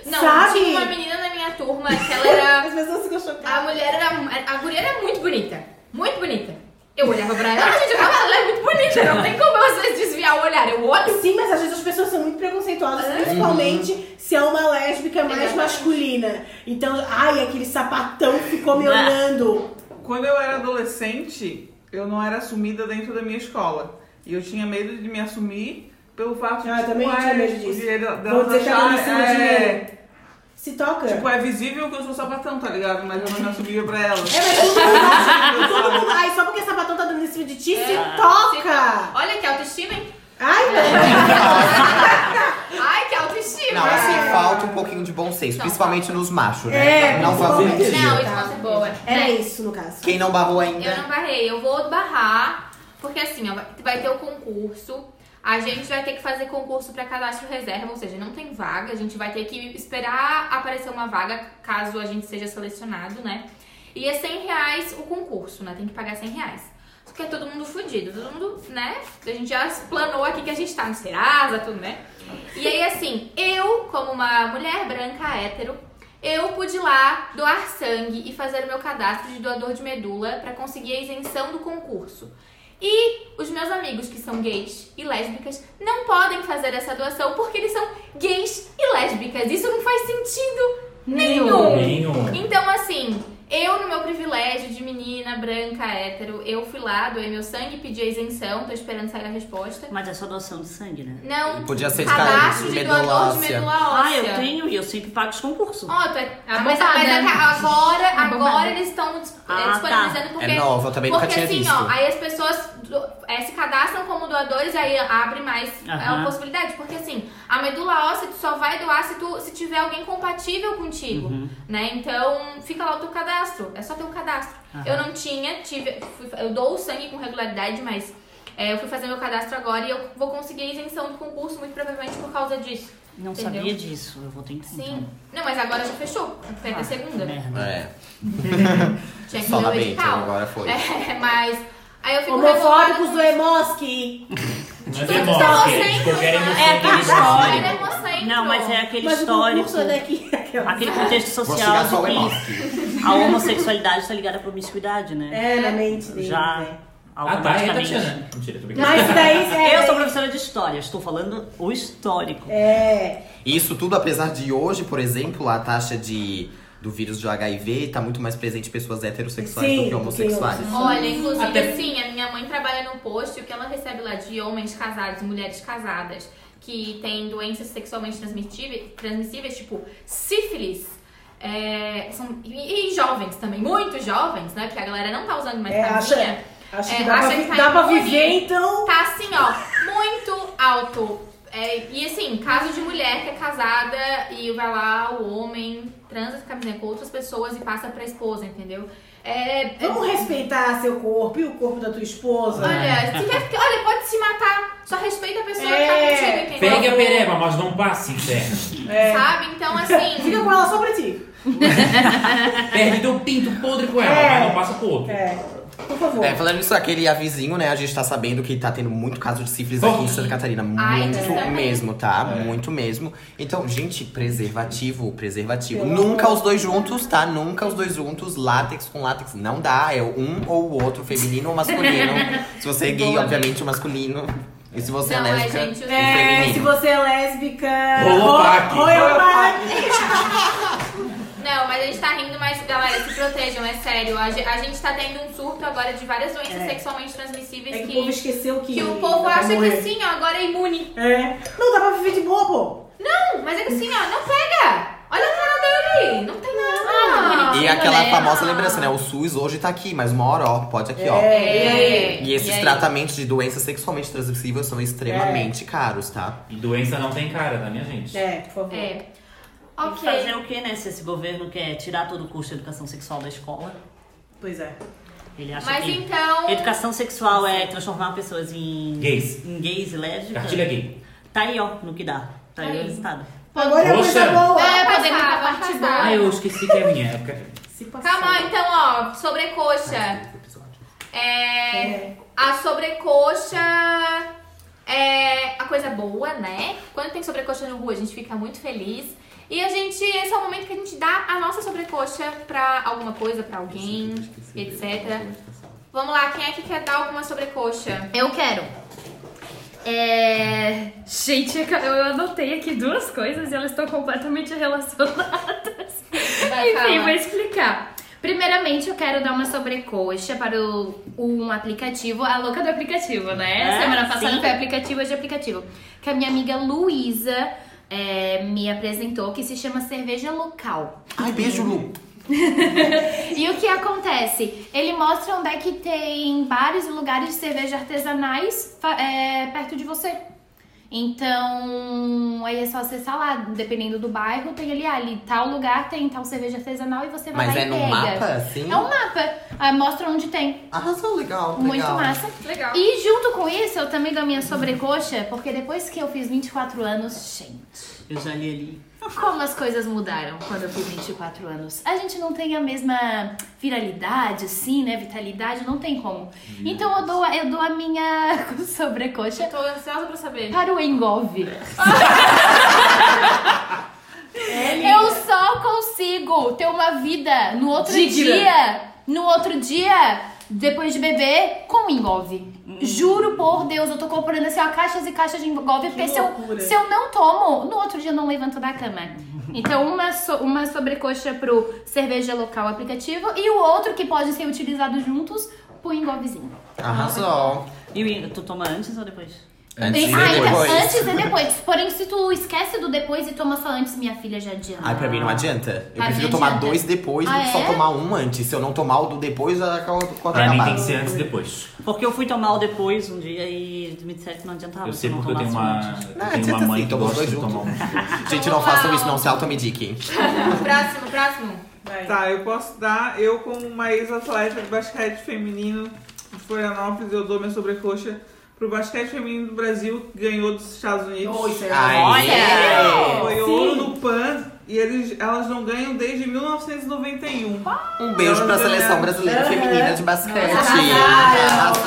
Não,
Sabe?
tinha uma menina na minha turma que ela era.
As pessoas ficam chocadas.
A mulher era. A guria era muito bonita. Muito bonita. Eu olhava pra ela, gente, eu falava, ela é muito bonita. Não tem como vocês desviar o olhar. Eu olho.
Ah, Sim, mas às vezes as pessoas são muito preconceituosas, principalmente se Uhum. é uma lésbica mais
Exatamente.
masculina. Então, ai, aquele sapatão ficou me
Ah.
olhando.
Quando eu era adolescente, eu não era assumida dentro da minha escola. E eu tinha medo de me assumir pelo fato de.
Ah, eu também
tipo,
tinha
ah,
medo
de-
disso.
de- delas
Vou dizer que ela me cima
acharem,
de
é,
mim. Se toca.
Tipo, é visível que eu sou sapatão, tá ligado? Mas eu não me assumia pra
É,
ela.
mas todo mundo acha, todo mundo. Ai, só porque sapatão tá dando em cima de ti, se
É.
toca!
Olha que autoestima, hein? É.
Ai, não.
Ai, que autoestima.
Não, assim, falta um pouquinho de bom senso,
Não,
principalmente nos
É,
machos, né? não
principalmente.
vamos
Não,
mentir.
isso não é boa.
Era
Né?
isso, no caso.
Quem não barrou
Eu
ainda,
não barrei, eu vou barrar, porque assim, ó, vai- vai ter o concurso. A gente vai ter que fazer concurso pra cadastro reserva, ou seja, não tem vaga. A gente vai ter que esperar aparecer uma vaga, caso a gente seja selecionado, né? E é 100 reais o concurso, né? Tem que pagar 100 reais. Só que é todo mundo fudido, todo mundo, né? A gente já explanou aqui que a gente tá no Serasa, tudo, né? E aí, assim, eu, como uma mulher branca hétero, eu pude ir lá doar sangue e fazer o meu cadastro de doador de medula pra conseguir a isenção do concurso. E os meus amigos que são gays e lésbicas não podem fazer essa doação porque eles são gays e lésbicas. Isso não faz sentido nenhum.
Nenhum.
Então, assim, eu, no meu privilégio de menina branca hétero, eu fui lá, doei meu sangue, pedi a isenção, tô esperando sair a resposta.
Mas é só doação de sangue, né?
Não,
podia ser de cara
cadastro
de
de doador de
medulácia.
medula óssea.
Ah, eu tenho e eu sempre pago os concursos.
Ó, tu é...
É
ah, mas,
bobada.
mas aca- agora,
É
agora
bobada.
eles estão dis- eh,
Ah, tá.
disponibilizando porque...
É nova, eu também nunca
porque
tinha
assim,
visto.
ó, aí as pessoas do- eh, se cadastram como doadores, aí abre mais eh,
Aham.
a possibilidade. Porque assim, a medula óssea tu só vai doar se, tu, se tiver alguém compatível contigo, né? Então, fica lá o teu cadastro, é só teu cadastro. Eu não tinha, tive, fui- eu dou o sangue com regularidade, mas... eh, eu fui fazer meu cadastro agora e eu vou conseguir a isenção do concurso, muito provavelmente por causa disso.
Não
Entendeu?
sabia disso, eu vou tentar.
Sim.
então.
Não, mas agora já fechou. Foi até segunda.
Merda.
É,
Tinha que
só
ler
na
o
bem, então
edital.
agora foi.
É, mas. Aí eu fico revoltada
Homofóbicos
com
do Emoski!
Mas
Tudo
é
egocêntrico,
mó, qualquer
Ah,
né? Ele é
emoção que eles escolhem.
É verdade.
egocêntrico.
Não, mas é aquele
Mas o
histórico.
concurso é daqui.
Aquele contexto
Vou
social
chegar só um o
de
Emosky.
que a homossexualidade está ligada à promiscuidade, né?
É, na mente dele. né?
Já.
Ah, tá, é
Automaticamente.
Tatiana. Mentira, tô brincando.
Mas daí é,
Eu sou professora de história, estou falando o histórico.
É.
E Isso tudo, apesar de hoje, por exemplo, a taxa de, do vírus do HIV tá muito mais presente em pessoas heterossexuais
Sim,
do que homossexuais.
porque
Olha, inclusive
Até-
assim, a minha mãe trabalha no posto e o que ela recebe lá de homens casados, mulheres casadas que têm doenças sexualmente transmitíveis, transmissíveis, tipo sífilis, é, são, e, e jovens também, muito jovens, né? Porque a galera não tá usando mais
É, acha-
camisinha.
Acho
É,
que dá,
acha
pra,
que
vi-
tá
dá pra
imune.
viver, então.
Tá assim, ó, muito alto. É, e assim, caso de mulher que é casada e vai lá o homem transa de camisinha com outras pessoas e passa pra esposa, entendeu? É, é-
Vamos respeitar seu corpo e o corpo da tua esposa.
É.
Olha, se tiver, que- olha, pode se matar. Só respeita a pessoa
É.
que tá contigo, entendeu?
Pegue a pereba, mas não passe, inferno.
É.
Sabe? Então,
Fica
assim.
com ela só pra ti.
Perde teu pinto podre com ela,
É.
mas não passa pro outro.
É. Por favor.
É, falando nisso, aquele avisinho, né? A gente tá sabendo que tá tendo muito caso de sífilis aqui em Santa Catarina. Muito
Ai, também.
mesmo, tá? Muito mesmo. Então, gente, preservativo, preservativo. Nunca os dois juntos, tá? Nunca os dois juntos, látex com látex. Não dá. É um ou o outro, feminino ou masculino. se você é gay, obviamente, o masculino. E se você
Não,
é
é,
lésbica,
gente,
o
os-
É, se
feminino.
você é lésbica.
Rolopac.
ro- Rolopac.
Não, mas a gente tá rindo, mas galera, se protejam, é sério. A, ge- a gente tá tendo um surto agora de várias doenças
É.
sexualmente transmissíveis
É que o povo
que,
esqueceu que.
que o povo
dá pra
acha que
morrer.
assim, ó, agora é imune.
É. Não dá pra viver de boa, pô.
Não, mas é que assim, ó, não pega! Olha a cara dele! Não tem nada!
E aquela
né?
famosa lembrança, né? O SUS hoje tá aqui, mas uma hora, ó, pode aqui, ó.
É.
E esses
aí?
tratamentos de doenças sexualmente transmissíveis são extremamente caros, tá?
E doença não tem cara, tá, minha gente?
É, por favor.
É.
Tem que fazer
Ok.
o que, né? Se esse governo quer tirar todo o custo da educação sexual da escola,
Pois é.
ele acha
Mas
que
então.
educação sexual é transformar pessoas em
Gays.
em gays e lésbicas.
Cartilha gay.
Tá aí, ó, no que dá. Tá aí
Aí.
o resultado.
Agora é coisa
Poxa.
boa.
É,
Vai
podemos
passar,
pra
vai
parte
passar.
Ah, eu esqueci que é a minha época.
Se passar.
Calma, então, ó, sobrecoxa. É, a sobrecoxa é a coisa boa, né? Quando tem sobrecoxa no rua, a gente fica muito feliz. E a gente, esse é o momento que a gente dá a nossa sobrecoxa pra alguma coisa, pra alguém, etc. Vamos lá, quem é que quer dar alguma sobrecoxa?
Eu quero.
É... Gente, eu anotei aqui duas coisas e elas estão completamente relacionadas.
Vai,
Enfim,
fala.
vou explicar. Primeiramente, eu quero dar uma sobrecoxa para o, um aplicativo, a louca do aplicativo, né?
É,
Semana passada
sim.
foi aplicativo, hoje é aplicativo. Que a minha amiga Luísa é, me apresentou, que se chama Cerveja Local.
Ai, beijo, Lu.
E o que acontece? Ele mostra onde é que tem bares e lugares de cerveja artesanais fa- é, perto de você. Então, aí é só acessar lá, dependendo do bairro, tem ali, ah, ali tal lugar tem tal cerveja artesanal e você vai
Mas
lá
é
e
no
pega.
mapa, assim?
É um mapa, ah, mostra onde tem.
Arrasou, legal, legal.
Muito massa.
Legal.
E junto com isso, eu também dou minha sobrecoxa, porque depois que eu fiz 24 anos, gente.
Eu já li ali.
Como as coisas mudaram quando eu fiz 24 anos. A gente não tem a mesma viralidade, assim, né? Vitalidade, não tem como. Então eu dou, a- eu dou a minha sobrecoxa
Tô ansiosa pra saber.
para o engolve. eu só consigo ter uma vida no outro
Digna.
dia, no outro dia, depois de beber, com engolve.
Hum.
Juro por Deus, eu tô comprando assim, ó, caixas e caixas de engolve, porque se eu,
loucura.
se eu não tomo, no outro dia eu não levanto da cama. Então, uma, so- uma sobrecoxa pro cerveja local aplicativo e o outro que pode ser utilizado juntos pro engolvezinho.
Arrasou.
E o- tu toma antes ou depois?
Antes e
Tem- ah, então,
depois.
antes e depois. Porém, se tu esquece do depois e toma só antes, minha filha já adianta.
Ai, pra mim não adianta. Eu
Pra
prefiro
mim
tomar
adianta.
dois depois do
Ah,
que só
é?
tomar um antes. Se eu não tomar o do depois, já acaba com a
Pra mim tem que
acabado.
ser antes e depois.
Porque eu fui tomar o depois um dia e me disseram que não adiantava.
Eu sei
se não
porque eu tenho
tomasse
uma,
antes.
eu
Não,
tenho
adianta
uma mãe
sim,
que
tá assim, toma os
gosta de
dois
tomar um.
Gente, não façam isso, não se automediquem.
Próximo, próximo.
Vai.
Tá, eu posso dar. Eu, como uma ex-atleta de basquete feminino de Florianópolis, eu dou minha sobrecoxa pro basquete feminino do Brasil, que ganhou dos Estados Unidos. Ah,
Oh, isso é
Ai,
Foi ouro no PAN e eles, elas não ganham desde 1991.
um beijo pra
Olha.
seleção brasileira
Aham.
feminina de basquete.
Arrasaram.
Arrasou.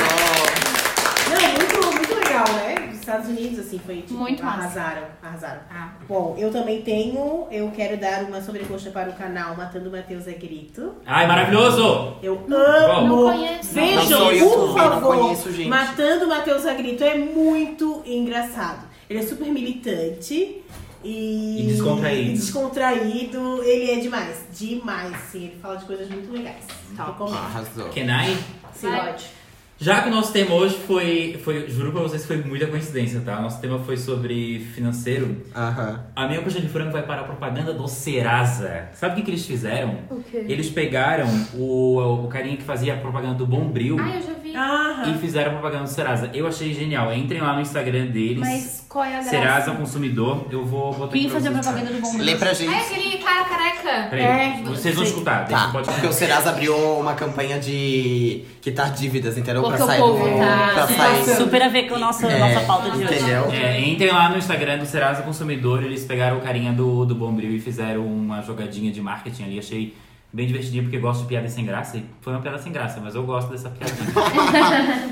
Não, muito, muito legal, né? Isso Estados Unidos, assim, foi tipo,
Muito massa.
arrasaram, arrasaram. Bom, eu também tenho, eu quero dar uma sobrecoxa para o canal Matando Matheus é Grito.
Ai, maravilhoso!
Eu
Bom.
amo!
Não conheço.
Não
Vejam,
sou eu,
por
eu não
favor,
conheço, gente.
Matando Matheus a Grito é muito engraçado. Ele é super militante e,
E descontraído.
e descontraído. Ele é demais, demais, sim. Ele fala de coisas muito legais. Recomendo.
Arrasou.
Can I?
Sim, pode.
Já que o nosso tema hoje foi, foi. Juro pra vocês que foi muita coincidência, tá? Nosso tema foi sobre financeiro.
Aham.
A minha coxa de frango vai para a propaganda do Serasa. Sabe o que, que eles fizeram?
O quê?
Eles pegaram o, o carinha que fazia a propaganda do Bombril
Ai, eu já vi.
Ah.
e fizeram a propaganda do Serasa. Eu achei genial. Entrem lá no Instagram deles.
Mas qual é a graça?
Serasa Consumidor. Eu vou botar
Quem
aqui pra
fazia a
vocês.
propaganda do bombril?
Lê pra gente.
Ai, aquele cara careca.
Peraí,
É,
vocês vão
sim.
escutar. Deixa
Tá,
eu pode
porque o Serasa abriu uma campanha de quitar dívidas, entendeu?
Porque
pra
o
sair
povo
do.
tá-
pra sair.
Super a ver com a nossa,
É,
nossa pauta de hoje.
entendeu?
É, entrem lá no Instagram do Serasa Consumidor, eles pegaram o carinha do, do Bombril e fizeram uma jogadinha de marketing ali. Achei bem divertidinho, porque eu gosto de piada sem graça. E foi uma piada sem graça, mas eu gosto dessa piadinha.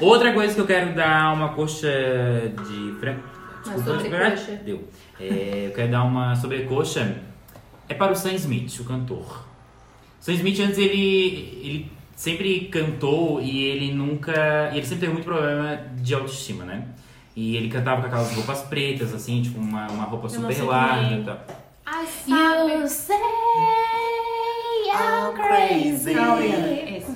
Outra coisa que eu quero dar uma coxa de frango. Desculpa,
sobrecoxa.
Deu. É, eu quero dar uma sobrecoxa. É para o Sam Smith, o cantor. Sam Smith antes ele, ele sempre cantou e ele nunca. e ele sempre teve muito problema de autoestima, né? E ele cantava com aquelas roupas pretas, assim, tipo uma, uma roupa super
sei
larga
quem
e tal.
Ai, sim.
You say
Ah,
I'm crazy. Esse.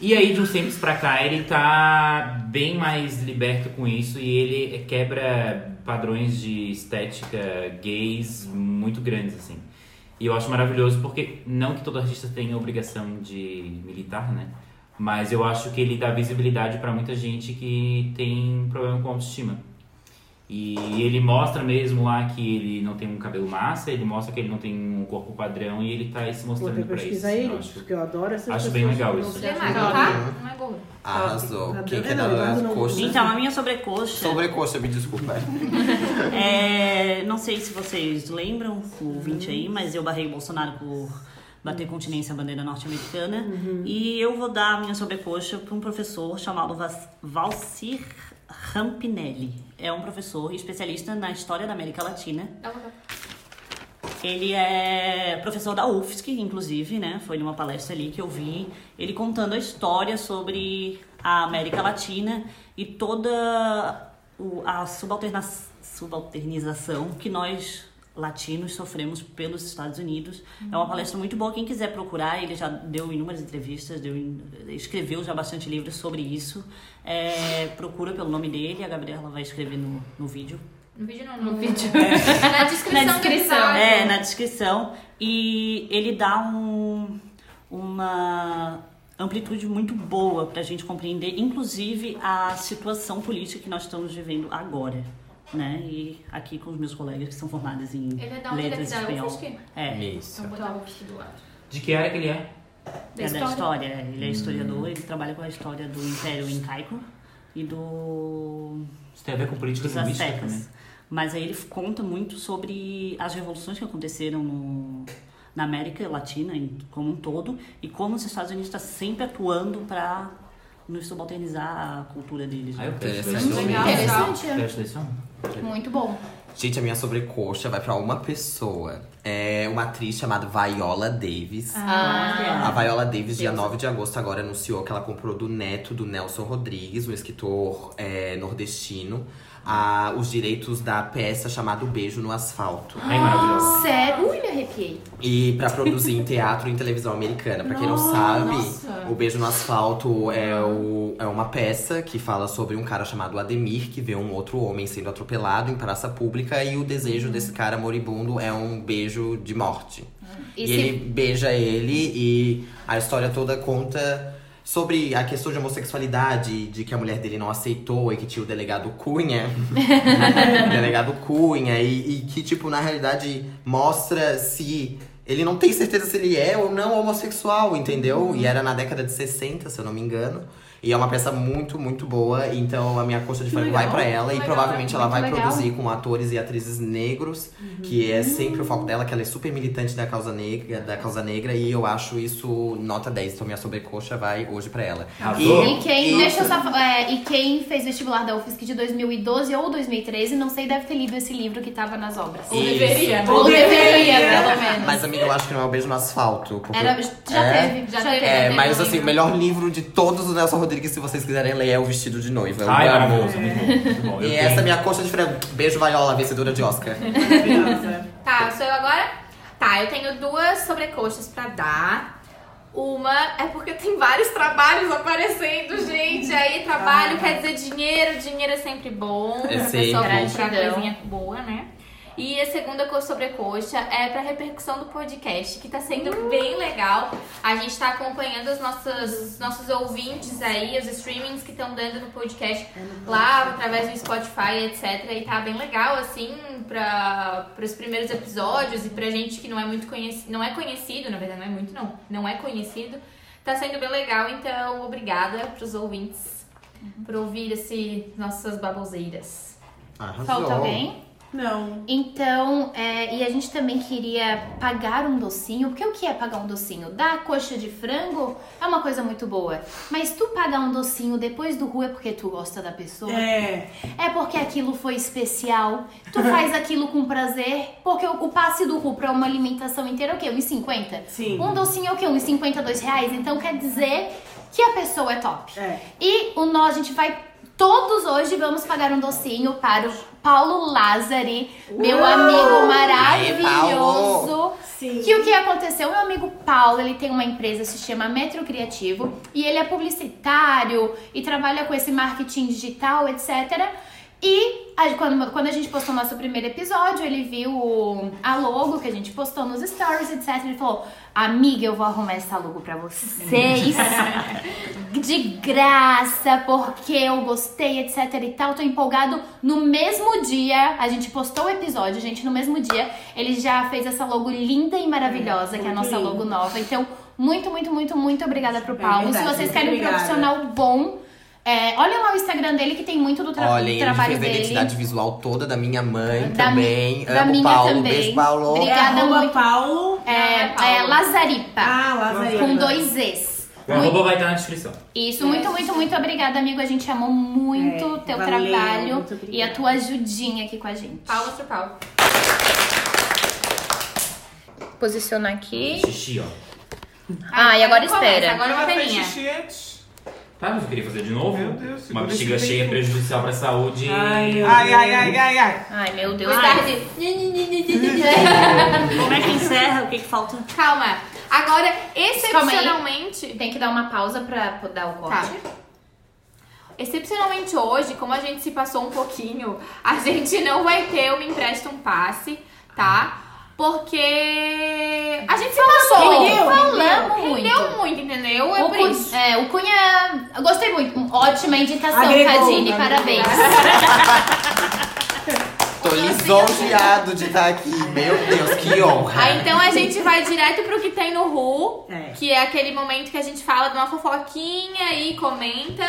E aí, de uns tempos pra cá, ele tá bem mais liberto com isso e ele quebra padrões de estética gays muito grandes, assim. E eu acho maravilhoso porque, não que todo artista tenha a obrigação de militar, né? Mas eu acho que ele dá visibilidade pra muita gente que tem problema com autoestima. E ele mostra mesmo lá que ele não tem um cabelo massa, ele mostra que ele não tem um corpo padrão e ele tá aí se
Vou
mostrando
ter que
pra isso.
pesquisar ele,
Eu acho-
porque eu adoro essas
acho
pessoas.
bem legal
que
isso.
Ele é
pronunciam
magro,
as
tá?
palavras.
Não é gordo.
Arrasou. Quem quer
Não,
dar
não,
as
não.
coxas?
Então, a minha sobrecoxa.
Sobrecoxa, me desculpa.
É, não sei se vocês lembram, o ouvinte aí, mas eu barrei o Bolsonaro por bater continência à bandeira norte-americana. E eu vou dar a minha sobrecoxa para um professor chamado Vas- Valcir Rampinelli. É um professor especialista na história da América Latina.
Dá uma-
Ele é professor da UFSC, inclusive, né? Foi numa palestra ali que eu vi ele contando a história sobre a América Latina e toda o- a subalterna- subalternização que nós latinos sofremos pelos Estados Unidos. É uma palestra muito boa. Quem quiser procurar, ele já deu inúmeras entrevistas, deu, in- escreveu já bastante livros sobre isso. É, procura pelo nome dele, a Gabriela vai escrever no, no vídeo.
No vídeo não,
No
no
vídeo.
Na descrição,
Na
do
descrição,
episódio.
É, na descrição. E ele dá um, uma amplitude muito boa pra gente compreender, inclusive, a situação política que nós estamos vivendo agora. Né? E aqui com os meus colegas que são formados em
Ele é da onde ele é
letras
da
espanhol.
UFSC?
É,
Isso.
Vou botar o um
tá.
aqui do lado.
De que área que ele é?
Da
é da
história.
história. é. Ele é historiador, ele trabalha com a história do Império Incaico e do
Isso tem a ver com política
dos
linguística também.
aztecas. Mas aí ele conta muito sobre as revoluções que aconteceram no- na América Latina em- como um todo e como os Estados Unidos está sempre atuando para nos subalternizar a cultura deles.
Aí
né?
eu quero
Interessante.
Legal.
Interessante.
Teste desse homem.
Muito bom.
Gente, a minha sobrecoxa vai pra uma pessoa. É uma atriz chamada Viola Davis.
Ah, é
Ah.
A Viola Davis, dia 9 de agosto, agora anunciou que ela comprou do neto do Nelson Rodrigues, um escritor é, nordestino, a- os direitos da peça chamada O Beijo no Asfalto.
Aí maravilhoso.
Sério? Ui, me arrepiei.
E pra produzir em teatro e em televisão americana. Pra quem não sabe, O Beijo no Asfalto é, o- é uma peça que fala sobre um cara chamado Ademir, que vê um outro homem sendo atropelado em praça pública. E o desejo desse cara moribundo é um beijo de morte.
E
E,
se-
ele beija ele e a história toda conta sobre a questão de homossexualidade, de que a mulher dele não aceitou e que tinha o delegado Cunha. o delegado Cunha e, e que, tipo, na realidade mostra se… Ele não tem certeza se ele é ou não homossexual, entendeu? E era na década de 60, se eu não me engano. E é uma peça muito, muito boa. Então a minha coxa de frango vai pra ela e provavelmente ela vai produzir com atores e atrizes negros, que
Uhum.
é sempre o foco dela, que ela é super militante da causa negra, da causa negra, e eu acho isso nota 10. Então minha sobrecoxa vai hoje pra ela.
Arrasou.
E quem,
e-
deixa eu só, fa- é, e quem fez vestibular da UFSC de 2012 ou 2013, não sei, deve ter lido esse livro que tava nas obras.
Isso.
Ou deveria, pelo menos.
Mas, amiga, eu acho que não é o beijo no asfalto. porque-
Era, já
É.
teve, já,
Já
teve.
teve,
É,
né?
mas
Não
assim, o
lembro.
melhor livro de todos do Nelson Rodrigues, se vocês quiserem ler, é O Vestido de Noiva. Eu
Ai,
amo.
maravilhoso, muito bom, muito bom. Eu
E
tenho-
essa é minha coxa de frango. Beijo, Vaiola, vencedora de Oscar.
Maravilhosa.
Tá, sou eu agora? Tá, eu tenho duas sobrecoxas pra dar. Uma é porque tem vários trabalhos aparecendo, gente. Aí
Ah.
trabalho quer dizer dinheiro, dinheiro é sempre bom.
É
pra
sempre.
pessoa comprar
Gratidão.
coisinha boa, né? E a segunda co- sobrecoxa é pra repercussão do podcast, que tá sendo bem legal. A gente tá acompanhando os nossos, nossos ouvintes aí, os streamings que estão dando no podcast lá através do Spotify, etc. E tá bem legal, assim, para os primeiros episódios e pra gente que não é muito conhecido, não é conhecido, na verdade, não é muito, não, não é conhecido. Tá sendo bem legal, então obrigada pros ouvintes por ouvir esse, nossas baboseiras.
Arrasou.
Falta alguém?
Não.
Então, é, e a gente também queria pagar um docinho, porque o que é pagar um docinho? Dar coxa de frango é uma coisa muito boa, mas tu pagar um docinho depois do ru é porque tu gosta da pessoa.
É.
É porque aquilo foi especial. Tu faz aquilo com prazer. Porque o, o passe do Ru pra uma alimentação inteira é o quê? 1,50?
Sim.
Um docinho é o quê? 1,50, 2 reais? Então quer dizer que a pessoa é top.
É.
E o nó, a gente vai. Todos hoje vamos pagar um docinho para o Paulo Lázari, meu amigo maravilhoso.
Sim.
Que o que aconteceu? Meu amigo Paulo, ele tem uma empresa que se chama Metro Criativo e ele é publicitário e trabalha com esse marketing digital, etc. E a- quando, quando a gente postou o nosso primeiro episódio, ele viu o- a logo que a gente postou nos stories, etc. Ele falou: Amiga, eu vou arrumar essa logo pra vocês. de graça, porque eu gostei, etc e tal. Tô empolgado. No mesmo dia, a gente postou o episódio, gente, no mesmo dia, ele já fez essa logo linda e maravilhosa, que é a
Hum, muito
nossa
lindo.
logo nova. Então, muito, muito, muito, muito obrigada pro
É
Paulo.
verdade,
Se vocês
muito
querem um
obrigada.
profissional bom, é, olhem lá o Instagram dele, que tem muito do tra
Olha, ele
trabalho
fez a
dele.
identidade visual toda da minha mãe
Da
também.
mi- da
Amo
minha
Paulo.
também.
Beijo, Paulo.
É
Obrigada
arroba
muito.
Ah, Paulo.
É,
Não, é Paulo.
é Lazaripa,
Ah, Lazarina.
com dois Z's.
O arroba vai estar na descrição.
Isso, muito, muito, muito obrigada, amigo. A gente amou muito o
É,
teu
valeu,
trabalho
muito obrigada.
e a tua ajudinha aqui com a gente.
Palmas pro pau.
Posicionar aqui.
Xixi, ó.
Ah, e agora
Começa,
espera.
Agora uma
Ela fez
peninha.
xixi antes.
Tá, mas eu queria fazer de novo.
Meu Deus, segura
Uma
esse
bexiga
bem.
cheia é prejudicial pra saúde.
Ai,
Ai, ai, ai, ai, ai.
Ai, meu Deus.
Boa
Ai,
tarde.
Como é que encerra? O que, que falta?
Calma. Agora,
Calma aí.
excepcionalmente,
Tem que dar uma pausa pra pô- dar o corte.
Tá. Excepcionalmente hoje, como a gente se passou um pouquinho, a gente não vai ter o Me Empresta um Passe, tá? Porque a gente se passou.
muito,
entendeu?
falamos
Rendeu muito, entendeu? É
O,
por
Cun-
isso.
é, o Cunha. eu Gostei muito. Um, Ótima indicação,
Agregou,
Cadine.
agregou.
Parabéns.
Tô
assim,
lisonjeado de estar aqui. Meu Deus, que honra.
É.
Aí então a gente vai direto pro que tem no Ru,
É.
que é aquele momento que a gente fala de uma fofoquinha e comenta.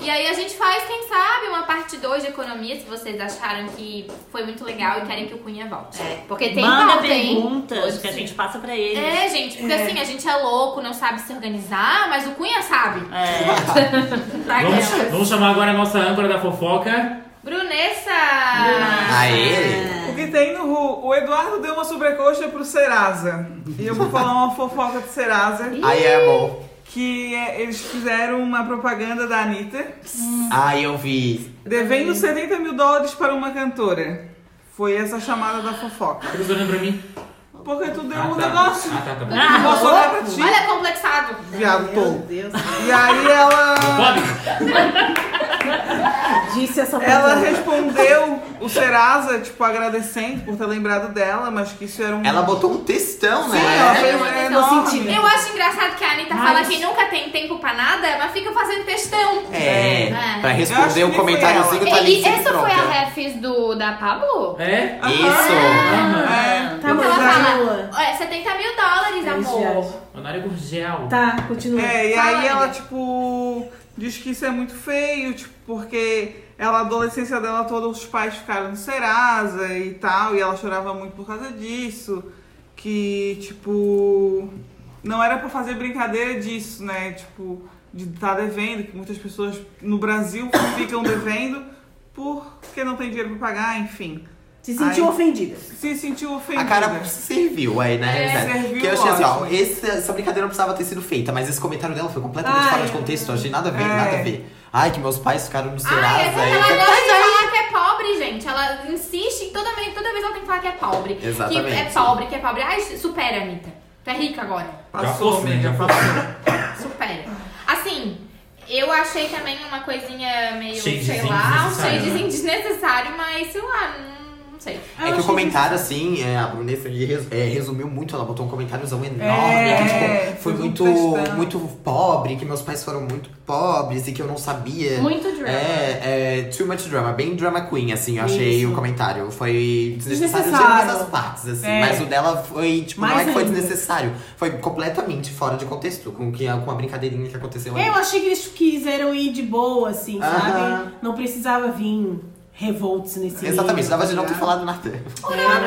E aí a gente faz, quem sabe, uma parte 2 de economia, se vocês acharam que foi muito legal e querem que o Cunha volte.
Porque tem
Manda
pauta, hein?
perguntas que a gente passa pra eles.
É, gente, porque assim, a gente é louco, não sabe se organizar, mas o Cunha sabe.
É.
Tá,
Vamos,
Guilherme?
vamos chamar agora a nossa âncora da fofoca.
Brunessa!
Aê!
O que tem no Ru? O Eduardo deu uma sobrecoxa pro Serasa. E eu vou falar uma fofoca do Serasa.
Ai, amo.
Que é, eles fizeram uma propaganda da Anitta.
Ai, eu vi.
Devendo 70 mil dólares para uma cantora. Foi essa a chamada da fofoca.
Tá olhando pra mim?
Porque tu deu
Ah,
um
tá.
negócio.
Ah, tá, tá bom.
Eu Posso olhar pra ti,
Olha, é complexado!
viado
Meu
tolo.
Deus.
E aí ela,
Bob,
Disse essa
ela
pessoa.
respondeu o Serasa, tipo, agradecendo por ter lembrado dela, mas que isso era um...
Ela botou um textão,
Sim, ela
né?
fez um uma
Eu
enorme.
Eu acho engraçado que a Anitta
Mas-
fala que nunca tem tempo pra nada, mas fica fazendo textão.
É,
É.
pra
Eu acho que
responder o
nem foi
comentáriozinho
ela.
tá ali
E
sempre
essa foi a
pronta.
refis do, da Pablo?
É?
Isso!
Aham.
É,
Tá,
Ela
mas
fala, é 70 mil dólares,
já-
amor.
Honorário Gurgel.
Tá, continua.
é, e
Fala,
aí ela,
amiga.
tipo, diz que isso é muito feio, tipo, porque ela, a adolescência dela toda, os pais ficaram no Serasa e tal, e ela chorava muito por causa disso. Que, tipo, não era pra fazer brincadeira disso, né? Tipo, de estar devendo, que muitas pessoas no Brasil ficam devendo porque não tem dinheiro pra pagar, enfim.
Se sentiu
Ai.
ofendida.
Se sentiu ofendida.
A cara serviu aí, né?
É, serviu,
que eu achei assim, ó,
ótimo.
esse- essa brincadeira não precisava ter sido feita, mas esse comentário dela foi completamente
Ai.
fora de contexto, não achei nada a ver,
É.
nada a ver. Ai, que meus pais ficaram no
Ai, é
Serasa.
porque ela
e-
gosta de falar que é pobre, gente. Ela insiste em toda vez, toda vez ela tem que falar que é pobre.
Exatamente.
Que é pobre, que é pobre. Ai, supera, Amitta. Tu é rica agora.
Já
Passou,
fosse, né?
amiga,
Já
passou.
Supera. Assim, eu achei também uma coisinha meio, sei
Shadezinho
lá, um
desnecessário,
shadezinho desnecessário, mas sei lá, não, não sei.
É que o comentário, assim, é, a Brunessa ali res- é, resumiu muito, ela botou um comentáriozão enorme,
É,
que, tipo, foi
fez um
muito,
textão.
muito pobre, que meus pais foram muito pobres e que eu não sabia.
Muito drama.
É, é, too much drama, bem drama queen, assim, eu achei
Isso.
o comentário. Foi desnecessário de
Desnecessário.
ambas as partes, assim.
É.
Mas o dela foi, tipo, não
Mais
é que foi
ainda.
desnecessário. Foi completamente fora de contexto, com, que, com a brincadeirinha que aconteceu ali.
Eu achei que eles quiseram ir de boa, assim,
Aham.
sabe? Não precisava vir revoltos nesse
Exatamente,
livro,
dava de não
tá
ter
ligado?
falado nada.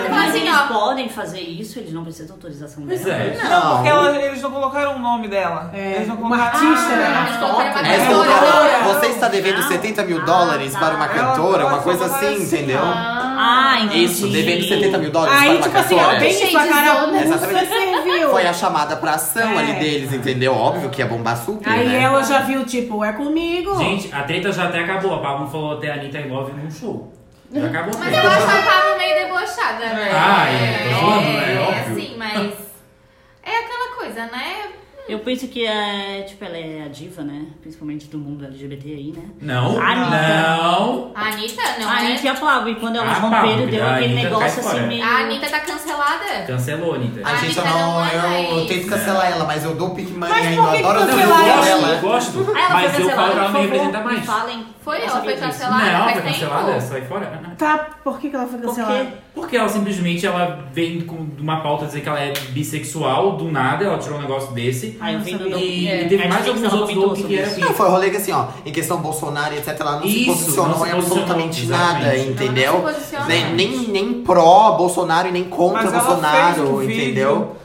Mas
Mas
assim,
eles
ó.
podem fazer isso, eles não precisam de autorização
Pois
dela.
é.
Não, porque ela- eles não colocaram o nome dela.
É,
Eles não
uma
colocaram
artista, né?
Ah,
Eles colocaram uma
É,
cantora.
cantora, você está devendo
Não.
70 mil
Ah,
dólares
tá.
para uma
Ela
cantora, uma
pode
coisa
falar
assim,
assim,
entendeu?
ó.
Ah, entendi.
Isso, devendo 70 mil dólares
Aí,
para
tipo
uma
assim, ó,
cantora.
bem
Cheio
sua
de
cara
zona.
russa
Exatamente.
serviu.
Foi a chamada pra ação
É.
ali deles, entendeu? Óbvio que ia bombar super,
Aí
É.
né?
ela já viu, tipo, é comigo.
Gente, a treta já até acabou. A Pablo falou até a Anitta e Love num show. Já acabou a
Mas
treta.
eu acho a Pablo meio debochada, né?
Ah, é, tô zoando, né?
é,
Óbvio.
assim, mas. É aquela coisa, né?
Eu penso que é, tipo, ela é a diva, né? Principalmente do mundo LGBT aí, né?
Não,
Anitta.
não.
A Anitta, não
a
é?
Anitta e a Flávia, e quando elas
Ah,
romperam,
Pablo,
deu
a
aquele
Anitta
negócio
cai fora.
assim
é
meio.
A Anitta tá cancelada.
Cancelou, Anitta.
A
Ah.
gente eu
Anitta
não.
não é
Eu,
mais.
eu tento cancelar ela, mas eu dou o pique money
Mas
ainda.
por
Eu
que
adoro as
Eu
cancelaram
músicas
gosto,
ela?
eu
dela.
gosto.
Ah, ela
mas
foi
eu falo que
cancelada,
ela não me
por favor,
representa
me
mais.
falem.
Foi,
Eu
ela
sabia
foi
disso.
cancelada
Não,
faz
foi
tempo.
cancelada, sai fora.
Tá, por que, que ela foi
Por quê?
cancelada?
Porque ela simplesmente ela vem com uma pauta dizer que ela é bissexual, do nada, ela tirou um negócio desse.
Ah, eu vendo
sabia.
do-
E
é,
teve mais
Netflix
alguns
ela
outros
comentou
do que
sobre
era
isso.
Não, foi o rolê que assim, ó, em questão Bolsonaro e etc, ela não se
Isso, não se
posicionou em
posicionou,
absolutamente
exatamente.
nada,
Ela não
entendeu?
se posiciona.
Nem, nem, nem pró-Bolsonaro e nem contra
Mas ela fez um
Bolsonaro,
vídeo,
entendeu?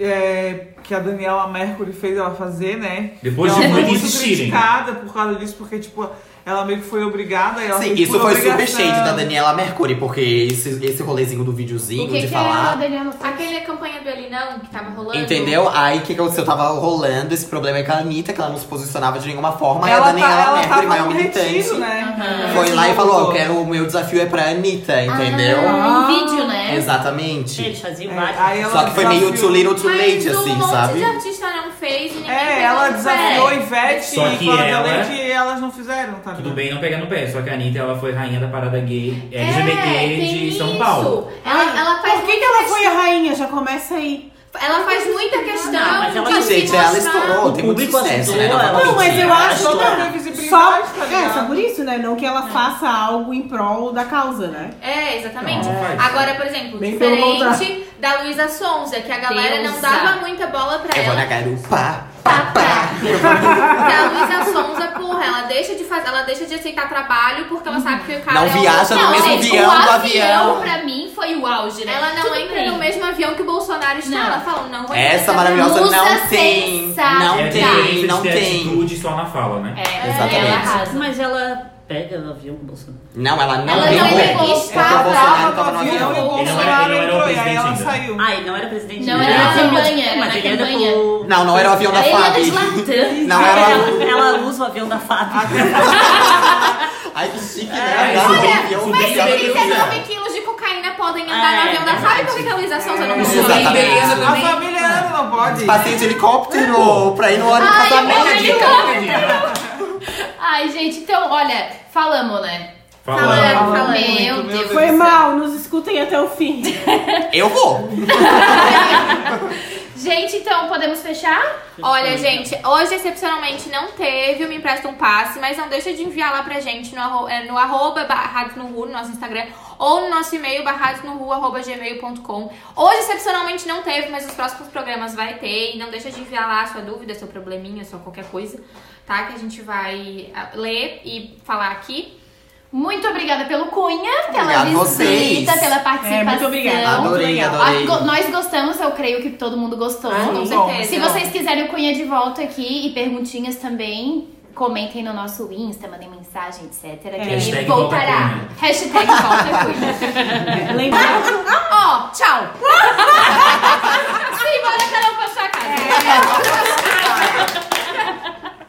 é, que a Daniela Mercury fez ela fazer, né?
Depois
ela
de
foi
muito
muito
insistirem. né?
criticada por causa disso, porque, tipo, ela meio que foi obrigada. e Ela
Sim,
fez
isso
por
foi super
obrigação.
shade da Daniela Mercury, porque esse, esse rolezinho do
O
videozinho,
que,
de
é
que
falar.
a Daniela fez?
Aquele campanha do Ele Não que tava rolando.
Entendeu? Aí o que que aconteceu? Tava rolando esse problema aí com a Anitta, que ela não se posicionava de nenhuma forma. aí a
Ela, tá,
Daniela
ela
Mercury,
tava
maior
no
militante,
retiro, né?
foi lá e falou: eu quero, o meu desafio é pra Anitta, entendeu? É
Ah, um vídeo, né?
Eles
Exatamente.
faziam
É,
vários.
aí ela
Só que foi meio
desafiou-
too little too
Mas
late,
um
assim,
monte
sabe?
de artista não fez e ninguém
É,
pegou
ela
no pé.
desafiou Ivete
Só
e
que
Flávia
ela-
Leite e elas não fizeram, tá?
Tudo
vendo?
bem não pegar no pé, só que a Anitta ela foi rainha da parada gay
É,
LGBT
tem
de São
isso.
Paulo.
Ela, ela faz
Ah, Por que, que ela foi a rainha? Já começa aí.
Ela faz muita questão.
Não, mas ela-
de se
Gente, ela
mostrar.
estourou, tem muito
público
sucesso, né?
aceitou,
Não
ela-
vamos
Não, mas
mentir.
eu acho
Só pra
que.
ter visibilidade,
Só,
tá
é,
ligado?
só por isso, né? Não que ela faça algo em prol da causa, né?
É, exatamente.
Não, não faz.
Agora, por exemplo,
Bem pelo
diferente da Luísa Sonza, que a galera não
Deusa.
dava muita bola pra
Eu É, vou na
ela.
garupa.
Tá, tá. Porque a Luísa Sonza, porra, ela deixa de fazer, ela deixa de aceitar trabalho porque ela sabe que o cara
Não
é um-
viaja no
Não,
mesmo
tipo,
gente,
avião do avião.
pra mim foi o auge, né?
Ela não
Tudo
entra
bem.
no mesmo avião que o Bolsonaro está.
Não.
Ela fala, não vou entrar
Essa
nessa
maravilhosa
musa
não tem. Não
é a
tem,
diferença
não
de ter
tem.
atitude só na fala, né?
É,
Exatamente.
ela arrasa.
Mas ela pega o avião com o Bolsonaro.
Não, ela não
Ela não é
pegou.
pegou,
Porque
estava
o Bolsonaro tava no
Ela
avião.
e o
Ele não
Bolsonaro
era- ele não era o
entrou e aí
presidente
ela
ainda.
saiu.
Ah, ele não era presidente.
Não,
né?
era na
Sim, mas-
campanha, era
Mas
na
ele era
campanha.
do.
Não, não era o avião da
Aí
é
ela
FAB.
deslatando.
Não
Ela,
era o.
ela usa o avião da Fábio.
Ai, que chique,
É,
né? Ela
olha,
subiu,
mas
subiu,
se
subiu.
39 quilos de cocaína podem
Ah,
andar
É,
no avião da
é
Fábio, por que a Luísa Sonza não
É, Exatamente.
funciona?
Beleza
A
também.
família dela não pode.
Passei de né? helicóptero pra ir no ônibus
tá Ai,
casamento.
eu
de
morri.
helicóptero.
Ai, gente, então, olha, falamos, né?
é
Falando.
Falando
Meu
muito,
Deus.
Foi
do céu.
mal, nos escutem até o fim.
Eu vou.
Gente, então podemos fechar?
Olha, gente, hoje excepcionalmente não teve o Me Empresta um Passe, mas não deixa de enviar lá pra gente no, arro- é, no arroba barrados no Ru, no nosso Instagram, ou no nosso e-mail barrados no Ru, arroba gmail.com. Hoje excepcionalmente não teve, mas os próximos programas vai ter. E não deixa de enviar lá a sua dúvida, seu probleminha, sua qualquer coisa, tá? Que a gente vai ah, ler e falar aqui.
Muito obrigada pelo Cunha, pela
Obrigado a vocês.
visita, pela participação.
É, muito obrigada. Muito
Adorei,
legal.
Ah,
adorei.
go- Nós gostamos, eu creio que todo mundo gostou.
com
bom.
certeza.
Se vocês quiserem o Cunha de volta aqui e perguntinhas também, comentem no nosso Insta, mandem mensagem, etc. Que ele
Hashtag
voltará.
volta
Hashtag volta Cunha.
Lembrar
Ó, tchau!
É.